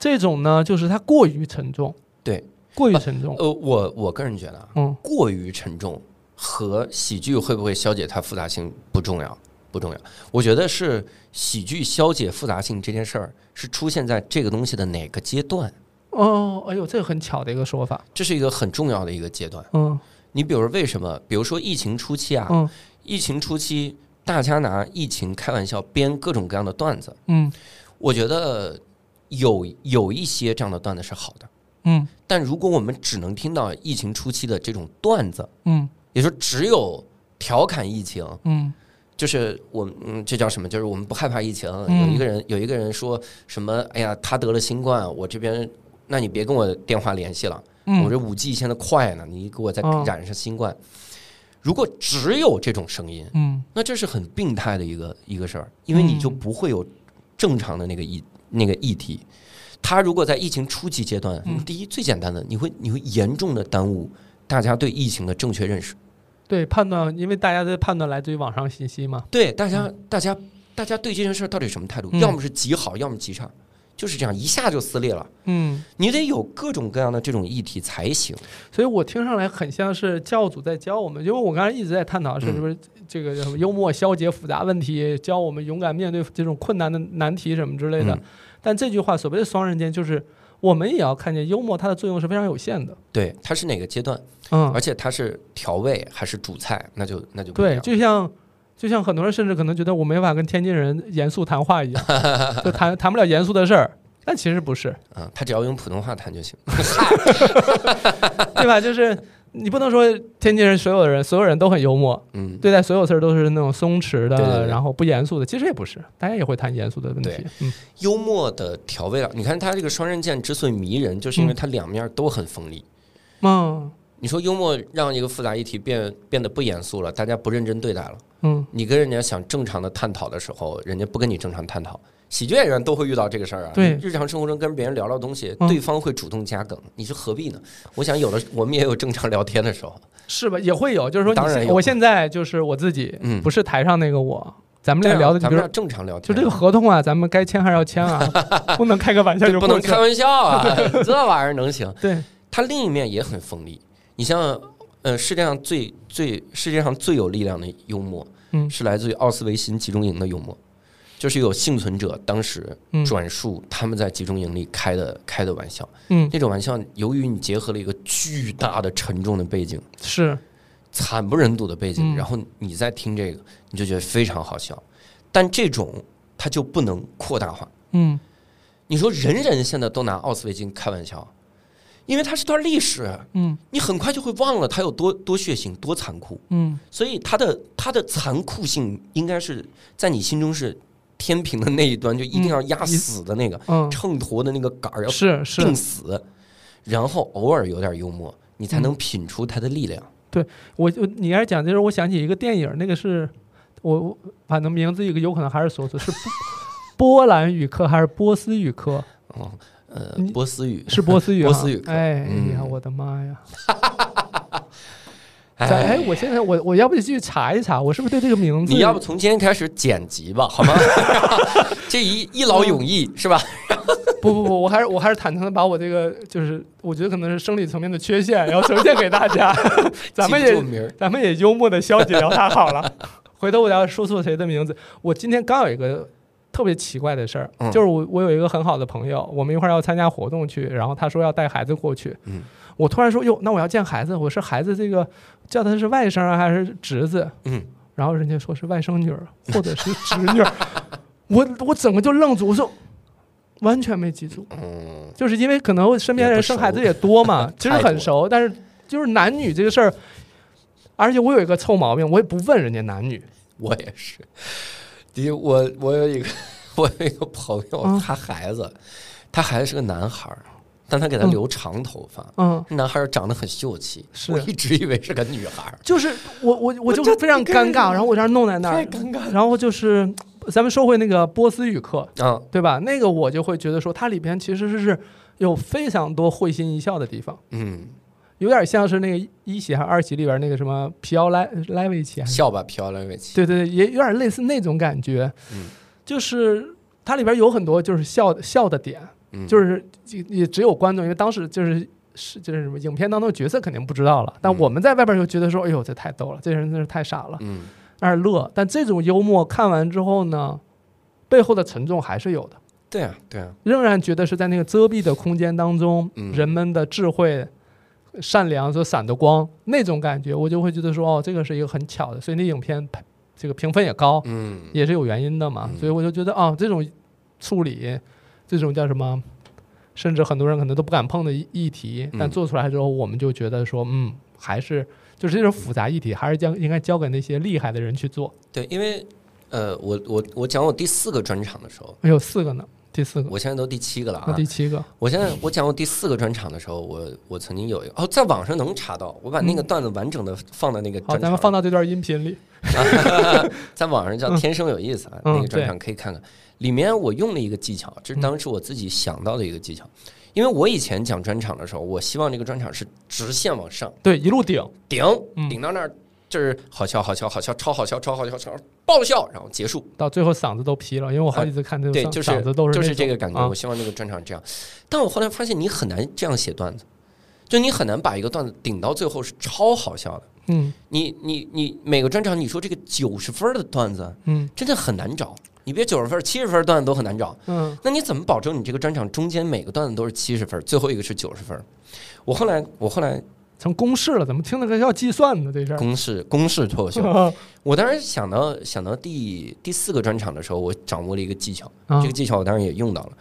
[SPEAKER 1] 这种呢，就是它过于沉重，
[SPEAKER 2] 对，
[SPEAKER 1] 过于沉重。
[SPEAKER 2] 呃，我我个人觉得啊，
[SPEAKER 1] 嗯
[SPEAKER 2] 过于沉重和喜剧会不会消解它复杂性不重要，不重要。我觉得是喜剧消解复杂性这件事儿是出现在这个东西的哪个阶段，
[SPEAKER 1] 哦，哎呦，这个很巧的一个说法。
[SPEAKER 2] 这是一个很重要的一个阶段。
[SPEAKER 1] 嗯
[SPEAKER 2] 你比如为什么？比如说疫情初期啊，
[SPEAKER 1] 嗯
[SPEAKER 2] 疫情初期，大家拿疫情开玩笑，编各种各样的段子。
[SPEAKER 1] 嗯
[SPEAKER 2] 我觉得有有一些这样的段子是好的，
[SPEAKER 1] 嗯
[SPEAKER 2] 但如果我们只能听到疫情初期的这种段子，
[SPEAKER 1] 嗯
[SPEAKER 2] 也就是只有调侃疫情，
[SPEAKER 1] 嗯
[SPEAKER 2] 就是我们嗯，这叫什么？就是我们不害怕疫情。
[SPEAKER 1] 嗯
[SPEAKER 2] 有一个人有一个人说什么？哎呀，他得了新冠，我这边。那你别跟我电话联系了，
[SPEAKER 1] 嗯，
[SPEAKER 2] 我这五 G 现在快呢，你给我再
[SPEAKER 1] 哦
[SPEAKER 2] 染上新冠。如果只有这种声音，
[SPEAKER 1] 嗯
[SPEAKER 2] 那这是很病态的一个一个事儿，因为你就不会有正常的那个议那个议题。他如果在疫情初期阶段，
[SPEAKER 1] 嗯
[SPEAKER 2] 第一最简单的，你会你会严重的耽误大家对疫情的正确认识。
[SPEAKER 1] 对判断，因为大家的判断来自于网上信息嘛。
[SPEAKER 2] 对大家，大家，大家对这件事儿到底什么态度？
[SPEAKER 1] 嗯
[SPEAKER 2] 要么是极好，要么极差，就是这样，一下就撕裂了。
[SPEAKER 1] 嗯，
[SPEAKER 2] 你得有各种各样的这种议题才行。
[SPEAKER 1] 所以我听上来很像是教主在教我们，因为我刚才一直在探讨是
[SPEAKER 2] 嗯
[SPEAKER 1] 不是这个叫什么幽默消解复杂问题，教我们勇敢面对这种困难的难题什么之类的。
[SPEAKER 2] 嗯
[SPEAKER 1] 但这句话所谓的双刃剑，就是我们也要看见幽默它的作用是非常有限的。
[SPEAKER 2] 对，它是哪个阶段，
[SPEAKER 1] 嗯，
[SPEAKER 2] 而且它是调味还是主菜，那就那就不一
[SPEAKER 1] 对，
[SPEAKER 2] 样
[SPEAKER 1] 就像就像很多人甚至可能觉得我没法跟天津人严肃谈话一 样，就谈谈不了严肃的事儿。但其实不是，
[SPEAKER 2] 嗯，他只要用普通话谈就行。
[SPEAKER 1] 对吧？就是你不能说天津人所有人所有人都很幽默，
[SPEAKER 2] 嗯，
[SPEAKER 1] 对待所有事儿都是那种松弛的，
[SPEAKER 2] 对对对
[SPEAKER 1] 然后不严肃的。其实也不是，大家也会谈严肃的问题
[SPEAKER 2] 对。
[SPEAKER 1] 嗯
[SPEAKER 2] 幽默的调味料。你看它这个双刃剑之所以迷人，就是因为它两面都很锋利。
[SPEAKER 1] 嗯
[SPEAKER 2] 你说幽默让一个复杂议题变变得不严肃了，大家不认真对待了。
[SPEAKER 1] 嗯
[SPEAKER 2] 你跟人家想正常的探讨的时候，人家不跟你正常探讨。喜剧演员都会遇到这个事儿啊。
[SPEAKER 1] 对
[SPEAKER 2] 日常生活中跟别人聊聊东西，
[SPEAKER 1] 嗯
[SPEAKER 2] 对方会主动加梗，你是何必呢？我想有的我们也有正常聊天的时候。
[SPEAKER 1] 是吧？也会有，就是说你
[SPEAKER 2] 当然
[SPEAKER 1] 现，
[SPEAKER 2] 有
[SPEAKER 1] 我现在就是我自己，
[SPEAKER 2] 嗯
[SPEAKER 1] 不是台上那个我。咱们
[SPEAKER 2] 这
[SPEAKER 1] 俩
[SPEAKER 2] 样
[SPEAKER 1] 聊的，比
[SPEAKER 2] 咱
[SPEAKER 1] 如
[SPEAKER 2] 们
[SPEAKER 1] 说
[SPEAKER 2] 要正常聊
[SPEAKER 1] 就这
[SPEAKER 2] 天，
[SPEAKER 1] 个合同啊，咱们该签还是要签 啊，不能开个玩笑
[SPEAKER 2] 这
[SPEAKER 1] 就
[SPEAKER 2] 不
[SPEAKER 1] 过
[SPEAKER 2] 能
[SPEAKER 1] 去了
[SPEAKER 2] 开玩 笑啊，这玩意儿能行？
[SPEAKER 1] 对，
[SPEAKER 2] 它另一面也很锋利。你像，呃，世界上最最世界上最有力量的幽默，
[SPEAKER 1] 嗯
[SPEAKER 2] 是来自于奥斯维辛集中营的幽默，就是有幸存者当时
[SPEAKER 1] 嗯
[SPEAKER 2] 转述他们在集中营里开的开的玩笑，
[SPEAKER 1] 嗯，
[SPEAKER 2] 那种玩笑由于你结合了一个巨大的沉重的背景，
[SPEAKER 1] 是，
[SPEAKER 2] 惨不忍睹的背景，
[SPEAKER 1] 嗯
[SPEAKER 2] 然后你再听这个，你就觉得非常好笑，但这种它就不能扩大化。
[SPEAKER 1] 嗯
[SPEAKER 2] 你说人人现在都拿奥斯维辛开玩笑，因为它是段历史。
[SPEAKER 1] 嗯
[SPEAKER 2] 你很快就会忘了它有多多血腥、多残酷，
[SPEAKER 1] 嗯
[SPEAKER 2] 所以它的它的残酷性应该是在你心中是天平的那一端，就一定要压死的那个，
[SPEAKER 1] 嗯，
[SPEAKER 2] 秤砣的那个杆儿要
[SPEAKER 1] 是是，
[SPEAKER 2] 定死，然后偶尔有点幽默，你才
[SPEAKER 1] 嗯
[SPEAKER 2] 能品出它的力量。
[SPEAKER 1] 我就你要是讲这事，我想起一个电影，那个是我我反正名字一个有可能还是说错，是波 兰语课还是波斯语课？
[SPEAKER 2] 哦，呃
[SPEAKER 1] 你，
[SPEAKER 2] 波斯语
[SPEAKER 1] 是 波斯语哈，
[SPEAKER 2] 波斯语课
[SPEAKER 1] 哎
[SPEAKER 2] 嗯
[SPEAKER 1] 呀，我的妈呀！咱
[SPEAKER 2] 哎，
[SPEAKER 1] 哎，我现在我我要不就去查一查，我是不是对这个名字？
[SPEAKER 2] 你要不从今天开始剪辑吧，好吗？这一一劳永逸是吧？
[SPEAKER 1] 不不不，我还是我还是坦诚的把我这个就是我觉得可能是生理层面的缺陷，然后呈现给大 家，咱们
[SPEAKER 2] 记
[SPEAKER 1] 也
[SPEAKER 2] 不住名儿
[SPEAKER 1] 咱们也 幽默的消解掉它好了。回头我要说错谁的名字，我今天刚有一个特别奇怪的事儿，
[SPEAKER 2] 嗯
[SPEAKER 1] 就是我我有一个很好的朋友，我们一块儿要参加活动去，然后他说要带孩子过去，
[SPEAKER 2] 嗯
[SPEAKER 1] 我突然说哟，那我要见孩子，我是孩子这个叫他是外甥啊还是侄子？
[SPEAKER 2] 嗯，
[SPEAKER 1] 然后人家说是外甥女儿或者是侄女儿， 我我整个就愣住，我说完全没记住，
[SPEAKER 2] 嗯，
[SPEAKER 1] 就是因为可能身边人生孩子也多嘛，其实很熟，但是就是男女这个事儿，而且我有一个臭毛病，我也不问人家男女，
[SPEAKER 2] 我也是。第一，我我有一个 我有一个朋友
[SPEAKER 1] 嗯，
[SPEAKER 2] 他孩子，他孩子是个男孩儿，但他给他
[SPEAKER 1] 嗯
[SPEAKER 2] 留长头发。
[SPEAKER 1] 嗯，
[SPEAKER 2] 男孩儿长得很秀气，
[SPEAKER 1] 是
[SPEAKER 2] 我一直以为是个女孩 儿，
[SPEAKER 1] 就是我我我就
[SPEAKER 2] 这
[SPEAKER 1] 非常尴尬，然后我这样弄在那
[SPEAKER 2] 太
[SPEAKER 1] 儿，
[SPEAKER 2] 尴尬了。
[SPEAKER 1] 然后就是咱们说回那个波斯语课，
[SPEAKER 2] 啊，
[SPEAKER 1] 对吧？那个我就会觉得说，它里边其实是有非常多会心一笑的地方，
[SPEAKER 2] 嗯，
[SPEAKER 1] 有点像是那个一席还是二席里边那个什么皮奥莱莱维奇还是啊
[SPEAKER 2] 笑吧，飘来尾气。
[SPEAKER 1] 对对对，也有点类似那种感觉，
[SPEAKER 2] 嗯
[SPEAKER 1] 就是它里边有很多就是笑笑的点，
[SPEAKER 2] 嗯，
[SPEAKER 1] 就是是也也只有观众，因为当时就是是就是什么影片当中的角色肯定不知道了，但
[SPEAKER 2] 嗯
[SPEAKER 1] 我们在外边就觉得说，哎呦，这太逗了，这人真是太傻了，
[SPEAKER 2] 嗯，
[SPEAKER 1] 那乐。但这种幽默看完之后呢，背后的沉重还是有的，
[SPEAKER 2] 对啊，对啊，
[SPEAKER 1] 仍然觉得是在那个遮蔽的空间当中，
[SPEAKER 2] 嗯
[SPEAKER 1] 人们的智慧。善良所闪的光那种感觉，我就会觉得说，哦，这个是一个很巧的，所以那影片这个评分也高，
[SPEAKER 2] 嗯，
[SPEAKER 1] 也是有原因的嘛，
[SPEAKER 2] 嗯
[SPEAKER 1] 所以我就觉得啊，这种处理，这种叫什么，甚至很多人可能都不敢碰的议议题，但
[SPEAKER 2] 嗯
[SPEAKER 1] 做出来之后，我们就觉得说，嗯，还是就是这种复杂议题，还是将应该交给那些厉害的人去做。
[SPEAKER 2] 对，因为呃，我我我讲我第四个专场的时候，
[SPEAKER 1] 哎有四个呢，第四个，
[SPEAKER 2] 我现在都第七个了
[SPEAKER 1] 那
[SPEAKER 2] 啊
[SPEAKER 1] 第，七个，
[SPEAKER 2] 我现在我讲我第四个专场的时候，我我曾经有一个哦，在网上能查到，我把那个段子完整的放到那个
[SPEAKER 1] 嗯好，
[SPEAKER 2] 专
[SPEAKER 1] 咱
[SPEAKER 2] 场，
[SPEAKER 1] 们放到这段音频里。
[SPEAKER 2] 在网上叫“天生有意思”啊，
[SPEAKER 1] 嗯
[SPEAKER 2] 那个专场可以看看。里面我用了一个技巧，这是
[SPEAKER 1] 嗯
[SPEAKER 2] 当时我自己想到的一个技巧，因为我以前讲专场的时候，我希望这个专场是直线往上
[SPEAKER 1] 对，一路顶，
[SPEAKER 2] 顶
[SPEAKER 1] 嗯，
[SPEAKER 2] 顶到那儿，就是好笑好笑好笑，超好笑超好笑超爆笑，然后结束。
[SPEAKER 1] 到最后嗓子都劈了，因为我好几次看这个
[SPEAKER 2] 呃对，
[SPEAKER 1] 嗓
[SPEAKER 2] 就是
[SPEAKER 1] 嗓子都
[SPEAKER 2] 就是
[SPEAKER 1] 那
[SPEAKER 2] 这
[SPEAKER 1] 种
[SPEAKER 2] 个感觉。
[SPEAKER 1] 啊
[SPEAKER 2] 我希望这个专场这样，但我后来发现你很难这样写段子，就你很难把一个段子顶到最后是超好笑的。
[SPEAKER 1] 嗯
[SPEAKER 2] 你你你每个专场，你说这个九十分的段子
[SPEAKER 1] 嗯
[SPEAKER 2] 真的很难找，你别九十分、七十分段子都很难找。
[SPEAKER 1] 嗯
[SPEAKER 2] 那你怎么保证你这个专场中间每个段子都是七十分，最后一个是九十分？我后来我后来
[SPEAKER 1] 成公式了，怎么听着跟要计算呢？这事
[SPEAKER 2] 公式公式脱 口秀，
[SPEAKER 1] 儿
[SPEAKER 2] 我当时想到想到第第四个专场的时候，我掌握了一个技巧，
[SPEAKER 1] 啊
[SPEAKER 2] 这个技巧我当然也用到了，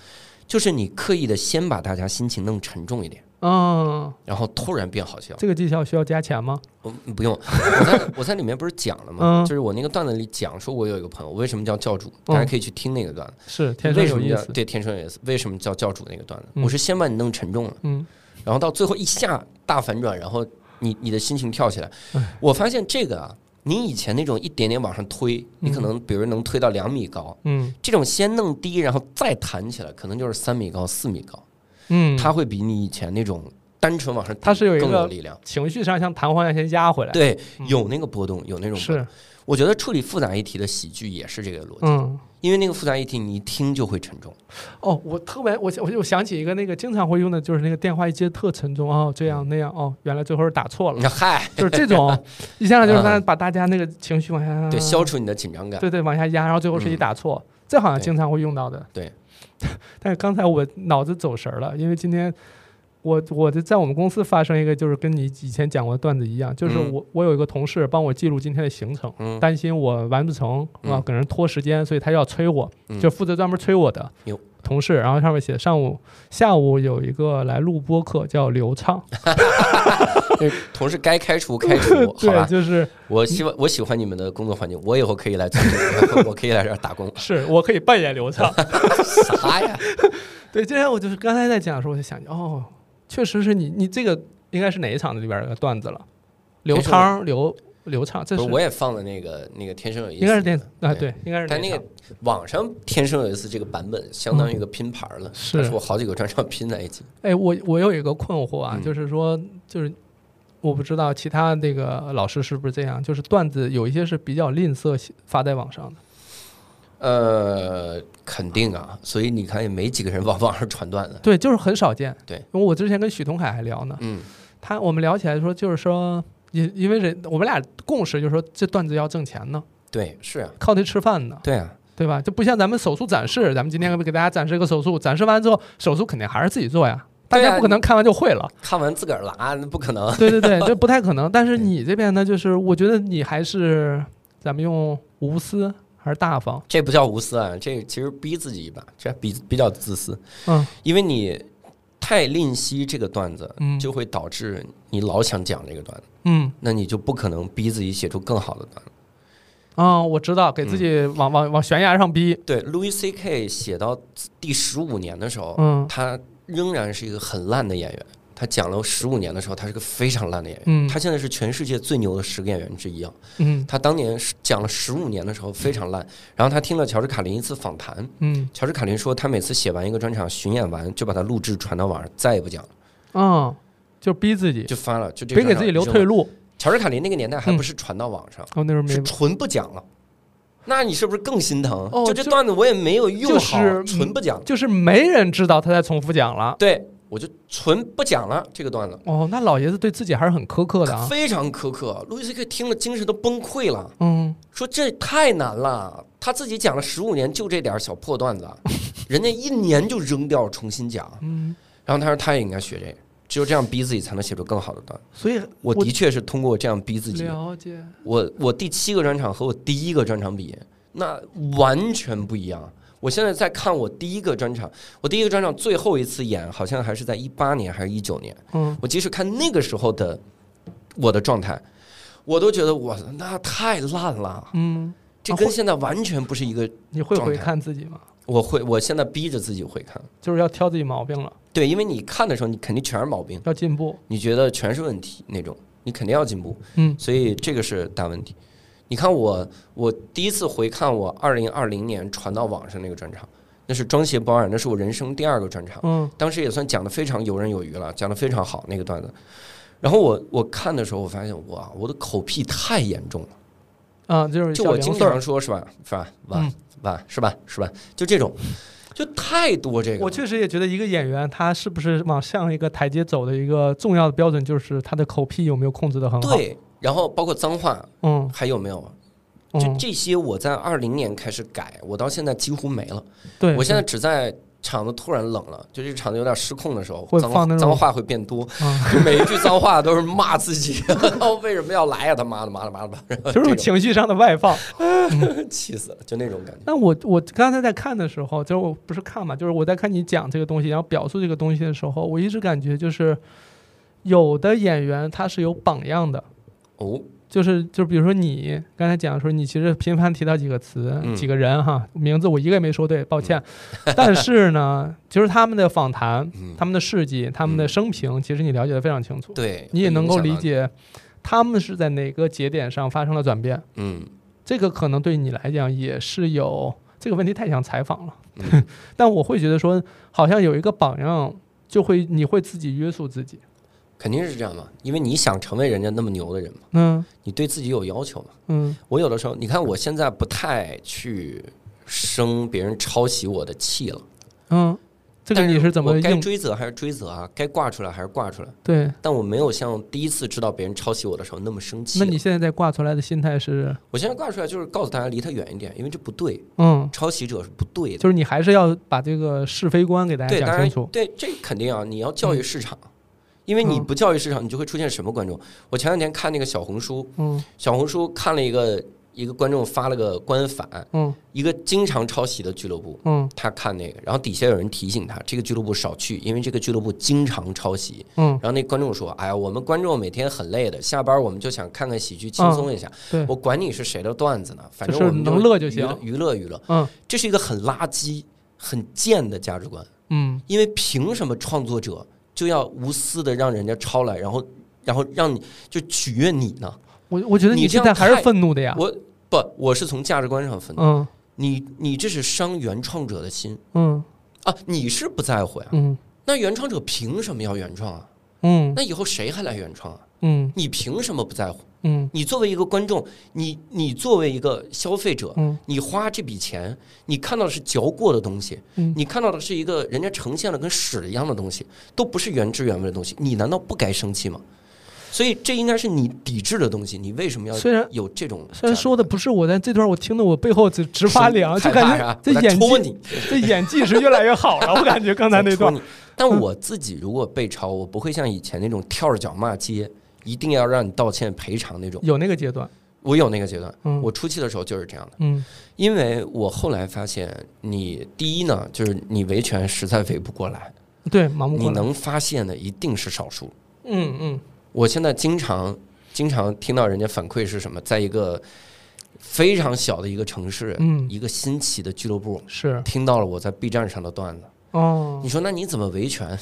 [SPEAKER 2] 就是你刻意的先把大家心情弄沉重一点，
[SPEAKER 1] 嗯，
[SPEAKER 2] 然后突然变好笑。
[SPEAKER 1] 这个技巧需要加钱吗？
[SPEAKER 2] 我不用，我在我在里面不是讲了吗？
[SPEAKER 1] 嗯
[SPEAKER 2] 就是我那个段子里讲说，我有一个朋友为什么叫教主，大家可以去听那个段子。
[SPEAKER 1] 是天生
[SPEAKER 2] 为什
[SPEAKER 1] 有
[SPEAKER 2] 么
[SPEAKER 1] 意
[SPEAKER 2] 叫
[SPEAKER 1] 思。
[SPEAKER 2] 对天生有意思？为什么叫教主那个段子？
[SPEAKER 1] 嗯
[SPEAKER 2] 我是先把你弄沉重了，
[SPEAKER 1] 嗯
[SPEAKER 2] 然后到最后一下大反转，然后你你的心情跳起来
[SPEAKER 1] 哎。
[SPEAKER 2] 我发现这个啊，你以前那种一点点往上推，你可能比如能推到两米高，
[SPEAKER 1] 嗯
[SPEAKER 2] 这种先弄低，然后再弹起来，可能就是三米高、四米高，
[SPEAKER 1] 嗯，
[SPEAKER 2] 它会比你以前那种单纯往上，
[SPEAKER 1] 它是有一个
[SPEAKER 2] 更有力量。
[SPEAKER 1] 情绪上像弹簧一样先压回来。
[SPEAKER 2] 对，
[SPEAKER 1] 嗯
[SPEAKER 2] 有那个波动，有那种波动。
[SPEAKER 1] 是，
[SPEAKER 2] 我觉得处理复杂议题的喜剧也是这个逻辑，
[SPEAKER 1] 嗯，
[SPEAKER 2] 因为那个复杂议题你一听就会沉重。
[SPEAKER 1] 哦，我特别，我我就想起一个那个经常会用的，就是那个电话一接特沉重哦，这样那样哦，原来最后是打错
[SPEAKER 2] 嗯你
[SPEAKER 1] 了，
[SPEAKER 2] 看，嗨，
[SPEAKER 1] 就是这 种，一下就是大家
[SPEAKER 2] 嗯
[SPEAKER 1] 把大家那个情绪往下
[SPEAKER 2] 对，消除你的紧张感。
[SPEAKER 1] 嗯对对往下压，然后最后是一
[SPEAKER 2] 嗯
[SPEAKER 1] 打错，这好像
[SPEAKER 2] 对
[SPEAKER 1] 经常会用到的。
[SPEAKER 2] 对，
[SPEAKER 1] 但是刚才我脑子走神儿了，因为今天。我我的在我们公司发生一个，就是跟你以前讲过的段子一样，就是
[SPEAKER 2] 嗯
[SPEAKER 1] 我、我有一个同事帮我记录今天的行程，
[SPEAKER 2] 嗯，
[SPEAKER 1] 担心我完不成，
[SPEAKER 2] 嗯
[SPEAKER 1] 啊，给人拖时间，所以他要催我，
[SPEAKER 2] 嗯
[SPEAKER 1] 就负责专门催我的
[SPEAKER 2] 哟
[SPEAKER 1] 同事。然后上面写上午、下午有一个来录播客叫刘畅，
[SPEAKER 2] 那同事该开 除开除，好
[SPEAKER 1] 对，
[SPEAKER 2] 吧？
[SPEAKER 1] 就是
[SPEAKER 2] 我希望我喜欢你们的工作环境，我以后可以来做这个，我可以来这儿打 工。
[SPEAKER 1] 是我可以扮演刘畅。
[SPEAKER 2] 啥呀？对
[SPEAKER 1] 对，今天我就是刚才在讲的时候，我就想，哦，确实是你，你这个应该是哪一场的里边的段子了？刘
[SPEAKER 2] 没事
[SPEAKER 1] 昌、刘刘畅，这
[SPEAKER 2] 不
[SPEAKER 1] 是
[SPEAKER 2] 是，我也放了那个那个天生有意思，
[SPEAKER 1] 应该是电啊，
[SPEAKER 2] 对
[SPEAKER 1] 对，应该是
[SPEAKER 2] 但
[SPEAKER 1] 哪
[SPEAKER 2] 那
[SPEAKER 1] 一
[SPEAKER 2] 个
[SPEAKER 1] 场
[SPEAKER 2] 网上“天生有意思”这个版本相当于一个拼盘了，
[SPEAKER 1] 是
[SPEAKER 2] 它是我好几个专场拼在一起。
[SPEAKER 1] 哎，我我有一个困惑啊，
[SPEAKER 2] 嗯
[SPEAKER 1] 就是说，就是我不知道其他那个老师是不是这样，就是段子有一些是比较吝啬写发在网上的。
[SPEAKER 2] 呃，肯定啊，所以你看也没几个人往网上传段子。
[SPEAKER 1] 对，就是很少见。
[SPEAKER 2] 对，
[SPEAKER 1] 因为我之前跟许桐海还聊呢，
[SPEAKER 2] 嗯
[SPEAKER 1] 他我们聊起来说，就是说，因因为人我们俩共识就是说，这段子要挣钱呢，
[SPEAKER 2] 对，是啊，
[SPEAKER 1] 靠这吃饭呢。
[SPEAKER 2] 对啊，
[SPEAKER 1] 对吧？就不像咱们手术展示，咱们今天给大家展示一个手术，展示完之后，手术肯定还是自己做呀，大
[SPEAKER 2] 对
[SPEAKER 1] 家
[SPEAKER 2] 啊
[SPEAKER 1] 不可能看完就会了。
[SPEAKER 2] 看完自个儿拉，那不可能。
[SPEAKER 1] 对对对，这不太可能。但 是你这边呢，就是我觉得你还是咱们用无私还是大方？
[SPEAKER 2] 这不叫无私啊，这其实逼自己一把，这比比较自私。
[SPEAKER 1] 嗯，
[SPEAKER 2] 因为你太吝惜这个段子，
[SPEAKER 1] 嗯
[SPEAKER 2] 就会导致你老想讲这个段子，
[SPEAKER 1] 嗯
[SPEAKER 2] 那你就不可能逼自己写出更好的段子。
[SPEAKER 1] 啊、我知道，给
[SPEAKER 2] 嗯
[SPEAKER 1] 自己往、往往悬崖上逼。
[SPEAKER 2] 对，Louis C.K. 写到第十五年的时候，
[SPEAKER 1] 嗯
[SPEAKER 2] 他仍然是一个很烂的演员。他讲了十五年的时候，他是个非常烂的演员。
[SPEAKER 1] 嗯
[SPEAKER 2] 他现在是全世界最牛的十个演员之一啊！
[SPEAKER 1] 嗯
[SPEAKER 2] 他当年是讲了十五年的时候非常烂，然后他听了乔治卡林一次访谈，
[SPEAKER 1] 嗯
[SPEAKER 2] 乔治卡林说，他每次写完一个专场，巡演完就把它录制传到网上，再也不讲了，
[SPEAKER 1] 嗯，就逼自己，
[SPEAKER 2] 就翻了，就这个
[SPEAKER 1] 别给自己留
[SPEAKER 2] 专场
[SPEAKER 1] 退
[SPEAKER 2] 扔了。
[SPEAKER 1] 路。
[SPEAKER 2] 乔治卡林那个年代还不是传到网上，
[SPEAKER 1] 哦，那时候没
[SPEAKER 2] 是。纯不讲了。那你是不是更心疼？
[SPEAKER 1] 哦
[SPEAKER 2] 就这段子我也没有用好，
[SPEAKER 1] 就是
[SPEAKER 2] 纯不讲。
[SPEAKER 1] 就是没人知道他在重复讲了。
[SPEAKER 2] 对，我就纯不讲了这个段子，
[SPEAKER 1] 哦，那老爷子对自己还是很苛刻的啊。
[SPEAKER 2] 非常苛刻。路易斯 K 听了精神都崩溃了，
[SPEAKER 1] 嗯
[SPEAKER 2] 说这太难了。他自己讲了十五年，就这点儿小破段子，人家一年就扔掉重新讲。
[SPEAKER 1] 嗯，
[SPEAKER 2] 然后他说他也应该学这个，只有这样逼自己才能写出更好的段子。
[SPEAKER 1] 所以
[SPEAKER 2] 我的确是通过这样逼自己。
[SPEAKER 1] 了解。
[SPEAKER 2] 我我第七个专场和我第一个专场比，那完全不一样。我现在在看我第一个专场，我第一个专场最后一次演好像还是在一八年还是一九年。
[SPEAKER 1] 嗯
[SPEAKER 2] 我即使看那个时候的我的状态，我都觉得我那太烂了，
[SPEAKER 1] 嗯，
[SPEAKER 2] 这跟现在完全不是一个。
[SPEAKER 1] 你会
[SPEAKER 2] 状
[SPEAKER 1] 回
[SPEAKER 2] 态
[SPEAKER 1] 看自己吗？
[SPEAKER 2] 我会，我现在逼着自己会看，
[SPEAKER 1] 就是要挑自己毛病了，
[SPEAKER 2] 对，因为你看的时候，你肯定全是毛病，
[SPEAKER 1] 要进步。
[SPEAKER 2] 你觉得全是问题那种，你肯定要进步。
[SPEAKER 1] 嗯
[SPEAKER 2] 所以这个是大问题。你看我，我第一次回看我二零二零年传到网上那个专场，那是装鞋保养，那是我人生第二个专场，
[SPEAKER 1] 嗯
[SPEAKER 2] 当时也算讲的非常游刃有余了，讲的非常好那个段子。然后我我看的时候，我发现哇，我的口癖太严重了，
[SPEAKER 1] 啊，就是
[SPEAKER 2] 就
[SPEAKER 1] 小
[SPEAKER 2] 我
[SPEAKER 1] 零
[SPEAKER 2] 经
[SPEAKER 1] 碎儿
[SPEAKER 2] 常说是吧是吧哇
[SPEAKER 1] 嗯
[SPEAKER 2] 哇是吧是吧，就这种，就太多这个了。
[SPEAKER 1] 我确实也觉得，一个演员他是不是往上一个台阶走的一个重要的标准，就是他的口癖有没有控制的很好。，
[SPEAKER 2] 对，然后包括脏话
[SPEAKER 1] 嗯，
[SPEAKER 2] 还有没有？就
[SPEAKER 1] 嗯
[SPEAKER 2] 这些，我在二零年开始改，我到现在几乎没了。
[SPEAKER 1] 对，
[SPEAKER 2] 我现在只在场子突然冷了，就这场子有点失控的时候，
[SPEAKER 1] 会
[SPEAKER 2] 脏
[SPEAKER 1] 放那种
[SPEAKER 2] 脏话会变多，
[SPEAKER 1] 对 啊，
[SPEAKER 2] 就每一句脏话都是骂自己， 为什么要来呀、啊他妈的妈的妈的妈的，
[SPEAKER 1] 就是情绪上的外放。
[SPEAKER 2] 气死了，就那种感觉。
[SPEAKER 1] 那我我刚才在看的时候，就是我不是看嘛，就是我在看你讲这个东西，然后表述这个东西的时候，我一直感觉就是有的演员他是有榜样的，
[SPEAKER 2] 哦，
[SPEAKER 1] 就是就比如说你刚才讲的时候，你其实频繁提到几个词、
[SPEAKER 2] 嗯
[SPEAKER 1] 几个人哈，名字我一个也没说对，抱歉。 但是呢，就是他们的访谈、
[SPEAKER 2] 嗯
[SPEAKER 1] 他们的事迹、他们的生平，其实你了解的非常清楚，
[SPEAKER 2] 对，
[SPEAKER 1] 你也能够理
[SPEAKER 2] 我
[SPEAKER 1] 解他们是在哪个节点上发生了转变。
[SPEAKER 2] 能想到，
[SPEAKER 1] 这个可能对你来讲也是有这个问题太想采访了，
[SPEAKER 2] 嗯
[SPEAKER 1] 但我会觉得说，好像有一个榜样，就会你会自己约束自己。
[SPEAKER 2] 嗯，肯定是这样嘛，因为你想成为人家那么牛的人嘛，
[SPEAKER 1] 嗯
[SPEAKER 2] 你对自己有要求嘛。
[SPEAKER 1] 嗯
[SPEAKER 2] 我有的时候，你看我现在不太去生别人抄袭我的气了，
[SPEAKER 1] 嗯，这个
[SPEAKER 2] 但
[SPEAKER 1] 你是怎么
[SPEAKER 2] 我该
[SPEAKER 1] 应？
[SPEAKER 2] 追责还是追责啊？该挂出来还是挂出来？
[SPEAKER 1] 对，
[SPEAKER 2] 但我没有像第一次知道别人抄袭我的时候那么生气
[SPEAKER 1] 那
[SPEAKER 2] 了。
[SPEAKER 1] 你现在在挂出来的心态是，
[SPEAKER 2] 我现在挂出来就是告诉大家离他远一点，因为这不对，
[SPEAKER 1] 嗯，
[SPEAKER 2] 抄袭者是不对的。
[SPEAKER 1] 就是你还是要把这个是非观给大家
[SPEAKER 2] 对，当
[SPEAKER 1] 讲清
[SPEAKER 2] 然
[SPEAKER 1] 楚。
[SPEAKER 2] 对，这肯定啊，你要教育市场，因为你
[SPEAKER 1] 嗯
[SPEAKER 2] 不教育市场，你就会出现什么观众？我前两天看那个小红书，
[SPEAKER 1] 嗯
[SPEAKER 2] 小红书看了一个一个观众发了个官反，
[SPEAKER 1] 嗯
[SPEAKER 2] 一个经常抄袭的俱乐部。
[SPEAKER 1] 嗯
[SPEAKER 2] 他看那个，然后底下有人提醒他，这个俱乐部少去，因为这个俱乐部经常抄袭。
[SPEAKER 1] 嗯，
[SPEAKER 2] 然后那观众说：“哎呀，我们观众每天很累的，下班我们就想看看喜剧，轻松一下。
[SPEAKER 1] 嗯对
[SPEAKER 2] 我管你是谁的段子呢，反正
[SPEAKER 1] 就是
[SPEAKER 2] 我们
[SPEAKER 1] 能乐就行
[SPEAKER 2] 娱乐娱乐娱乐。
[SPEAKER 1] 嗯
[SPEAKER 2] 这是一个很垃圾、很贱的价值观，
[SPEAKER 1] 嗯
[SPEAKER 2] 因为凭什么创作者就要无私的让人家抄来，然后然后让你就取悦你呢？
[SPEAKER 1] 我我觉得
[SPEAKER 2] 你
[SPEAKER 1] 你
[SPEAKER 2] 这
[SPEAKER 1] 现
[SPEAKER 2] 样
[SPEAKER 1] 在还是
[SPEAKER 2] 太
[SPEAKER 1] 愤怒的呀。
[SPEAKER 2] 我不，我是从价值观上分的。
[SPEAKER 1] 嗯
[SPEAKER 2] 你你这是伤原创者的心
[SPEAKER 1] 嗯
[SPEAKER 2] 啊！你是不在乎呀？
[SPEAKER 1] 嗯
[SPEAKER 2] 那原创者凭什么要原创啊？
[SPEAKER 1] 嗯
[SPEAKER 2] 那以后谁还来原创啊？
[SPEAKER 1] 嗯
[SPEAKER 2] 你凭什么不在乎？
[SPEAKER 1] 嗯
[SPEAKER 2] 你作为一个观众，你你作为一个消费者，
[SPEAKER 1] 嗯
[SPEAKER 2] 你花这笔钱，你看到的是嚼过的东西，
[SPEAKER 1] 嗯
[SPEAKER 2] 你看到的是一个人家呈现的跟屎一样的东西，都不是原汁原味的东西，你难道不该生气吗？所以这应该是你抵制的东西，你为什么要
[SPEAKER 1] 虽然
[SPEAKER 2] 有这种？
[SPEAKER 1] 虽然说的不是我，但这段我听得我背后直直发凉，就
[SPEAKER 2] 害
[SPEAKER 1] 感
[SPEAKER 2] 怕啥
[SPEAKER 1] 觉？这
[SPEAKER 2] 我在
[SPEAKER 1] 演
[SPEAKER 2] 戳
[SPEAKER 1] 技
[SPEAKER 2] 你，
[SPEAKER 1] 这演技是越来越好了。我感觉刚才那
[SPEAKER 2] 在戳
[SPEAKER 1] 段
[SPEAKER 2] 你。但我自己如果被抄，我不会像以前那种跳着脚骂街，一定要让你道歉赔偿那种。
[SPEAKER 1] 有那个阶段，
[SPEAKER 2] 我有那个阶段，
[SPEAKER 1] 嗯
[SPEAKER 2] 我初期的时候就是这样的。
[SPEAKER 1] 嗯
[SPEAKER 2] 因为我后来发现你，第一呢，就是你维权实在围不过来，
[SPEAKER 1] 对，盲目
[SPEAKER 2] 你
[SPEAKER 1] 过来，
[SPEAKER 2] 能发现的一定是少数。
[SPEAKER 1] 嗯嗯，
[SPEAKER 2] 我现在经常经常听到人家反馈是什么，在一个非常小的一个城市，
[SPEAKER 1] 嗯
[SPEAKER 2] 一个新起的俱乐部，
[SPEAKER 1] 是
[SPEAKER 2] 听到了我在 B 站上的段子。
[SPEAKER 1] 哦
[SPEAKER 2] 你，说那你怎么维权？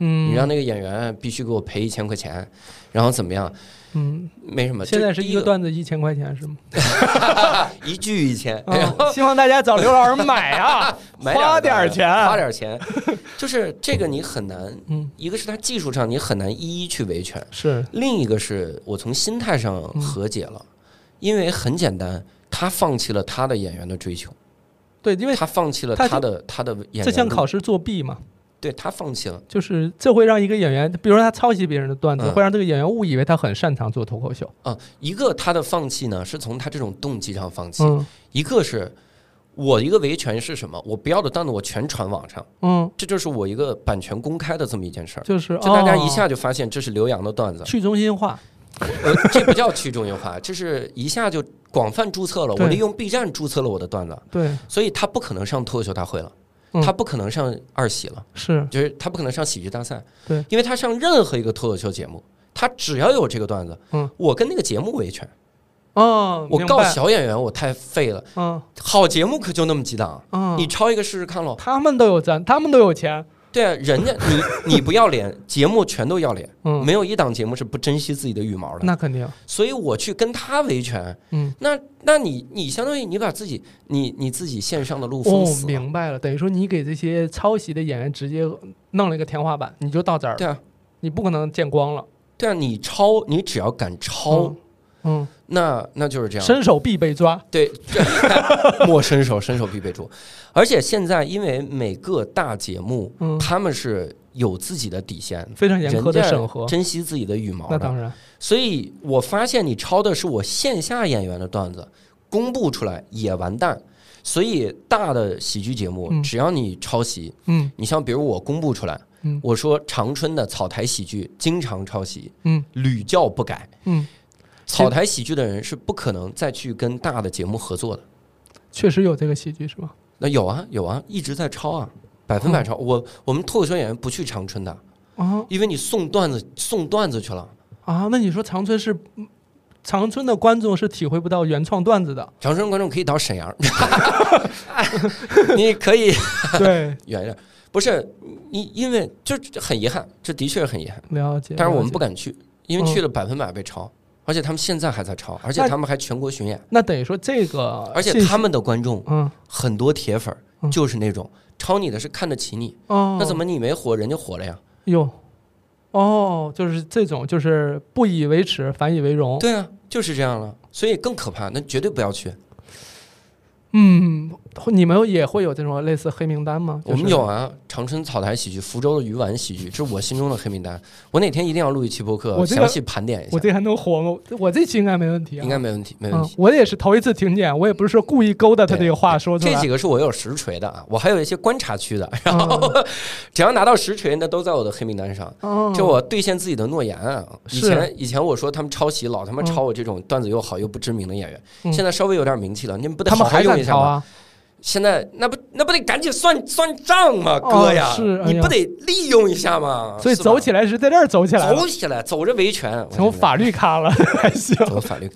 [SPEAKER 1] 嗯，
[SPEAKER 2] 你让那个演员必须给我赔一千块钱，然后怎么样？
[SPEAKER 1] 嗯，
[SPEAKER 2] 没什么，
[SPEAKER 1] 现
[SPEAKER 2] 这
[SPEAKER 1] 在是
[SPEAKER 2] 第
[SPEAKER 1] 一
[SPEAKER 2] 一
[SPEAKER 1] 个段子一千块钱是 吗？
[SPEAKER 2] 一句一千，然后，
[SPEAKER 1] 啊希望大家找刘老师买啊
[SPEAKER 2] 买
[SPEAKER 1] 花点
[SPEAKER 2] 点
[SPEAKER 1] 儿
[SPEAKER 2] 儿
[SPEAKER 1] 钱，
[SPEAKER 2] 花点儿钱，就是这个你很难，
[SPEAKER 1] 嗯，
[SPEAKER 2] 一个是他技术上你很难一一去维权，
[SPEAKER 1] 是，
[SPEAKER 2] 另一个是我从心态上和解了，因为很简单，他放弃了他的演员的追求，
[SPEAKER 1] 对，因为
[SPEAKER 2] 他放弃了
[SPEAKER 1] 他就
[SPEAKER 2] 他的他的演员路，
[SPEAKER 1] 这像考试作弊嘛，
[SPEAKER 2] 对他放弃了，
[SPEAKER 1] 就是这会让一个演员，比如说他抄袭别人的段子，
[SPEAKER 2] 嗯
[SPEAKER 1] 会让这个演员误以为他很擅长做脱口秀。
[SPEAKER 2] 啊，一个他的放弃呢是从他这种动机上放弃，
[SPEAKER 1] 嗯
[SPEAKER 2] 一个是我一个维权是什么，我不要的段子我全传网上，
[SPEAKER 1] 嗯，
[SPEAKER 2] 这就是我一个版权公开的这么一件事儿。
[SPEAKER 1] 就是
[SPEAKER 2] 就大家一
[SPEAKER 1] 哦
[SPEAKER 2] 下就发现这是刘洋的段子，
[SPEAKER 1] 去中心化，
[SPEAKER 2] 呃，这不叫去中心化，这是一下就广泛注册了。
[SPEAKER 1] 对
[SPEAKER 2] 我利用 B 站注册了我的段子，
[SPEAKER 1] 对，
[SPEAKER 2] 所以他不可能上脱口秀大会了
[SPEAKER 1] 嗯，
[SPEAKER 2] 他不可能上二喜了，
[SPEAKER 1] 是
[SPEAKER 2] 就是他不可能上喜剧大赛，
[SPEAKER 1] 对，
[SPEAKER 2] 因为他上任何一个脱口秀节目，他只要有这个段子，
[SPEAKER 1] 嗯，
[SPEAKER 2] 我跟那个节目维权，
[SPEAKER 1] 哦，
[SPEAKER 2] 我
[SPEAKER 1] 明
[SPEAKER 2] 告
[SPEAKER 1] 白，
[SPEAKER 2] 小演员我太废了，
[SPEAKER 1] 嗯
[SPEAKER 2] 好节目可就那么几档，
[SPEAKER 1] 嗯，
[SPEAKER 2] 你抄一个试试看喽。
[SPEAKER 1] 他们都有赞，他们都有钱，
[SPEAKER 2] 对啊，人家你你不要脸， 节目全都要脸，
[SPEAKER 1] 嗯，
[SPEAKER 2] 没有一档节目是不珍惜自己的羽毛的，
[SPEAKER 1] 那肯定，
[SPEAKER 2] 所以我去跟他维权，
[SPEAKER 1] 嗯，
[SPEAKER 2] 那那你你相当于你把自己你你自己线上的路
[SPEAKER 1] 哦
[SPEAKER 2] 封死，了，
[SPEAKER 1] 明白了，等于说你给这些抄袭的演员直接弄了一个天花板，你就到这儿了，
[SPEAKER 2] 对啊
[SPEAKER 1] 你不可能见光了，
[SPEAKER 2] 对啊，你抄你只要敢抄，
[SPEAKER 1] 嗯嗯，
[SPEAKER 2] 那那就是这样，
[SPEAKER 1] 伸手必被抓，
[SPEAKER 2] 对， 莫伸手，伸手必被捉。而且现在因为每个大节目、
[SPEAKER 1] 嗯
[SPEAKER 2] 他们是有自己的底线，
[SPEAKER 1] 非常严苛
[SPEAKER 2] 人
[SPEAKER 1] 的
[SPEAKER 2] 家
[SPEAKER 1] 审核，
[SPEAKER 2] 珍惜自己的羽毛
[SPEAKER 1] 那
[SPEAKER 2] 的，
[SPEAKER 1] 当然，
[SPEAKER 2] 所以我发现你抄的是我线下演员的段子，公布出来也完蛋。所以大的喜剧节目
[SPEAKER 1] 嗯，
[SPEAKER 2] 只要你抄袭，
[SPEAKER 1] 嗯
[SPEAKER 2] 你像比如我公布出来，
[SPEAKER 1] 嗯
[SPEAKER 2] 我说长春的草台喜剧经常抄袭，
[SPEAKER 1] 嗯
[SPEAKER 2] 屡教不改。
[SPEAKER 1] 嗯，
[SPEAKER 2] 草台喜剧的人是不可能再去跟大的节目合作的。
[SPEAKER 1] 确实有这个戏剧是吧？
[SPEAKER 2] 那有啊有啊，一直在抄啊，百分百抄。
[SPEAKER 1] 哦
[SPEAKER 2] 我我们脱口秀演员不去长春的，
[SPEAKER 1] 啊
[SPEAKER 2] 因为你送段子送段子去了。
[SPEAKER 1] 啊，那你说长春是嗯长春的观众是体会不到原创段子 的，
[SPEAKER 2] 长春观众可以到沈阳， 你可以
[SPEAKER 1] 对，
[SPEAKER 2] 远一点。不是你，因为就是很遗憾，这的确是很遗憾。
[SPEAKER 1] 了解。
[SPEAKER 2] 但是我
[SPEAKER 1] 了
[SPEAKER 2] 们
[SPEAKER 1] 解哦
[SPEAKER 2] 不，敢去，因为去了百分百被抄，而且他们现在还在抄，而且
[SPEAKER 1] 那
[SPEAKER 2] 他们还全国巡演。
[SPEAKER 1] 那等于说这个，
[SPEAKER 2] 而且他，们的观众
[SPEAKER 1] 嗯，
[SPEAKER 2] 很多铁粉儿
[SPEAKER 1] 嗯
[SPEAKER 2] 就是那种抄你的是看得起你，
[SPEAKER 1] 哦，
[SPEAKER 2] 那怎么你没火人家火了呀？
[SPEAKER 1] 哟？哦，就是这种，就是不以为耻，反以为荣。
[SPEAKER 2] 对啊，就是这样了，所以更可怕，那绝对不要去。
[SPEAKER 1] 嗯，你们也会有这种类似黑名单吗？
[SPEAKER 2] 我们有，啊，长春草台喜剧、福州的鱼丸喜剧，这是我心中的黑名单。我哪天一定要录一期播客，
[SPEAKER 1] 我这个
[SPEAKER 2] 详细盘点一
[SPEAKER 1] 我
[SPEAKER 2] 下，
[SPEAKER 1] 这还能火吗？我这期应该没问题、啊，
[SPEAKER 2] 应该没问题，没
[SPEAKER 1] 嗯
[SPEAKER 2] 问题。，
[SPEAKER 1] 我也是头一次听见，我也不是说故意勾搭他这个话说出
[SPEAKER 2] 这
[SPEAKER 1] 来嗯
[SPEAKER 2] 几。个是我有实锤的啊，我还有一些观察区的，然后只要拿到实锤，那都在我的黑名单上。
[SPEAKER 1] 哦
[SPEAKER 2] 这我兑现自己的诺言啊！以
[SPEAKER 1] 是
[SPEAKER 2] 前以前我说他们抄袭，老他妈
[SPEAKER 1] 嗯
[SPEAKER 2] 抄我这种段子又好又不知名的演员，
[SPEAKER 1] 嗯
[SPEAKER 2] 现在稍微有点名气了，你们不得
[SPEAKER 1] 他们
[SPEAKER 2] 好好
[SPEAKER 1] 还
[SPEAKER 2] 用
[SPEAKER 1] 敢
[SPEAKER 2] 一下
[SPEAKER 1] 抄
[SPEAKER 2] 吗？
[SPEAKER 1] 啊？
[SPEAKER 2] 现在那不那不得赶紧算算账吗，哥呀？
[SPEAKER 1] 哦是哎呀
[SPEAKER 2] 你不得利用一下吗？
[SPEAKER 1] 所以
[SPEAKER 2] 啊是吧
[SPEAKER 1] 走起来是在这儿走起来了
[SPEAKER 2] 走，起来，走着维权，
[SPEAKER 1] 从法律咖了还 行。
[SPEAKER 2] 走法律。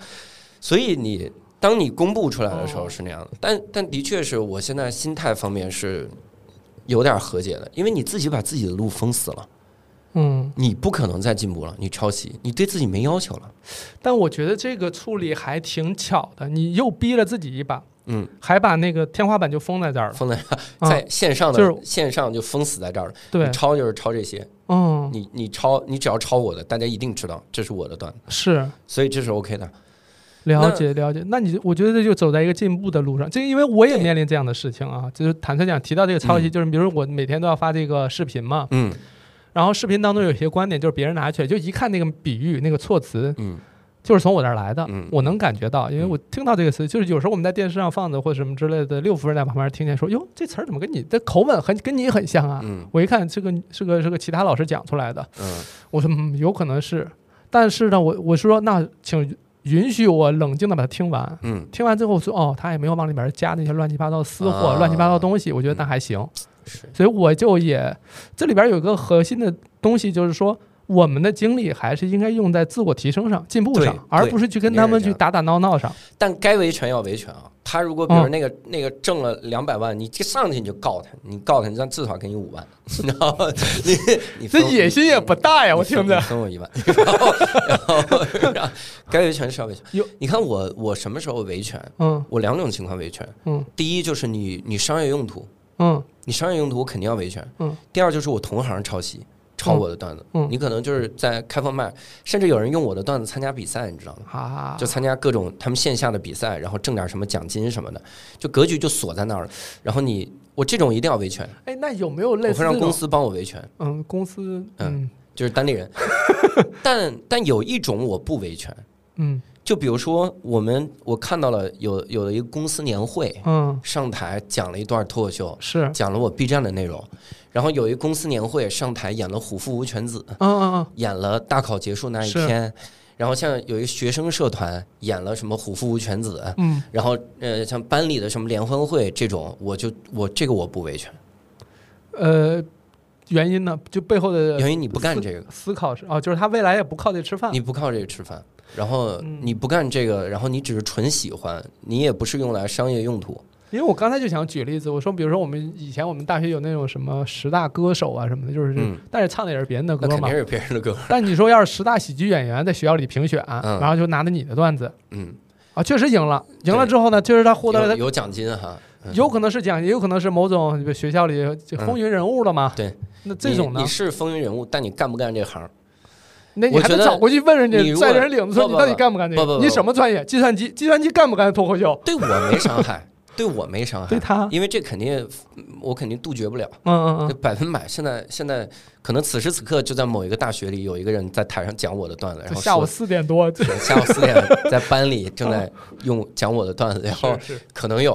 [SPEAKER 2] 所以你当你公布出来的时候
[SPEAKER 1] 哦
[SPEAKER 2] 是那样的，但但的确是我现在心态方面是有点和解的，因为你自己把自己的路封死了，
[SPEAKER 1] 嗯，
[SPEAKER 2] 你不可能再进步了，你抄袭，你对自己没要求了。
[SPEAKER 1] 但我觉得这个处理还挺巧的，你又逼了自己一把，
[SPEAKER 2] 嗯，
[SPEAKER 1] 还把那个天花板就封在这儿了。
[SPEAKER 2] 封在
[SPEAKER 1] 啊
[SPEAKER 2] 在线上的、
[SPEAKER 1] 就是
[SPEAKER 2] 线上就封死在这儿了。
[SPEAKER 1] 对
[SPEAKER 2] 你，抄就是抄这些，
[SPEAKER 1] 嗯，
[SPEAKER 2] 你你抄你只要抄我的，大家一定知道这是我的段子，
[SPEAKER 1] 是
[SPEAKER 2] 所以这是 OK 的。
[SPEAKER 1] 了解了解。那你我觉得这就走在一个进步的路上，这个因为我也
[SPEAKER 2] 对
[SPEAKER 1] 面临这样的事情啊，就是坦率讲，提到这个抄袭，就是比如我每天都要发这个视频嘛，
[SPEAKER 2] 嗯
[SPEAKER 1] 然后视频当中有些观点就是别人拿去，就一看那个比喻、那个措辞，
[SPEAKER 2] 嗯
[SPEAKER 1] 就是从我这儿来的，
[SPEAKER 2] 嗯
[SPEAKER 1] 我能感觉到，因为我听到这个词，就是有时候我们在电视上放的或者什么之类的，六夫人在旁边听见说：“哟，这词儿怎么跟你的口吻很跟你很像啊？”
[SPEAKER 2] 嗯
[SPEAKER 1] 我一看这个是个是个其他老师讲出来的，
[SPEAKER 2] 嗯
[SPEAKER 1] 我说、嗯、有可能是，但是呢，我我是说那请允许我冷静的把它听完。
[SPEAKER 2] 嗯，
[SPEAKER 1] 听完之后我说哦，他也没有往里边加那些乱七八糟的私货、
[SPEAKER 2] 啊
[SPEAKER 1] 乱七八糟的东西，我觉得那还行。
[SPEAKER 2] 是
[SPEAKER 1] 所以我就也这里边有一个核心的东西，就是说我们的精力还是应该用在自我提升上、进步
[SPEAKER 2] 对
[SPEAKER 1] 上，而
[SPEAKER 2] 对
[SPEAKER 1] 不是去
[SPEAKER 2] 肯
[SPEAKER 1] 跟
[SPEAKER 2] 定
[SPEAKER 1] 他
[SPEAKER 2] 是
[SPEAKER 1] 们
[SPEAKER 2] 这
[SPEAKER 1] 去
[SPEAKER 2] 样
[SPEAKER 1] 打打闹闹上。
[SPEAKER 2] 但该维权要维权啊。他如果比如
[SPEAKER 1] 嗯
[SPEAKER 2] 那个、那个挣了两百万，你这上去你就告他，你告他，你让至少给你五万，你知道吗？你你
[SPEAKER 1] 这
[SPEAKER 2] 分
[SPEAKER 1] 野心也不大呀，
[SPEAKER 2] 你
[SPEAKER 1] 我
[SPEAKER 2] 分
[SPEAKER 1] 听着
[SPEAKER 2] 你。分我一万，然后然后然后该维权是要维权
[SPEAKER 1] 有。
[SPEAKER 2] 你看我我什么时候维权？
[SPEAKER 1] 嗯
[SPEAKER 2] 我两种情况维权，
[SPEAKER 1] 嗯
[SPEAKER 2] 第一就是你你商业用途，
[SPEAKER 1] 嗯
[SPEAKER 2] 你商业用途我肯定要维权。
[SPEAKER 1] 嗯。
[SPEAKER 2] 第二就是我同行抄袭，抄我的段子。
[SPEAKER 1] 嗯
[SPEAKER 2] 你可能就是在开放麦，甚至有人用我的段子参加比赛，你知道吗？
[SPEAKER 1] 啊
[SPEAKER 2] 就，参加各种他们线下的比赛，然后挣点什么奖金什么的，就格局就锁在那儿了。然后你我这种一定要维权，
[SPEAKER 1] 哎，那有没有类
[SPEAKER 2] 我
[SPEAKER 1] 似
[SPEAKER 2] 会让
[SPEAKER 1] 这
[SPEAKER 2] 公
[SPEAKER 1] 种
[SPEAKER 2] 司帮我维权，
[SPEAKER 1] 嗯公司嗯
[SPEAKER 2] 就是单 立人。但但有一种我不维权，
[SPEAKER 1] 嗯
[SPEAKER 2] 就比如说我们我看到了有有一个公司年会
[SPEAKER 1] 嗯
[SPEAKER 2] 上台讲了一段脱口秀，
[SPEAKER 1] 是嗯
[SPEAKER 2] 讲了我 B 站的内容，然后有一公司年会上台演了《虎父无犬子》，
[SPEAKER 1] 嗯嗯
[SPEAKER 2] 演了大考结束那一
[SPEAKER 1] 是
[SPEAKER 2] 天，然后像有一学生社团演了什么《虎父无犬子》，
[SPEAKER 1] 嗯
[SPEAKER 2] 然后呃像班里的什么联欢会这种，我就我这个我不维权，
[SPEAKER 1] 呃原因呢？就背后的
[SPEAKER 2] 因为你不干这个，
[SPEAKER 1] 思考是哦，就是他未来也不靠这吃饭。
[SPEAKER 2] 你不靠这个吃饭，然后
[SPEAKER 1] 嗯
[SPEAKER 2] 你不干这个，然后你只是纯喜欢，你也不是用来商业用途，
[SPEAKER 1] 因为我刚才就想举例子，我说比如说我们以前我们大学有那种什么十大歌手啊什么的，就是、
[SPEAKER 2] 嗯
[SPEAKER 1] 但是唱的也是别人的
[SPEAKER 2] 那
[SPEAKER 1] 歌
[SPEAKER 2] 肯
[SPEAKER 1] 嘛
[SPEAKER 2] 定。是别人的歌，
[SPEAKER 1] 但你说要是十大喜剧演员在学校里评选，
[SPEAKER 2] 嗯
[SPEAKER 1] 然后就拿着你的段子
[SPEAKER 2] 嗯，
[SPEAKER 1] 啊，确实赢了，赢了
[SPEAKER 2] 对
[SPEAKER 1] 之后呢，确实他获得了
[SPEAKER 2] 有
[SPEAKER 1] 他
[SPEAKER 2] 有奖金哈，嗯
[SPEAKER 1] 有可能是奖，也有可能是某种比如学校里就风云人物了嘛。
[SPEAKER 2] 对，
[SPEAKER 1] 那这种
[SPEAKER 2] 你
[SPEAKER 1] 呢
[SPEAKER 2] 你，是风云人物，但你干不干这行？
[SPEAKER 1] 那你
[SPEAKER 2] 我
[SPEAKER 1] 还
[SPEAKER 2] 觉
[SPEAKER 1] 得
[SPEAKER 2] 得
[SPEAKER 1] 找过去问人
[SPEAKER 2] 你
[SPEAKER 1] 家，
[SPEAKER 2] 如
[SPEAKER 1] 在
[SPEAKER 2] 果
[SPEAKER 1] 人领子说
[SPEAKER 2] 不
[SPEAKER 1] 你
[SPEAKER 2] 不
[SPEAKER 1] 到底
[SPEAKER 2] 不
[SPEAKER 1] 干不干这
[SPEAKER 2] 不
[SPEAKER 1] 个？
[SPEAKER 2] 不哎
[SPEAKER 1] 你
[SPEAKER 2] 不
[SPEAKER 1] 什么专业？计算机，计算机干不干脱口秀？
[SPEAKER 2] 对我没伤害，对我没伤害
[SPEAKER 1] 对，他，
[SPEAKER 2] 因为这肯定我肯定杜绝不了。
[SPEAKER 1] 嗯嗯
[SPEAKER 2] 就百分百，现在现在可能此时此刻就在某一个大学里，有一个人在台上讲我的段子，
[SPEAKER 1] 嗯，
[SPEAKER 2] 然后
[SPEAKER 1] 下午
[SPEAKER 2] 说
[SPEAKER 1] 四点多，这
[SPEAKER 2] 下午四点在班里正在用讲我的段子，然后
[SPEAKER 1] 是是
[SPEAKER 2] 可 能有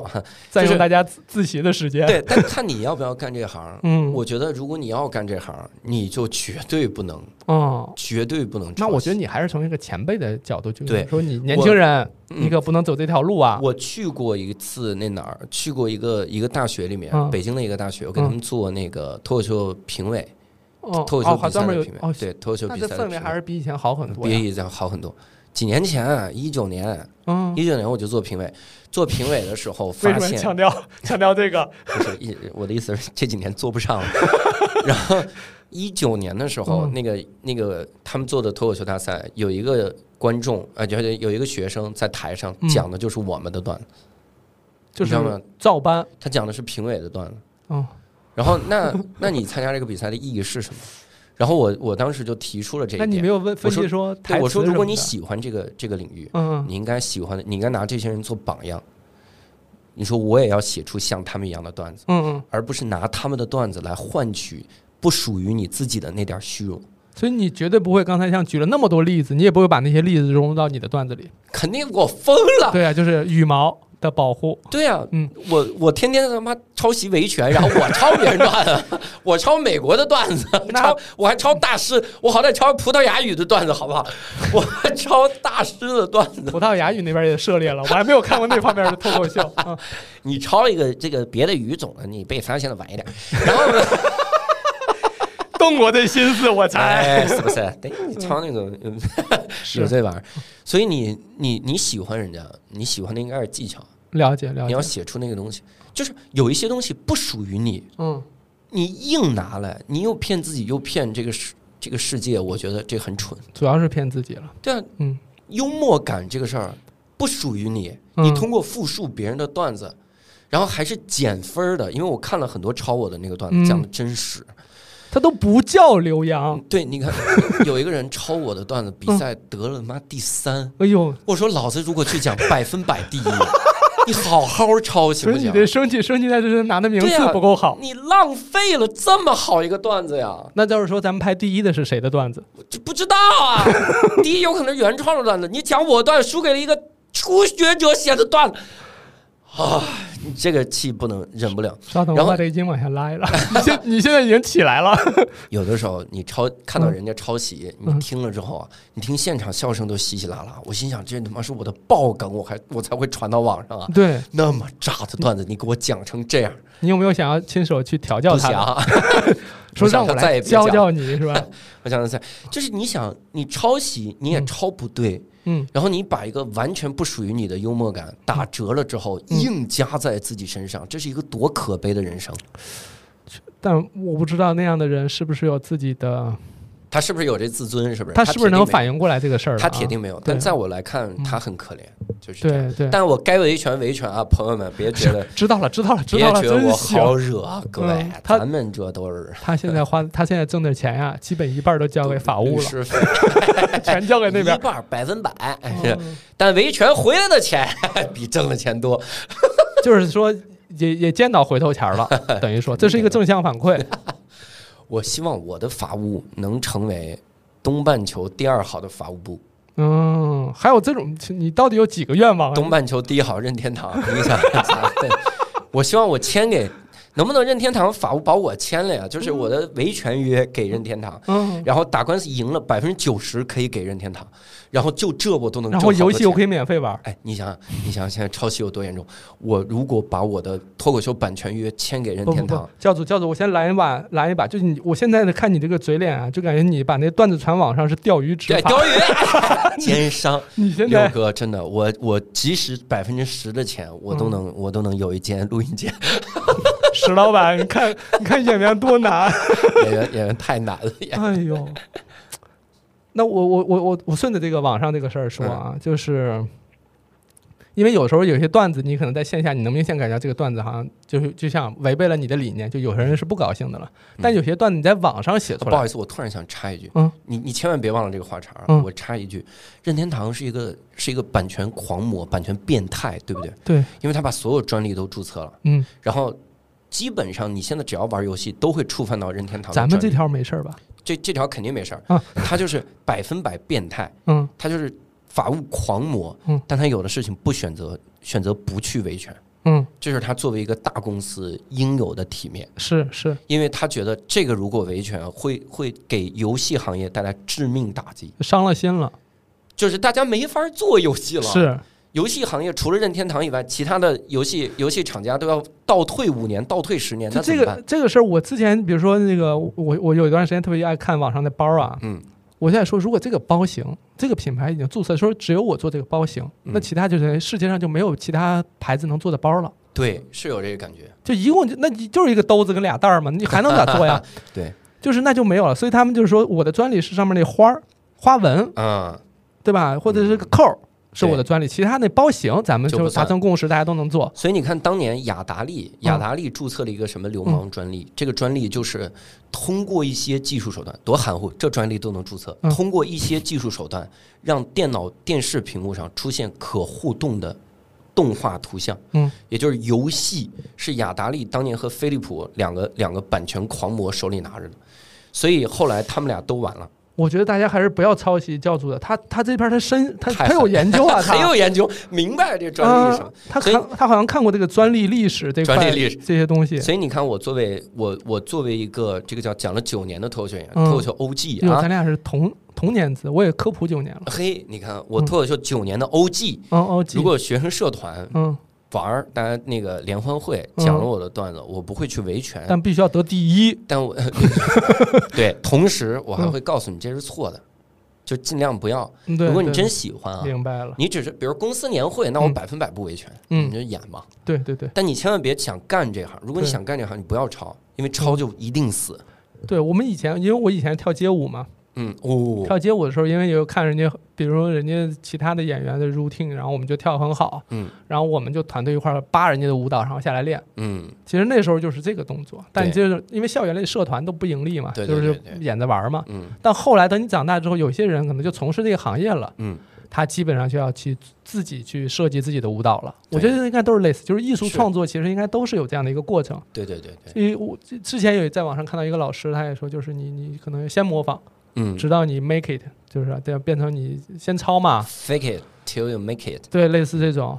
[SPEAKER 1] 占
[SPEAKER 2] 就
[SPEAKER 1] 用
[SPEAKER 2] 是
[SPEAKER 1] 大家自自习的时间。
[SPEAKER 2] 对，但看你要不要干这行。
[SPEAKER 1] 嗯，
[SPEAKER 2] 我觉得如果你要干这行，你就绝对不能，
[SPEAKER 1] 哦，
[SPEAKER 2] 绝对不能抄袭。
[SPEAKER 1] 那我觉得你还是从一个前辈的角度去
[SPEAKER 2] 对
[SPEAKER 1] 说，你年轻人，
[SPEAKER 2] 嗯
[SPEAKER 1] 你可不能走这条路啊。
[SPEAKER 2] 我去过一次那哪儿，去过一个一个大学里面，
[SPEAKER 1] 嗯
[SPEAKER 2] 北京的一个大学，我给他们做那个脱口秀评委，
[SPEAKER 1] 哦，
[SPEAKER 2] 脱口秀
[SPEAKER 1] 哦，还
[SPEAKER 2] 比
[SPEAKER 1] 专门
[SPEAKER 2] 赛的
[SPEAKER 1] 有
[SPEAKER 2] 评委，
[SPEAKER 1] 哦，
[SPEAKER 2] 对脱口秀
[SPEAKER 1] 那
[SPEAKER 2] 比
[SPEAKER 1] 这
[SPEAKER 2] 赛的
[SPEAKER 1] 氛
[SPEAKER 2] 评
[SPEAKER 1] 围
[SPEAKER 2] 委
[SPEAKER 1] 还是比以前好很多
[SPEAKER 2] 比
[SPEAKER 1] 呀。
[SPEAKER 2] 以前好很多。几年前，啊一九年，
[SPEAKER 1] 嗯，
[SPEAKER 2] 一九年我就做评委，做评委的时候
[SPEAKER 1] 为
[SPEAKER 2] 发
[SPEAKER 1] 什么要
[SPEAKER 2] 现
[SPEAKER 1] 强，调强调这个？
[SPEAKER 2] 不是一我的意思是这几年做 不上了。然后一九年的时候，
[SPEAKER 1] 嗯
[SPEAKER 2] 那个那个他们做的脱口秀大赛，有一个观众啊，呃就是有一个学生在台上
[SPEAKER 1] 嗯
[SPEAKER 2] 讲的就是我们的段子，
[SPEAKER 1] 就
[SPEAKER 2] 你知道吗
[SPEAKER 1] 是照搬。
[SPEAKER 2] 他讲的是评委的段子。
[SPEAKER 1] 嗯
[SPEAKER 2] 然后那那你参加这个比赛的意义是什么？然后我我当时就提出了这一
[SPEAKER 1] 那
[SPEAKER 2] 点，
[SPEAKER 1] 你没有问分
[SPEAKER 2] 我说
[SPEAKER 1] 析说
[SPEAKER 2] 对
[SPEAKER 1] 台
[SPEAKER 2] 我
[SPEAKER 1] 词
[SPEAKER 2] 说如果你
[SPEAKER 1] 什么
[SPEAKER 2] 喜欢这个这个领域，
[SPEAKER 1] 的嗯嗯
[SPEAKER 2] 你应该喜欢的，你应该拿这些人做榜样。你说我也要写出像他们一样的段子，
[SPEAKER 1] 嗯嗯，
[SPEAKER 2] 而不是拿他们的段子来换取不属于你自己的那点虚荣。
[SPEAKER 1] 所以你绝对不会刚才像举了那么多例子，你也不会把那些例子融入到你的段子里。
[SPEAKER 2] 肯定我疯 了，
[SPEAKER 1] 对啊，就是羽毛的保护。
[SPEAKER 2] 对呀、
[SPEAKER 1] 嗯
[SPEAKER 2] 我我天天他妈抄袭维权，然后我抄别人段子， 我抄美国的段子，
[SPEAKER 1] 那
[SPEAKER 2] 抄我还抄大师，我好歹抄葡萄牙语的段子好不 好？我还抄大师的段子，
[SPEAKER 1] 葡萄牙语那边也涉猎了，我还没有看过那方面的脱口秀。 嗯
[SPEAKER 2] 你抄一个这个别的语种的，你被发现的晚一点。然后呢？
[SPEAKER 1] 动我的心思，我才。
[SPEAKER 2] 哎，是不是？对，你唱那种嗯有这玩意儿，所以你你你喜欢人家，你喜欢的应该是技巧，
[SPEAKER 1] 了解了
[SPEAKER 2] 你要
[SPEAKER 1] 解。
[SPEAKER 2] 写出那个东西，就是有一些东西不属于你，
[SPEAKER 1] 嗯，
[SPEAKER 2] 你硬拿来，你又骗自己，又骗这个世这个世界，我觉得这很蠢。
[SPEAKER 1] 主要是骗自己了。
[SPEAKER 2] 对啊，
[SPEAKER 1] 嗯，
[SPEAKER 2] 幽默感这个事儿不属于你，
[SPEAKER 1] 嗯
[SPEAKER 2] 你通过复述别人的段子，然后还是减分儿的，因为我看了很多抄我的那个段
[SPEAKER 1] 嗯
[SPEAKER 2] 子，讲的真实。
[SPEAKER 1] 他都不叫刘洋。
[SPEAKER 2] 对，你看 有一个人抄我的段子，比赛得了妈第三。
[SPEAKER 1] 哎呦，
[SPEAKER 2] 我说老子如果去讲百分百第一，你好好抄
[SPEAKER 1] 所
[SPEAKER 2] 行不
[SPEAKER 1] 以你
[SPEAKER 2] 行？
[SPEAKER 1] 得生气，生气在这是拿的名
[SPEAKER 2] 对
[SPEAKER 1] 次
[SPEAKER 2] 呀
[SPEAKER 1] 不够好。
[SPEAKER 2] 你浪费了这么好一个段子呀！
[SPEAKER 1] 那要是说咱们排第一的是谁的段子？
[SPEAKER 2] 这不知道 啊，第一有可能是原创的段子，你讲我段输给了一个初学者写的段子，啊，你这个气不能忍不了。
[SPEAKER 1] 稍等，
[SPEAKER 2] 然
[SPEAKER 1] 我
[SPEAKER 2] 后
[SPEAKER 1] 把这个音往下拉一拉。 你现你现在已经起来了，
[SPEAKER 2] 有的时候你抄看到人家抄袭，
[SPEAKER 1] 嗯
[SPEAKER 2] 你听了之后啊，你听现场笑声都稀稀拉拉，我心想这他妈是我的爆梗，我还我才会传到网上啊。
[SPEAKER 1] 对
[SPEAKER 2] 那么炸的段子，你给我讲成这样，
[SPEAKER 1] 你有没有想要亲手去调教
[SPEAKER 2] 不
[SPEAKER 1] 他
[SPEAKER 2] 行
[SPEAKER 1] 的？
[SPEAKER 2] 啊！
[SPEAKER 1] 说
[SPEAKER 2] 我想
[SPEAKER 1] 让我
[SPEAKER 2] 他再
[SPEAKER 1] 来
[SPEAKER 2] 也别
[SPEAKER 1] 教
[SPEAKER 2] 讲
[SPEAKER 1] 教你是 吧？
[SPEAKER 2] 我想想，就是你想你抄袭，你也抄不对，
[SPEAKER 1] 嗯，
[SPEAKER 2] 然后你把一个完全不属于你的幽默感打折了之后，
[SPEAKER 1] 嗯
[SPEAKER 2] 硬加在自己身上，这是一个多可悲的人生。
[SPEAKER 1] 但我不知道那样的人是不是有自己的，
[SPEAKER 2] 他是不是有这自尊？是不是？
[SPEAKER 1] 他是不是能反
[SPEAKER 2] 应？
[SPEAKER 1] 应过来这个事儿了啊？
[SPEAKER 2] 他铁定没有。
[SPEAKER 1] 对
[SPEAKER 2] 但在我来看，
[SPEAKER 1] 嗯
[SPEAKER 2] 他很可怜，就是这样。
[SPEAKER 1] 对对，
[SPEAKER 2] 但我该维权维权啊，朋友们，别觉得
[SPEAKER 1] 知道了知道了知
[SPEAKER 2] 别
[SPEAKER 1] 道了，
[SPEAKER 2] 觉得
[SPEAKER 1] 真
[SPEAKER 2] 我
[SPEAKER 1] 行。
[SPEAKER 2] 好惹啊，各位
[SPEAKER 1] 嗯，他
[SPEAKER 2] 咱们这都是
[SPEAKER 1] 他现在花，他现在挣的钱呀、基本一半儿都交给法务
[SPEAKER 2] 律
[SPEAKER 1] 了，
[SPEAKER 2] 师费
[SPEAKER 1] 全交给那
[SPEAKER 2] 一
[SPEAKER 1] 边。
[SPEAKER 2] 半儿百分百，是
[SPEAKER 1] 嗯
[SPEAKER 2] 但维权回来的钱比挣的钱多。
[SPEAKER 1] 就是说，也也见到回头钱儿 了，等于说这是一个正向反馈。
[SPEAKER 2] 我希望我的法务能成为东半球第二好的法务部，
[SPEAKER 1] 嗯，还有这种，你到底有几个愿望
[SPEAKER 2] 东
[SPEAKER 1] 啊？
[SPEAKER 2] 半球第一好任天堂。你想，对我希望我签给，能不能任天堂法务把我签了呀？就是我的维权约给任天堂，
[SPEAKER 1] 嗯，
[SPEAKER 2] 然后打官司赢了百分之九十可以给任天堂，然后就这我都能挣
[SPEAKER 1] 然
[SPEAKER 2] 好多
[SPEAKER 1] 后
[SPEAKER 2] 钱。
[SPEAKER 1] 游戏我可以免费玩儿。
[SPEAKER 2] 哎，你想想，你想想现在抄袭有多严重？我如果把我的脱口秀版权约签给任
[SPEAKER 1] 不不
[SPEAKER 2] 天
[SPEAKER 1] 不
[SPEAKER 2] 堂，，
[SPEAKER 1] 教主教主，我先来一把，来一把。就是你，我现在看你这个嘴脸啊，就感觉你把那段子传网上是钓鱼执
[SPEAKER 2] 对，
[SPEAKER 1] 法。
[SPEAKER 2] 钓鱼、奸商。
[SPEAKER 1] 你现
[SPEAKER 2] 六
[SPEAKER 1] 在
[SPEAKER 2] 哥，真的，我我即使百分之十的钱，我都能、我都能有一间录音间。
[SPEAKER 1] 石老板，你看你看演员多难。
[SPEAKER 2] 演员演员太难了，演
[SPEAKER 1] 哎呦， 那我我我我我顺着这个网上这个事儿说啊，
[SPEAKER 2] 嗯
[SPEAKER 1] 就是因为有时候有些段子，你可能在线下你能明显感觉到这个段子好像就是就像违背了你的理念，就有些人是不高兴的了。但有些段子你在网上写出
[SPEAKER 2] 嗯不好
[SPEAKER 1] 来，
[SPEAKER 2] 意思，我突然想插一句，
[SPEAKER 1] 嗯
[SPEAKER 2] 你你千万别忘了这个话茬啊！
[SPEAKER 1] 嗯
[SPEAKER 2] 我插一句，任天堂是一个是一个版权狂魔、版权变态，对不对？
[SPEAKER 1] 对，
[SPEAKER 2] 因为他把所有专利都注册了，
[SPEAKER 1] 嗯，
[SPEAKER 2] 然后基本上你现在只要玩游戏都会触犯到任天堂的
[SPEAKER 1] 咱
[SPEAKER 2] 专利。
[SPEAKER 1] 们这条没事儿吧？
[SPEAKER 2] 这这条肯定没事儿，
[SPEAKER 1] 啊
[SPEAKER 2] 他就是百分百变态，
[SPEAKER 1] 嗯，
[SPEAKER 2] 他就是法务狂魔，
[SPEAKER 1] 嗯
[SPEAKER 2] 但他有的事情不选择选择不去维权。
[SPEAKER 1] 嗯，
[SPEAKER 2] 这是他作为一个大公司应有的体面，
[SPEAKER 1] 是是，
[SPEAKER 2] 因为他觉得这个如果维权会会给游戏行业带来致命打击，
[SPEAKER 1] 伤了心了，
[SPEAKER 2] 就是大家没法做游戏了。
[SPEAKER 1] 是
[SPEAKER 2] 游戏行业除了任天堂以外，其他的游戏游戏厂家都要倒退五年、倒退十年，
[SPEAKER 1] 就
[SPEAKER 2] 那怎
[SPEAKER 1] 这
[SPEAKER 2] 么办
[SPEAKER 1] 个？这个事儿，我之前比如说那个我我有一段时间特别爱看网上的包啊，
[SPEAKER 2] 嗯，
[SPEAKER 1] 我现在说，如果这个包型，这个品牌已经注册，说只有我做这个包型，
[SPEAKER 2] 嗯
[SPEAKER 1] 那其他就是世界上就没有其他牌子能做的包了。
[SPEAKER 2] 对，是有这个感觉。
[SPEAKER 1] 就一共就那你就是一个兜子跟俩袋儿嘛，你还能咋做 呀？
[SPEAKER 2] 对，
[SPEAKER 1] 就是那就没有了。所以他们就是说，我的专利是上面那花儿花纹，
[SPEAKER 2] 嗯，
[SPEAKER 1] 对吧？或者是个扣儿是我的专利，其他那包型咱们
[SPEAKER 2] 就
[SPEAKER 1] 就
[SPEAKER 2] 不
[SPEAKER 1] 达
[SPEAKER 2] 算
[SPEAKER 1] 成共识，大家都能做。
[SPEAKER 2] 所以你看，当年雅达利，
[SPEAKER 1] 嗯
[SPEAKER 2] 雅达利注册了一个什么流氓专利？这个专利就是通过一些技术手段，多含糊，这专利都能注册。
[SPEAKER 1] 嗯
[SPEAKER 2] 通过一些技术手段，让电脑电视屏幕上出现可互动的动画图像。
[SPEAKER 1] 嗯，
[SPEAKER 2] 也就是游戏是雅达利当年和飞利浦两个两个版权狂魔手里拿着的，所以后来他们俩都完了，
[SPEAKER 1] 我觉得大家还是不要抄袭教主的，他他这边他深他
[SPEAKER 2] 太
[SPEAKER 1] 他有研究啊，他
[SPEAKER 2] 很有研究，明白这专利是什么。
[SPEAKER 1] 啊他
[SPEAKER 2] 所以
[SPEAKER 1] 看他好像看过这个专利历史这块
[SPEAKER 2] 专利历史
[SPEAKER 1] 这些东西。
[SPEAKER 2] 所以你看，我作为我我作为一个这个叫讲了九年的脱口秀演员，
[SPEAKER 1] 嗯
[SPEAKER 2] 脱口秀
[SPEAKER 1] 因
[SPEAKER 2] OG
[SPEAKER 1] 为咱
[SPEAKER 2] 啊，
[SPEAKER 1] 俩是同同年次，我也科普九年了。
[SPEAKER 2] 嘿，你看我脱口秀九年的 OG，
[SPEAKER 1] 嗯哦，记
[SPEAKER 2] 如果学生社团
[SPEAKER 1] 嗯，
[SPEAKER 2] 玩儿，大家那个联欢会
[SPEAKER 1] 嗯
[SPEAKER 2] 讲了我的段子，我不会去维权，
[SPEAKER 1] 但必须要得第一。
[SPEAKER 2] 但我对，同时我还会告诉你这是错的，就尽量不要。
[SPEAKER 1] 嗯对，
[SPEAKER 2] 如果你
[SPEAKER 1] 对
[SPEAKER 2] 真喜欢啊，
[SPEAKER 1] 明白了，
[SPEAKER 2] 你只是比如公司年会，那我
[SPEAKER 1] 嗯
[SPEAKER 2] 百分百不维权，
[SPEAKER 1] 嗯
[SPEAKER 2] 你就演吧。
[SPEAKER 1] 对对对
[SPEAKER 2] 但你千万别想干这行，如果你
[SPEAKER 1] 对嗯
[SPEAKER 2] 想干这行，你不要抄，因为抄就一定死。
[SPEAKER 1] 对，我们以前因为我以前跳街舞嘛，
[SPEAKER 2] 嗯，哦，
[SPEAKER 1] 跳街舞的时候，因为也有看人家，比如说人家其他的演员的 routine，然后我们就跳得很好，
[SPEAKER 2] 嗯
[SPEAKER 1] 然后我们就团队一块儿扒人家的舞蹈，然后下来练。
[SPEAKER 2] 嗯。
[SPEAKER 1] 其实那时候就是这个动作，但
[SPEAKER 2] 对
[SPEAKER 1] 就是因为校园类社团都不盈利嘛，
[SPEAKER 2] 对
[SPEAKER 1] 就
[SPEAKER 2] 对
[SPEAKER 1] 是
[SPEAKER 2] 对对
[SPEAKER 1] 演着玩儿嘛。
[SPEAKER 2] 嗯
[SPEAKER 1] 但后来等你长大之后，有些人可能就从事这个行业了，
[SPEAKER 2] 嗯，
[SPEAKER 1] 他基本上就要去自己去设计自己的舞蹈了。我
[SPEAKER 2] 对
[SPEAKER 1] 觉得应该都是类似，就是艺术
[SPEAKER 2] 是
[SPEAKER 1] 创作其实应该都是有这样的一个过程。
[SPEAKER 2] 对对对对，
[SPEAKER 1] 因为我之之前有在网上看到一个老师，他也说，就是你你可能先模仿，
[SPEAKER 2] 嗯
[SPEAKER 1] 直到你 make it，就是这样变成你先抄嘛，
[SPEAKER 2] ，fake it till you make it，
[SPEAKER 1] 对，类似这种。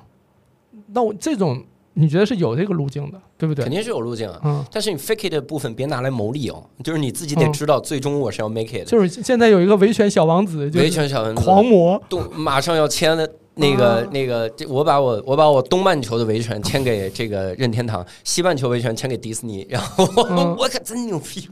[SPEAKER 1] 那我这种你觉得是有这个路径的，对不对
[SPEAKER 2] 肯？定是有路径啊。
[SPEAKER 1] 嗯，
[SPEAKER 2] 但是你 fake it 的部分别拿来谋利哦，就是你自己得
[SPEAKER 1] 嗯
[SPEAKER 2] 知道最终我是要 make it 的。
[SPEAKER 1] 就是现在有一个维权小王子，就
[SPEAKER 2] 维
[SPEAKER 1] 是
[SPEAKER 2] 权小文字
[SPEAKER 1] 狂魔，
[SPEAKER 2] 动马上要签的那个、
[SPEAKER 1] 啊
[SPEAKER 2] 那个，这我把我我把我东半球的维权签给这个任 天堂，西半球维权签给迪士尼，然后 我、
[SPEAKER 1] 嗯
[SPEAKER 2] 可真牛逼，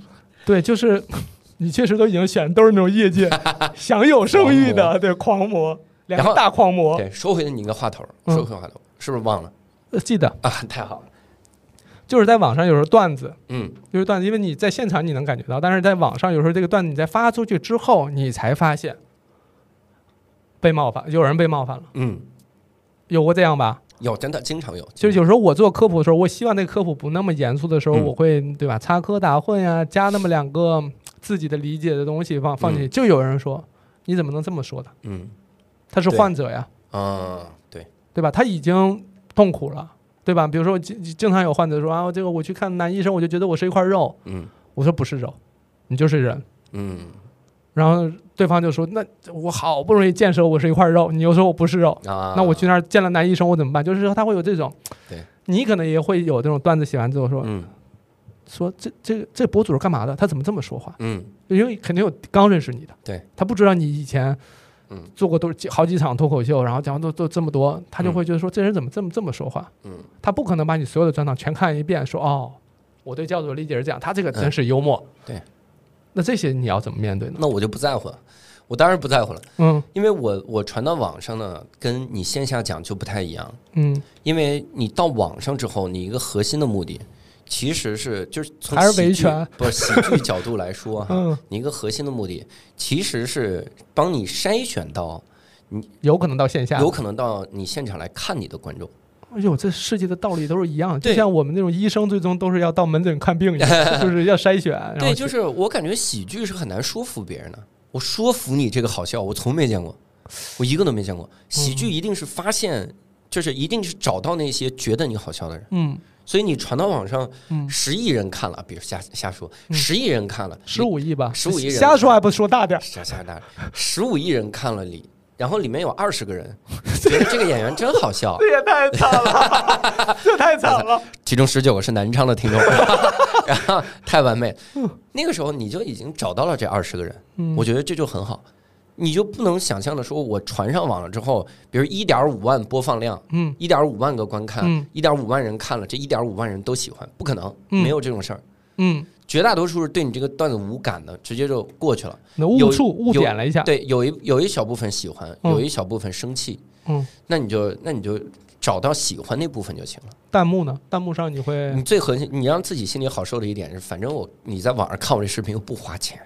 [SPEAKER 1] 对，就是 你确实都已经选的都是那种业 界享有盛誉
[SPEAKER 2] 狂
[SPEAKER 1] 的，对，狂魔，两
[SPEAKER 2] 然
[SPEAKER 1] 个
[SPEAKER 2] 后
[SPEAKER 1] 大狂魔，
[SPEAKER 2] 对，说回你一个话头，
[SPEAKER 1] 嗯
[SPEAKER 2] 说回话头，是不是忘了
[SPEAKER 1] 呃记得
[SPEAKER 2] 啊？太好了，
[SPEAKER 1] 就是在网上有时候段子，
[SPEAKER 2] 嗯，
[SPEAKER 1] 就是段子，因为你在现场你能感觉到，但是在网上有时候这个段子你在发出去之后，你才发现被冒犯，有人被冒犯了，
[SPEAKER 2] 嗯，
[SPEAKER 1] 有过这样吧？
[SPEAKER 2] 有真的经常有，
[SPEAKER 1] 就是有时候我做科普的时候，我希望那个科普不那么严肃的时候，
[SPEAKER 2] 嗯
[SPEAKER 1] 我会对吧插科打诨呀、加那么两个自己的理解的东西放放进去，就有人说你怎么能这么说的？
[SPEAKER 2] 嗯
[SPEAKER 1] 他是
[SPEAKER 2] 对
[SPEAKER 1] 患者呀，
[SPEAKER 2] 啊，对，
[SPEAKER 1] 对吧？他已经痛苦了，对吧？比如说我经经常有患者说啊，这个我去看男医生，我就觉得我是一块肉，
[SPEAKER 2] 嗯
[SPEAKER 1] 我说不是肉，你就是人。
[SPEAKER 2] 嗯
[SPEAKER 1] 然后对方就说：“那我好不容易见识我是一块肉，你又说我不是肉，
[SPEAKER 2] 啊，
[SPEAKER 1] 那我去那儿见了男医生，我怎么办？”就是说他会有这种，
[SPEAKER 2] 对
[SPEAKER 1] 你可能也会有这种段子写完之后说、
[SPEAKER 2] 嗯
[SPEAKER 1] 说这这这博主是干嘛的？他怎么这么说话？
[SPEAKER 2] 嗯
[SPEAKER 1] 因为肯定有刚认识你的，
[SPEAKER 2] 对
[SPEAKER 1] 他不知道你以前
[SPEAKER 2] 嗯
[SPEAKER 1] 做过多好几场脱口秀，然后讲都都这么多，他就会觉得说、这人怎么这么这么说话？
[SPEAKER 2] 嗯，
[SPEAKER 1] 他不可能把你所有的专场全看一遍，说哦，我对教主的理解是这样，他这个真是幽默。
[SPEAKER 2] 嗯对，
[SPEAKER 1] 那这些你要怎么面对呢？
[SPEAKER 2] 那我就不在乎了，我当然不在乎了，
[SPEAKER 1] 嗯
[SPEAKER 2] 因为我我传到网上呢，跟你线下讲就不太一样。
[SPEAKER 1] 嗯，
[SPEAKER 2] 因为你到网上之后，你一个核心的目的其实是就是从
[SPEAKER 1] 还是
[SPEAKER 2] 喜
[SPEAKER 1] 维
[SPEAKER 2] 剧
[SPEAKER 1] 权
[SPEAKER 2] 不是喜剧角度来说哈，
[SPEAKER 1] 嗯
[SPEAKER 2] 你一个核心的目的其实是帮你筛选到
[SPEAKER 1] 有可能到线下。
[SPEAKER 2] 有可能到你现场来看你的观众，
[SPEAKER 1] 哎呦，这世界的道理都是一样，就
[SPEAKER 2] 对
[SPEAKER 1] 像我们那种医生最终都是要到门诊看病一 样，就是要筛选。然后
[SPEAKER 2] 对，
[SPEAKER 1] 去
[SPEAKER 2] 就是我感觉喜剧是很难说服别人的。我说服你这个好笑，我从没见过，我一个都没见过。喜
[SPEAKER 1] 嗯
[SPEAKER 2] 剧一定是发现，就是一定是找到那些觉得你好笑的人，
[SPEAKER 1] 嗯
[SPEAKER 2] 所以你传到网上，
[SPEAKER 1] 嗯，
[SPEAKER 2] 十亿人看了，比如瞎瞎说，
[SPEAKER 1] 嗯
[SPEAKER 2] 十亿人看了，
[SPEAKER 1] 十五亿吧，
[SPEAKER 2] 15亿人
[SPEAKER 1] 瞎说还不说大点儿。
[SPEAKER 2] 傻傻大，十五亿人看了里，然后里面有二十个 人觉得这个演员真好笑，
[SPEAKER 1] 这也太惨了， 这太惨了。
[SPEAKER 2] 其中十九个是南昌的听众， 然后太完美了。那个时候你就已经找到了这二十个人，
[SPEAKER 1] 嗯
[SPEAKER 2] 我觉得这就很好。你就不能想象的说，我传上网了之后，比如一点五万播放量，
[SPEAKER 1] 嗯
[SPEAKER 2] 一点五万个观看
[SPEAKER 1] 嗯，
[SPEAKER 2] 一点五万人看了，这一点五万人都喜欢，不可能，
[SPEAKER 1] 嗯
[SPEAKER 2] 没有这种事儿。
[SPEAKER 1] 嗯，
[SPEAKER 2] 绝大多数是对你这个段子无感的，直接就过去了。
[SPEAKER 1] 那误
[SPEAKER 2] 有
[SPEAKER 1] 触误
[SPEAKER 2] 有
[SPEAKER 1] 点了一下。
[SPEAKER 2] 对，有一有一小部分喜欢，
[SPEAKER 1] 嗯
[SPEAKER 2] 有一小部分生气，
[SPEAKER 1] 嗯，
[SPEAKER 2] 那你就那你就找到喜欢那部分就行了。
[SPEAKER 1] 弹幕呢？弹幕上你会
[SPEAKER 2] 你最核心，你让自己心里好受的一点是，反正我你在网上看我这视频又不花钱，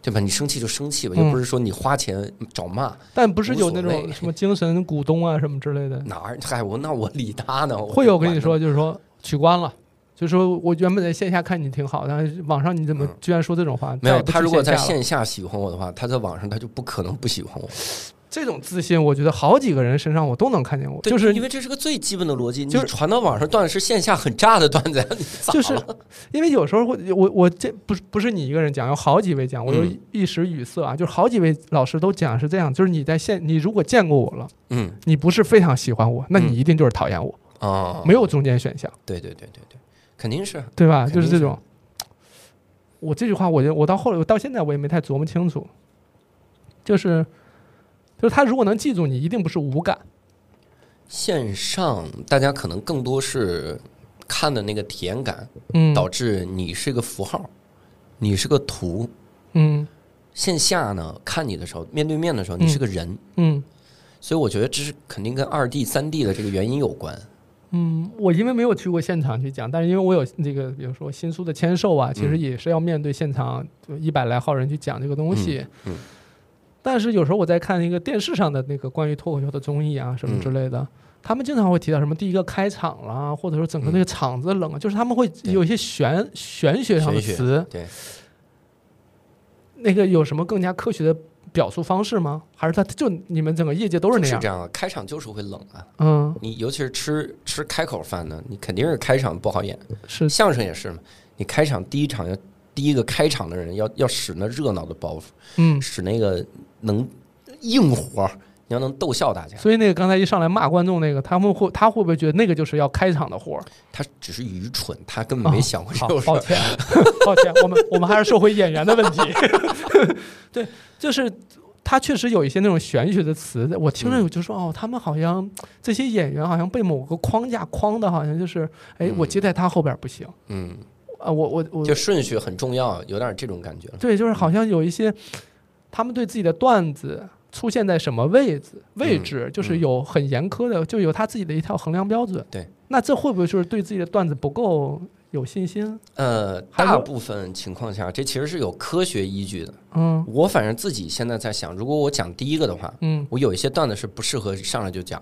[SPEAKER 2] 对吧？你生气就生气吧，
[SPEAKER 1] 嗯
[SPEAKER 2] 又不是说你花钱找骂
[SPEAKER 1] 但不是有
[SPEAKER 2] 无
[SPEAKER 1] 那
[SPEAKER 2] 所
[SPEAKER 1] 种
[SPEAKER 2] 谓
[SPEAKER 1] 什么精神股东啊什么之类的，
[SPEAKER 2] 哪儿，嗨，我那我理他呢？
[SPEAKER 1] 会有跟你
[SPEAKER 2] 我
[SPEAKER 1] 说，就是说取关了，就是说我原本在线下看你挺好，但是网上你怎么
[SPEAKER 2] 嗯
[SPEAKER 1] 居然说这种话？
[SPEAKER 2] 管他没
[SPEAKER 1] 再也
[SPEAKER 2] 有
[SPEAKER 1] 不去
[SPEAKER 2] 他如果在
[SPEAKER 1] 下了
[SPEAKER 2] 线下喜欢我的话，他在网上他就不可能不喜欢我，
[SPEAKER 1] 这种自信，我觉得好几个人身上我都能看见过，
[SPEAKER 2] 对
[SPEAKER 1] 就是
[SPEAKER 2] 因为这是个最基本的逻辑，
[SPEAKER 1] 就是
[SPEAKER 2] 你传到网上段子是线下很炸的段子， 你咋
[SPEAKER 1] 就是
[SPEAKER 2] 了
[SPEAKER 1] 因为有时候会我我这不是不是你一个人讲，有好几位讲，我就
[SPEAKER 2] 嗯
[SPEAKER 1] 一时语塞啊，就是好几位老师都讲是这样，就是你在线，你如果见过我了，
[SPEAKER 2] 嗯
[SPEAKER 1] 你不是非常喜欢我，那你一定就是讨厌我，
[SPEAKER 2] 啊，
[SPEAKER 1] 没有中间选项，
[SPEAKER 2] 对对对对对，肯定是
[SPEAKER 1] 对吧？
[SPEAKER 2] 肯定
[SPEAKER 1] 就是这
[SPEAKER 2] 是
[SPEAKER 1] 种。我这句话，我就我到后来，我到现在我也没太琢磨清楚，就是就是他如果能记住你，一定不是无感，
[SPEAKER 2] 线上大家可能更多是看的那个体验感，
[SPEAKER 1] 嗯
[SPEAKER 2] 导致你是个符号，你是个图。
[SPEAKER 1] 嗯
[SPEAKER 2] 线下呢，看你的时候，面对面的时候，
[SPEAKER 1] 嗯
[SPEAKER 2] 你是个人，
[SPEAKER 1] 嗯
[SPEAKER 2] 所以我觉得这是肯定跟二 D、三 D 的这个原因有关。
[SPEAKER 1] 嗯，我因为没有去过现场去讲，但是因为我有那个，比如说新书的签售啊，其实
[SPEAKER 2] 嗯
[SPEAKER 1] 也是要面对现场一百来号人去讲这个东西。
[SPEAKER 2] 嗯嗯
[SPEAKER 1] 但是有时候我在看一个电视上的那个关于脱口秀的综艺啊什么
[SPEAKER 2] 嗯
[SPEAKER 1] 之类的，他们经常会提到什么第一个开场啦，或者说整个
[SPEAKER 2] 嗯
[SPEAKER 1] 那个场子冷啊，就是他们会有一些玄玄学上的
[SPEAKER 2] 玄学
[SPEAKER 1] 词。
[SPEAKER 2] 对，
[SPEAKER 1] 那个有什么更加科学的表述方式吗？还是他就你们整个业界都是
[SPEAKER 2] 就
[SPEAKER 1] 那
[SPEAKER 2] 是
[SPEAKER 1] 样？
[SPEAKER 2] 这样啊，开场就是会冷啊。
[SPEAKER 1] 嗯，
[SPEAKER 2] 你尤其是吃吃开口饭呢，你肯定是开场不好演。
[SPEAKER 1] 是
[SPEAKER 2] 相声也是嘛，你开场第一场要第一个开场的人要要使那热闹的包袱，
[SPEAKER 1] 嗯，
[SPEAKER 2] 使那个能硬活儿，你要能逗笑大家。
[SPEAKER 1] 所以那个刚才一上来骂观众那个，他们会他会不会觉得那个就是要开场的活儿？
[SPEAKER 2] 他只是愚蠢，他根本没想过
[SPEAKER 1] 哦
[SPEAKER 2] 这
[SPEAKER 1] 好
[SPEAKER 2] 个，事
[SPEAKER 1] 抱
[SPEAKER 2] 儿。
[SPEAKER 1] 歉，抱歉，我们我们还是说回演员的问题。 对，就是他确实有一些那种玄学的词，我听着
[SPEAKER 2] 嗯
[SPEAKER 1] 我就说、哦，他们好像这些演员好像被某个框架框的，好像就是哎，我
[SPEAKER 2] 嗯
[SPEAKER 1] 接在他后边不行
[SPEAKER 2] 嗯，
[SPEAKER 1] 啊，我我我
[SPEAKER 2] 就顺序很重要，有点这种感觉了。
[SPEAKER 1] 对，就是好像有一些他们对自己的段子出现在什么位置
[SPEAKER 2] 嗯
[SPEAKER 1] 位置，就是有很严苛的，就有他自己的一套衡量标准。
[SPEAKER 2] 对，
[SPEAKER 1] 那这会不会就是对自己的段子不够有信心？
[SPEAKER 2] 呃，
[SPEAKER 1] 还有
[SPEAKER 2] 大部分情况下，这其实是有科学依据的。
[SPEAKER 1] 嗯
[SPEAKER 2] 我反正自己现在在想，如果我讲第一个的话，
[SPEAKER 1] 嗯，
[SPEAKER 2] 我有一些段子是不适合上来就讲。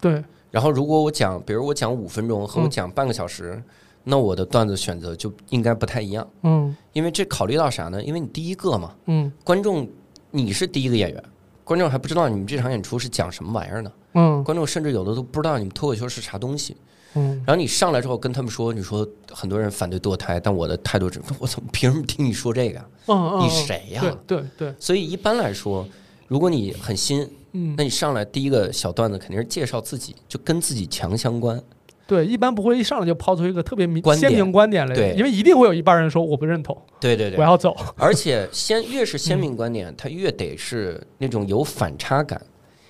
[SPEAKER 1] 对，
[SPEAKER 2] 然后如果我讲，比如我讲五分钟和我讲半个小时，那我的段子选择就应该不太一样，
[SPEAKER 1] 嗯
[SPEAKER 2] 因为这考虑到啥呢？因为你第一个嘛，
[SPEAKER 1] 嗯
[SPEAKER 2] 观众你是第一个演员，观众还不知道你们这场演出是讲什么玩意儿呢，
[SPEAKER 1] 嗯
[SPEAKER 2] 观众甚至有的都不知道你们脱口秀是啥东西。
[SPEAKER 1] 嗯
[SPEAKER 2] 然后你上来之后跟他们说，你说很多人反对堕胎，但我的态度是，我怎么凭什么听你说这个啊？
[SPEAKER 1] 嗯嗯，
[SPEAKER 2] 你
[SPEAKER 1] 嗯
[SPEAKER 2] 谁呀、
[SPEAKER 1] 对对对，
[SPEAKER 2] 所以一般来说，如果你很新，
[SPEAKER 1] 嗯
[SPEAKER 2] 那，你上来第一个小段子肯定是介绍自己，就跟自己强相关。
[SPEAKER 1] 对，一般不会一上来就抛出一个特别明
[SPEAKER 2] 观
[SPEAKER 1] 鲜
[SPEAKER 2] 点
[SPEAKER 1] 明观点来，
[SPEAKER 2] 对
[SPEAKER 1] 因为一定会有一半人说我不认同，
[SPEAKER 2] 对对对
[SPEAKER 1] 我，要 走。
[SPEAKER 2] 而且鲜越是鲜明观点，它越得是那种有反差感。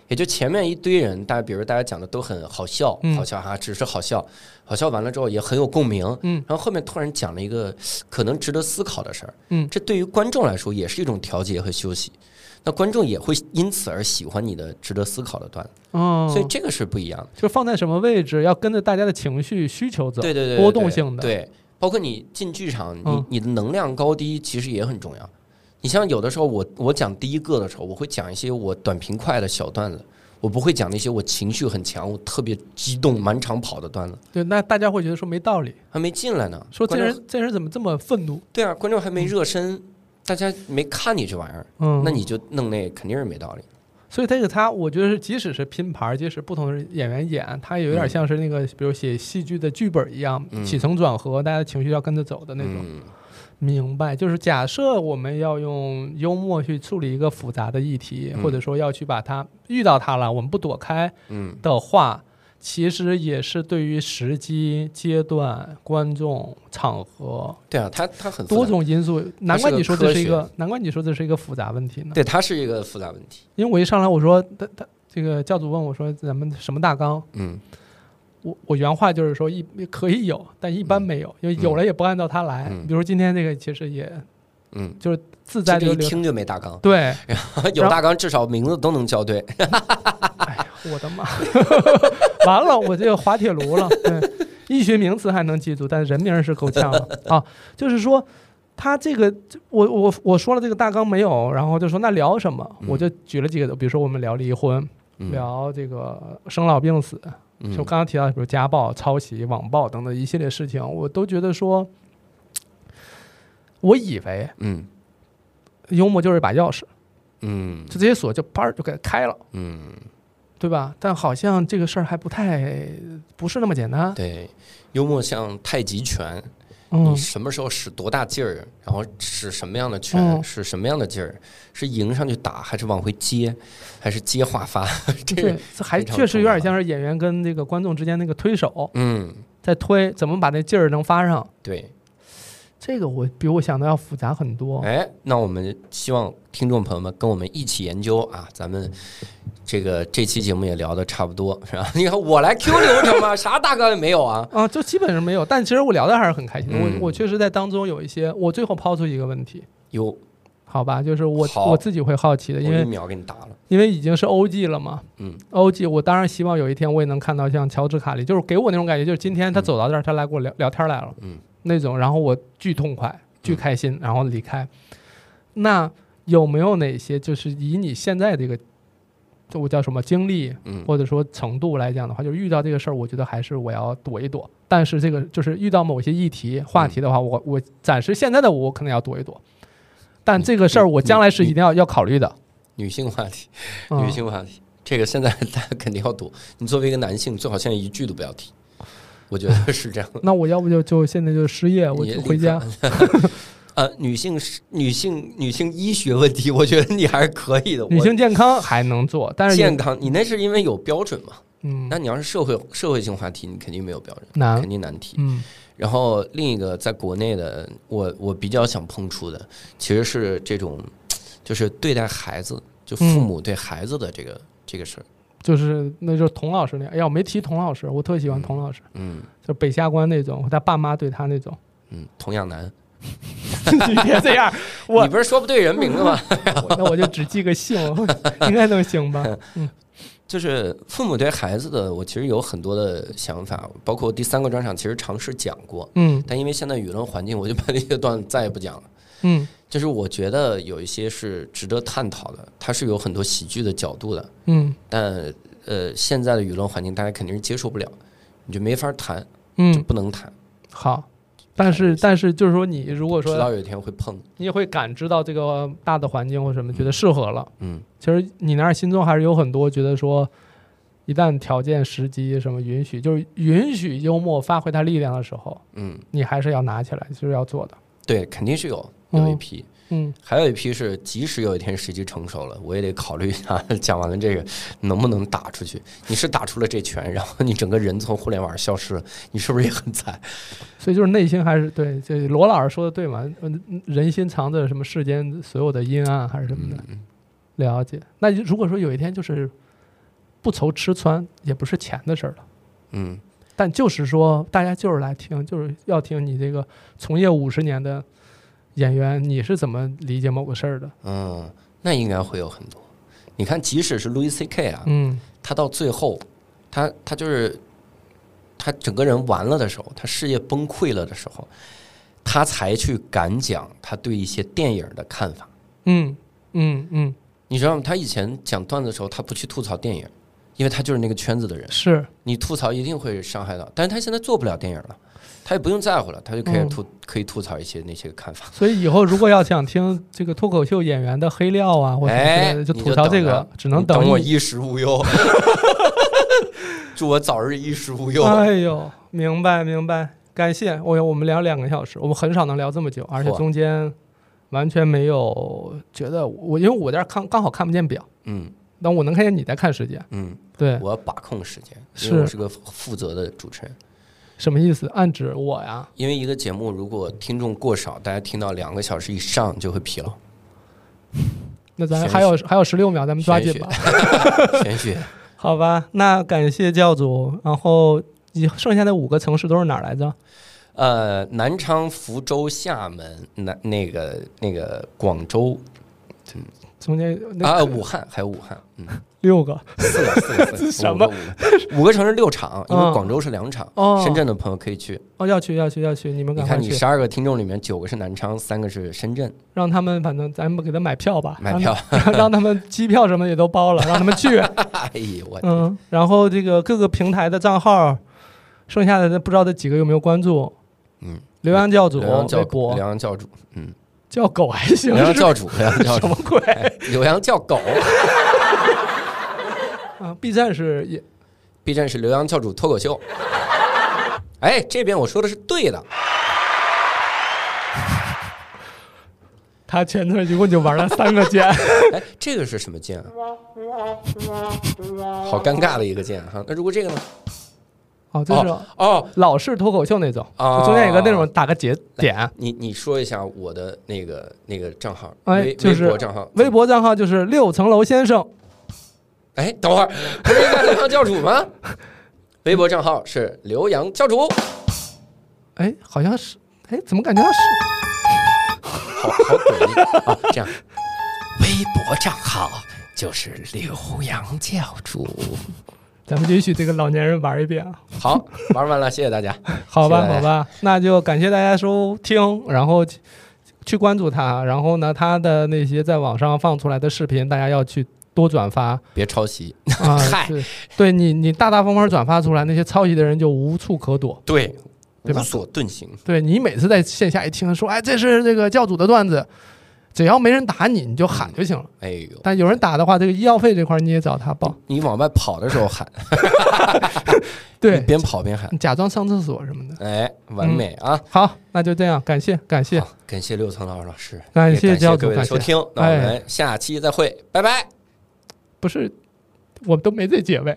[SPEAKER 2] 也就前面一堆人，大家比如大家讲的都很好笑，
[SPEAKER 1] 嗯
[SPEAKER 2] 好笑哈，只是好笑，好笑完了之后也很有共鸣。
[SPEAKER 1] 嗯
[SPEAKER 2] 然后后面突然讲了一个可能值得思考的事儿，
[SPEAKER 1] 嗯
[SPEAKER 2] 这对于观众来说也是一种调节和休息。那观众也会因此而喜欢你的值得思考的段，子，
[SPEAKER 1] 嗯，
[SPEAKER 2] 所以这个是不一样的。
[SPEAKER 1] 就放在什么位置，要跟着大家的情绪需求走。
[SPEAKER 2] 对对对，
[SPEAKER 1] 波
[SPEAKER 2] 对
[SPEAKER 1] 动性的
[SPEAKER 2] 对，包括你进剧场，你
[SPEAKER 1] 嗯
[SPEAKER 2] 你的能量高低其实也很重要。你像有的时候我我讲第一个的时候，我会讲一些我短平快的小段子，我不会讲那些我情绪很强、我特别激动满场跑的段子，
[SPEAKER 1] 对，那大家会觉得说没道理，
[SPEAKER 2] 还没进来呢。
[SPEAKER 1] 说这
[SPEAKER 2] 观众
[SPEAKER 1] 人这人怎么这么愤怒？
[SPEAKER 2] 对啊，观众还没热身，大家没看你这玩意儿，
[SPEAKER 1] 嗯，
[SPEAKER 2] 那你就弄那肯定是没道理。
[SPEAKER 1] 所以这个他，我觉得是即使是拼盘儿，即使不同的演员演，他也有点
[SPEAKER 2] 嗯
[SPEAKER 1] 像是那个，比如写戏剧的剧本儿一样，
[SPEAKER 2] 嗯
[SPEAKER 1] 起承转合，大家的情绪要跟着走的那种。
[SPEAKER 2] 嗯，
[SPEAKER 1] 明白，就是假设我们要用幽默去处理一个复杂的议题，
[SPEAKER 2] 嗯
[SPEAKER 1] 或者说要去把它遇到它了，我们不躲开
[SPEAKER 2] 嗯
[SPEAKER 1] 的话，其实也是对于时机、阶段、观众、场合
[SPEAKER 2] 对啊，它它很复杂
[SPEAKER 1] 多。种因素。难怪
[SPEAKER 2] 是个
[SPEAKER 1] 你说这
[SPEAKER 2] 科
[SPEAKER 1] 是一
[SPEAKER 2] 学
[SPEAKER 1] 个，难怪你说这是一个复杂问题呢。
[SPEAKER 2] 对，它是一个复杂问题。
[SPEAKER 1] 因为我一上来我说他他这个教主问我说咱们什么大纲，
[SPEAKER 2] 嗯，
[SPEAKER 1] 我我原话就是说一可以有，但一般没有，因为有了也不按照他来。
[SPEAKER 2] 嗯
[SPEAKER 1] 比如说今天这个其实也
[SPEAKER 2] 嗯，
[SPEAKER 1] 就是自在
[SPEAKER 2] 这
[SPEAKER 1] 就
[SPEAKER 2] 一
[SPEAKER 1] 流。
[SPEAKER 2] 听就没 大纲，
[SPEAKER 1] 对，
[SPEAKER 2] 有大纲至少名字都能叫对。
[SPEAKER 1] 哎呀，我的妈！完了，我这个滑铁卢了。对，医学名词还能记住，但人名是够呛了啊。就是说，他这个，我我我说了这个大纲没有，然后就说那聊什么？
[SPEAKER 2] 嗯
[SPEAKER 1] 我就举了几个，比如说我们聊离婚，
[SPEAKER 2] 嗯
[SPEAKER 1] 聊这个生老病死，就
[SPEAKER 2] 嗯
[SPEAKER 1] 刚刚提到，比如家暴、抄袭、网暴等等一系列事情，我都觉得说，我以为
[SPEAKER 2] 嗯
[SPEAKER 1] 幽默就是一把钥匙，
[SPEAKER 2] 嗯
[SPEAKER 1] 就这些锁就啪儿就给它开了，
[SPEAKER 2] 嗯，
[SPEAKER 1] 对吧？但好像这个事儿还不太不是那么简单。
[SPEAKER 2] 对，幽默像太极拳，
[SPEAKER 1] 啊嗯
[SPEAKER 2] 你什么时候使多大劲儿，然后使什么样的
[SPEAKER 1] 嗯
[SPEAKER 2] 拳，使什么样的劲儿，是迎上去打，还是往回接，还是接化发？ 这
[SPEAKER 1] 对
[SPEAKER 2] 个，
[SPEAKER 1] 这还
[SPEAKER 2] 非常
[SPEAKER 1] 确实有
[SPEAKER 2] 重
[SPEAKER 1] 点
[SPEAKER 2] 要
[SPEAKER 1] 像是演员跟这个观众之间那个推手
[SPEAKER 2] 嗯，
[SPEAKER 1] 在推，怎么把那劲儿能发上？
[SPEAKER 2] 对。
[SPEAKER 1] 这个我比我想的要复杂很多。
[SPEAKER 2] 哎，那我们希望听众朋友们跟我们一起研究啊，咱们。这个这期节目也聊的差不多，是吧？你 看我来 Q 流程吗？啥大纲也没有啊。
[SPEAKER 1] 啊，就基本上没有，但其实我聊的还是很开心的。
[SPEAKER 2] 嗯
[SPEAKER 1] 我我确实在当中有一些，我最后抛出一个问题，
[SPEAKER 2] 哟，
[SPEAKER 1] 好吧，就是我
[SPEAKER 2] 好
[SPEAKER 1] 我自己会好奇的，
[SPEAKER 2] 我
[SPEAKER 1] 因
[SPEAKER 2] 一
[SPEAKER 1] 为
[SPEAKER 2] 秒给你打了。
[SPEAKER 1] 因为已经是 OG 了嘛，
[SPEAKER 2] 嗯
[SPEAKER 1] ，OG，我当然希望有一天我也能看到像乔治卡利，就是给我那种感觉，就是今天他走到这儿，他来跟我聊聊天来了，
[SPEAKER 2] 嗯，
[SPEAKER 1] 那种，然后我巨痛快、巨开心，然后离开。那有没有哪些就是以你现在这个，这我叫什么经历，
[SPEAKER 2] 嗯，
[SPEAKER 1] 或者说程度来讲的话，就是遇到这个事儿，我觉得还是我要躲一躲。但是这个就是遇到某些议题、话题的
[SPEAKER 2] 嗯
[SPEAKER 1] 话，我我暂时现在的我可能要躲一躲，但这个事儿
[SPEAKER 2] 嗯你
[SPEAKER 1] 我将来是
[SPEAKER 2] 你
[SPEAKER 1] 一定要要考虑的。
[SPEAKER 2] 女性话题，
[SPEAKER 1] 嗯
[SPEAKER 2] 女性话题，这个现在 大家肯定要躲。你作为一个男性，最好现在一句都不要提，我觉得是这样的。
[SPEAKER 1] 那我要不就就现在就失业，我
[SPEAKER 2] 你
[SPEAKER 1] 就
[SPEAKER 2] 立
[SPEAKER 1] 回
[SPEAKER 2] 刻
[SPEAKER 1] 家。。
[SPEAKER 2] 呃，女性是女性女性医学问题，我觉得你还是可以的。我
[SPEAKER 1] 女性健康还能做，但是也
[SPEAKER 2] 健康，你那是因为有标准嘛？
[SPEAKER 1] 嗯
[SPEAKER 2] 那你要是社会社会性话题，你肯定没有标准，
[SPEAKER 1] 难
[SPEAKER 2] 肯定难题。
[SPEAKER 1] 嗯
[SPEAKER 2] 然后另一个在国内的，我我比较想碰触的，其实是这种，就是对待孩子，就父
[SPEAKER 1] 嗯
[SPEAKER 2] 母对孩子的这个、这个事儿。
[SPEAKER 1] 就是那就是童老师那样。哎呀，我没提童老师，我特喜欢童老师，
[SPEAKER 2] 嗯
[SPEAKER 1] 就北下关那种，他爸妈对他那 种。
[SPEAKER 2] 嗯，童养男，
[SPEAKER 1] 你别这样，我
[SPEAKER 2] 你不是说不对人名的吗？
[SPEAKER 1] 那我就只记个姓， 应该能行 吧？
[SPEAKER 2] 就是父母对孩子的，我其实有很多的想法，包括第三个专场其实尝试讲过，
[SPEAKER 1] 嗯
[SPEAKER 2] 但因为现在舆论环境，我就把那些段子再也不讲了。
[SPEAKER 1] 嗯
[SPEAKER 2] 就是我觉得有一些是值得探讨的，它是有很多喜剧的角度的，
[SPEAKER 1] 嗯
[SPEAKER 2] 但呃，现在的舆论环境大家肯定是接受不了，你就没法谈，就
[SPEAKER 1] 嗯，
[SPEAKER 2] 不能谈。
[SPEAKER 1] 好。但是但是就是说，你如果
[SPEAKER 2] 直
[SPEAKER 1] 说
[SPEAKER 2] 到有一天会碰，
[SPEAKER 1] 你也会感知到这个大的环境或什么，觉得适合了。
[SPEAKER 2] 嗯，
[SPEAKER 1] 其实你那儿心中还是有很多觉得说，一旦条件时机什么允许，就是允许幽默发挥它力量的时候，
[SPEAKER 2] 嗯，
[SPEAKER 1] 你还是要拿起来，就是要做的。
[SPEAKER 2] 对，肯定是有有一批，
[SPEAKER 1] 嗯
[SPEAKER 2] 还有一批是即使有一天时机成熟了，我也得考虑一下， 讲完了这个能不能打出去。你是打出了这拳，然后你整个人从互联网上消失了，你是不是也很惨？
[SPEAKER 1] 所以就是内心还是对，这罗老师说的对嘛，嗯人心藏着什么世间所有的阴暗还是什么的。
[SPEAKER 2] 嗯，
[SPEAKER 1] 了解。那如果说有一天就是不愁吃穿，也不是钱的事儿了。
[SPEAKER 2] 嗯，
[SPEAKER 1] 但就是说，大家就是来听，就是要听你这个从业五十年的演员，你是怎么理解某个事儿的？
[SPEAKER 2] 嗯，那应该会有很多。你看，即使是 Louis C.K. 啊，
[SPEAKER 1] 嗯
[SPEAKER 2] 他到最后，他他就是他整个人完了的时候，他事业崩溃了的时候，他才去敢讲他对一些电影的看法。
[SPEAKER 1] 嗯嗯嗯，
[SPEAKER 2] 你知道吗？他以前讲段子的时候，他不去吐槽电影，因为他就是那个圈子的人，
[SPEAKER 1] 是
[SPEAKER 2] 你吐槽一定会伤害到。但是他现在做不了电影了，他也不用在乎了，他就可以
[SPEAKER 1] 嗯
[SPEAKER 2] 吐、可以吐槽一些那些看法。
[SPEAKER 1] 所以以后如果要想听这个脱口秀演员的黑料啊，或者
[SPEAKER 2] 哎，
[SPEAKER 1] 是就
[SPEAKER 2] 你
[SPEAKER 1] 吐槽
[SPEAKER 2] 等
[SPEAKER 1] 这
[SPEAKER 2] 着
[SPEAKER 1] 个，只能
[SPEAKER 2] 你等
[SPEAKER 1] 你
[SPEAKER 2] 我衣食无 忧。祝我早日衣食无忧。
[SPEAKER 1] 哎呦，明白明白，感谢我我们聊两个小时，我们很少能聊这么久，而且
[SPEAKER 2] 嚯
[SPEAKER 1] 中间完全没有觉得我，因为我在这儿看刚好看不见表，
[SPEAKER 2] 嗯
[SPEAKER 1] 但我能看见你在看时间，
[SPEAKER 2] 嗯。
[SPEAKER 1] 对，
[SPEAKER 2] 我要把控时间，因为
[SPEAKER 1] 是
[SPEAKER 2] 我是个负责的主持人。
[SPEAKER 1] 什么意思？暗指我呀？
[SPEAKER 2] 因为一个节目如果听众过少，大家听到两个小时以上就会 疲劳。
[SPEAKER 1] 那咱
[SPEAKER 2] 玄
[SPEAKER 1] 还有还有十六秒，咱们抓紧吧，
[SPEAKER 2] 玄学，
[SPEAKER 1] 好吧？那感谢教主，然后你剩下的五个城市都是哪儿来着？
[SPEAKER 2] 呃，南昌、福州、厦门、南那个那个广州
[SPEAKER 1] 中间那
[SPEAKER 2] 啊，武汉还有武汉， 嗯，
[SPEAKER 1] 六个
[SPEAKER 2] 四个四个四
[SPEAKER 1] 什么
[SPEAKER 2] 个，五个五个五个城市六场，因为
[SPEAKER 1] 嗯
[SPEAKER 2] 广州是两场，
[SPEAKER 1] 哦，
[SPEAKER 2] 深圳的朋友可以去。
[SPEAKER 1] 哦，要去要去要去，你们
[SPEAKER 2] 你
[SPEAKER 1] 赶快
[SPEAKER 2] 看，你
[SPEAKER 1] 去，
[SPEAKER 2] 十二个听众里面，九个是南昌，三个是深圳，
[SPEAKER 1] 让他们反正咱们给他买票吧，
[SPEAKER 2] 买票。
[SPEAKER 1] 让他，让他 们机票什么也都包了，让他们去，
[SPEAKER 2] 哎呦我天，
[SPEAKER 1] 嗯，然后这个各个平台的账号，剩下的不知道这几个有没有关注？
[SPEAKER 2] 嗯，
[SPEAKER 1] 刘洋教主
[SPEAKER 2] 辽阳教
[SPEAKER 1] 微
[SPEAKER 2] 主，
[SPEAKER 1] 博
[SPEAKER 2] 辽 阳教主，嗯，
[SPEAKER 1] 叫狗还行，
[SPEAKER 2] 辽阳
[SPEAKER 1] 是
[SPEAKER 2] 教主，辽阳教
[SPEAKER 1] 什
[SPEAKER 2] 主哎
[SPEAKER 1] 么，鬼？
[SPEAKER 2] 刘洋叫狗。
[SPEAKER 1] 啊，B 站是也
[SPEAKER 2] B 站是刘洋教主脱口秀。 哎，这边我说的是对的，
[SPEAKER 1] 他前头一共就玩了三个键，
[SPEAKER 2] 哎，这个是什么键啊？好尴尬的一个键啊哈。那如果这个呢？
[SPEAKER 1] 哦，这是
[SPEAKER 2] 哦哦，
[SPEAKER 1] 老式脱口秀那种，
[SPEAKER 2] 哦
[SPEAKER 1] 就中间有个那种打个节点。
[SPEAKER 2] 你你说一下我的那个那个账号，
[SPEAKER 1] 哎
[SPEAKER 2] 微
[SPEAKER 1] 就是
[SPEAKER 2] 微博账号，
[SPEAKER 1] 微。博账号就是六层楼先生，
[SPEAKER 2] 哎，等会儿不是应该刘洋教主 吗？微博账号是刘洋教主，
[SPEAKER 1] 哎，好像是，哎，怎么感觉到是？
[SPEAKER 2] 好好诡异啊！这样，微博账号就是刘洋教主。
[SPEAKER 1] 咱们允许这个老年人玩一遍啊，
[SPEAKER 2] 好，玩完了，谢谢大家。
[SPEAKER 1] 好吧，
[SPEAKER 2] 谢谢
[SPEAKER 1] 好吧，那就感谢大家收听，然后去去关注他，然后呢，他的那些在网上放出来的视频，大家要去多转发
[SPEAKER 2] 别抄袭。
[SPEAKER 1] 啊，
[SPEAKER 2] 嗨
[SPEAKER 1] 是对你，你大大方方转发出来，那些抄袭的人就无处可躲。
[SPEAKER 2] 对，
[SPEAKER 1] 对吧
[SPEAKER 2] 无所遁形。
[SPEAKER 1] 对你每次在线下一听说，哎，这是这个教主的段子，只要没人打你，你就喊就行了。
[SPEAKER 2] 哎呦，
[SPEAKER 1] 但有人打的话，这个医药费这块儿你也找他报。
[SPEAKER 2] 你往外跑的时候喊，你
[SPEAKER 1] 对，
[SPEAKER 2] 边跑边喊，
[SPEAKER 1] 你假装上厕所什么的。
[SPEAKER 2] 哎，完美啊！
[SPEAKER 1] 好，那就这样，感谢感嗯谢
[SPEAKER 2] 好，感谢六层老师老师，
[SPEAKER 1] 感
[SPEAKER 2] 也
[SPEAKER 1] 谢
[SPEAKER 2] 感
[SPEAKER 1] 教
[SPEAKER 2] 谢
[SPEAKER 1] 主
[SPEAKER 2] 各位的
[SPEAKER 1] 感
[SPEAKER 2] 收
[SPEAKER 1] 谢哎
[SPEAKER 2] 听，那我们下期再会，拜拜。
[SPEAKER 1] 不是，我们都没这结尾。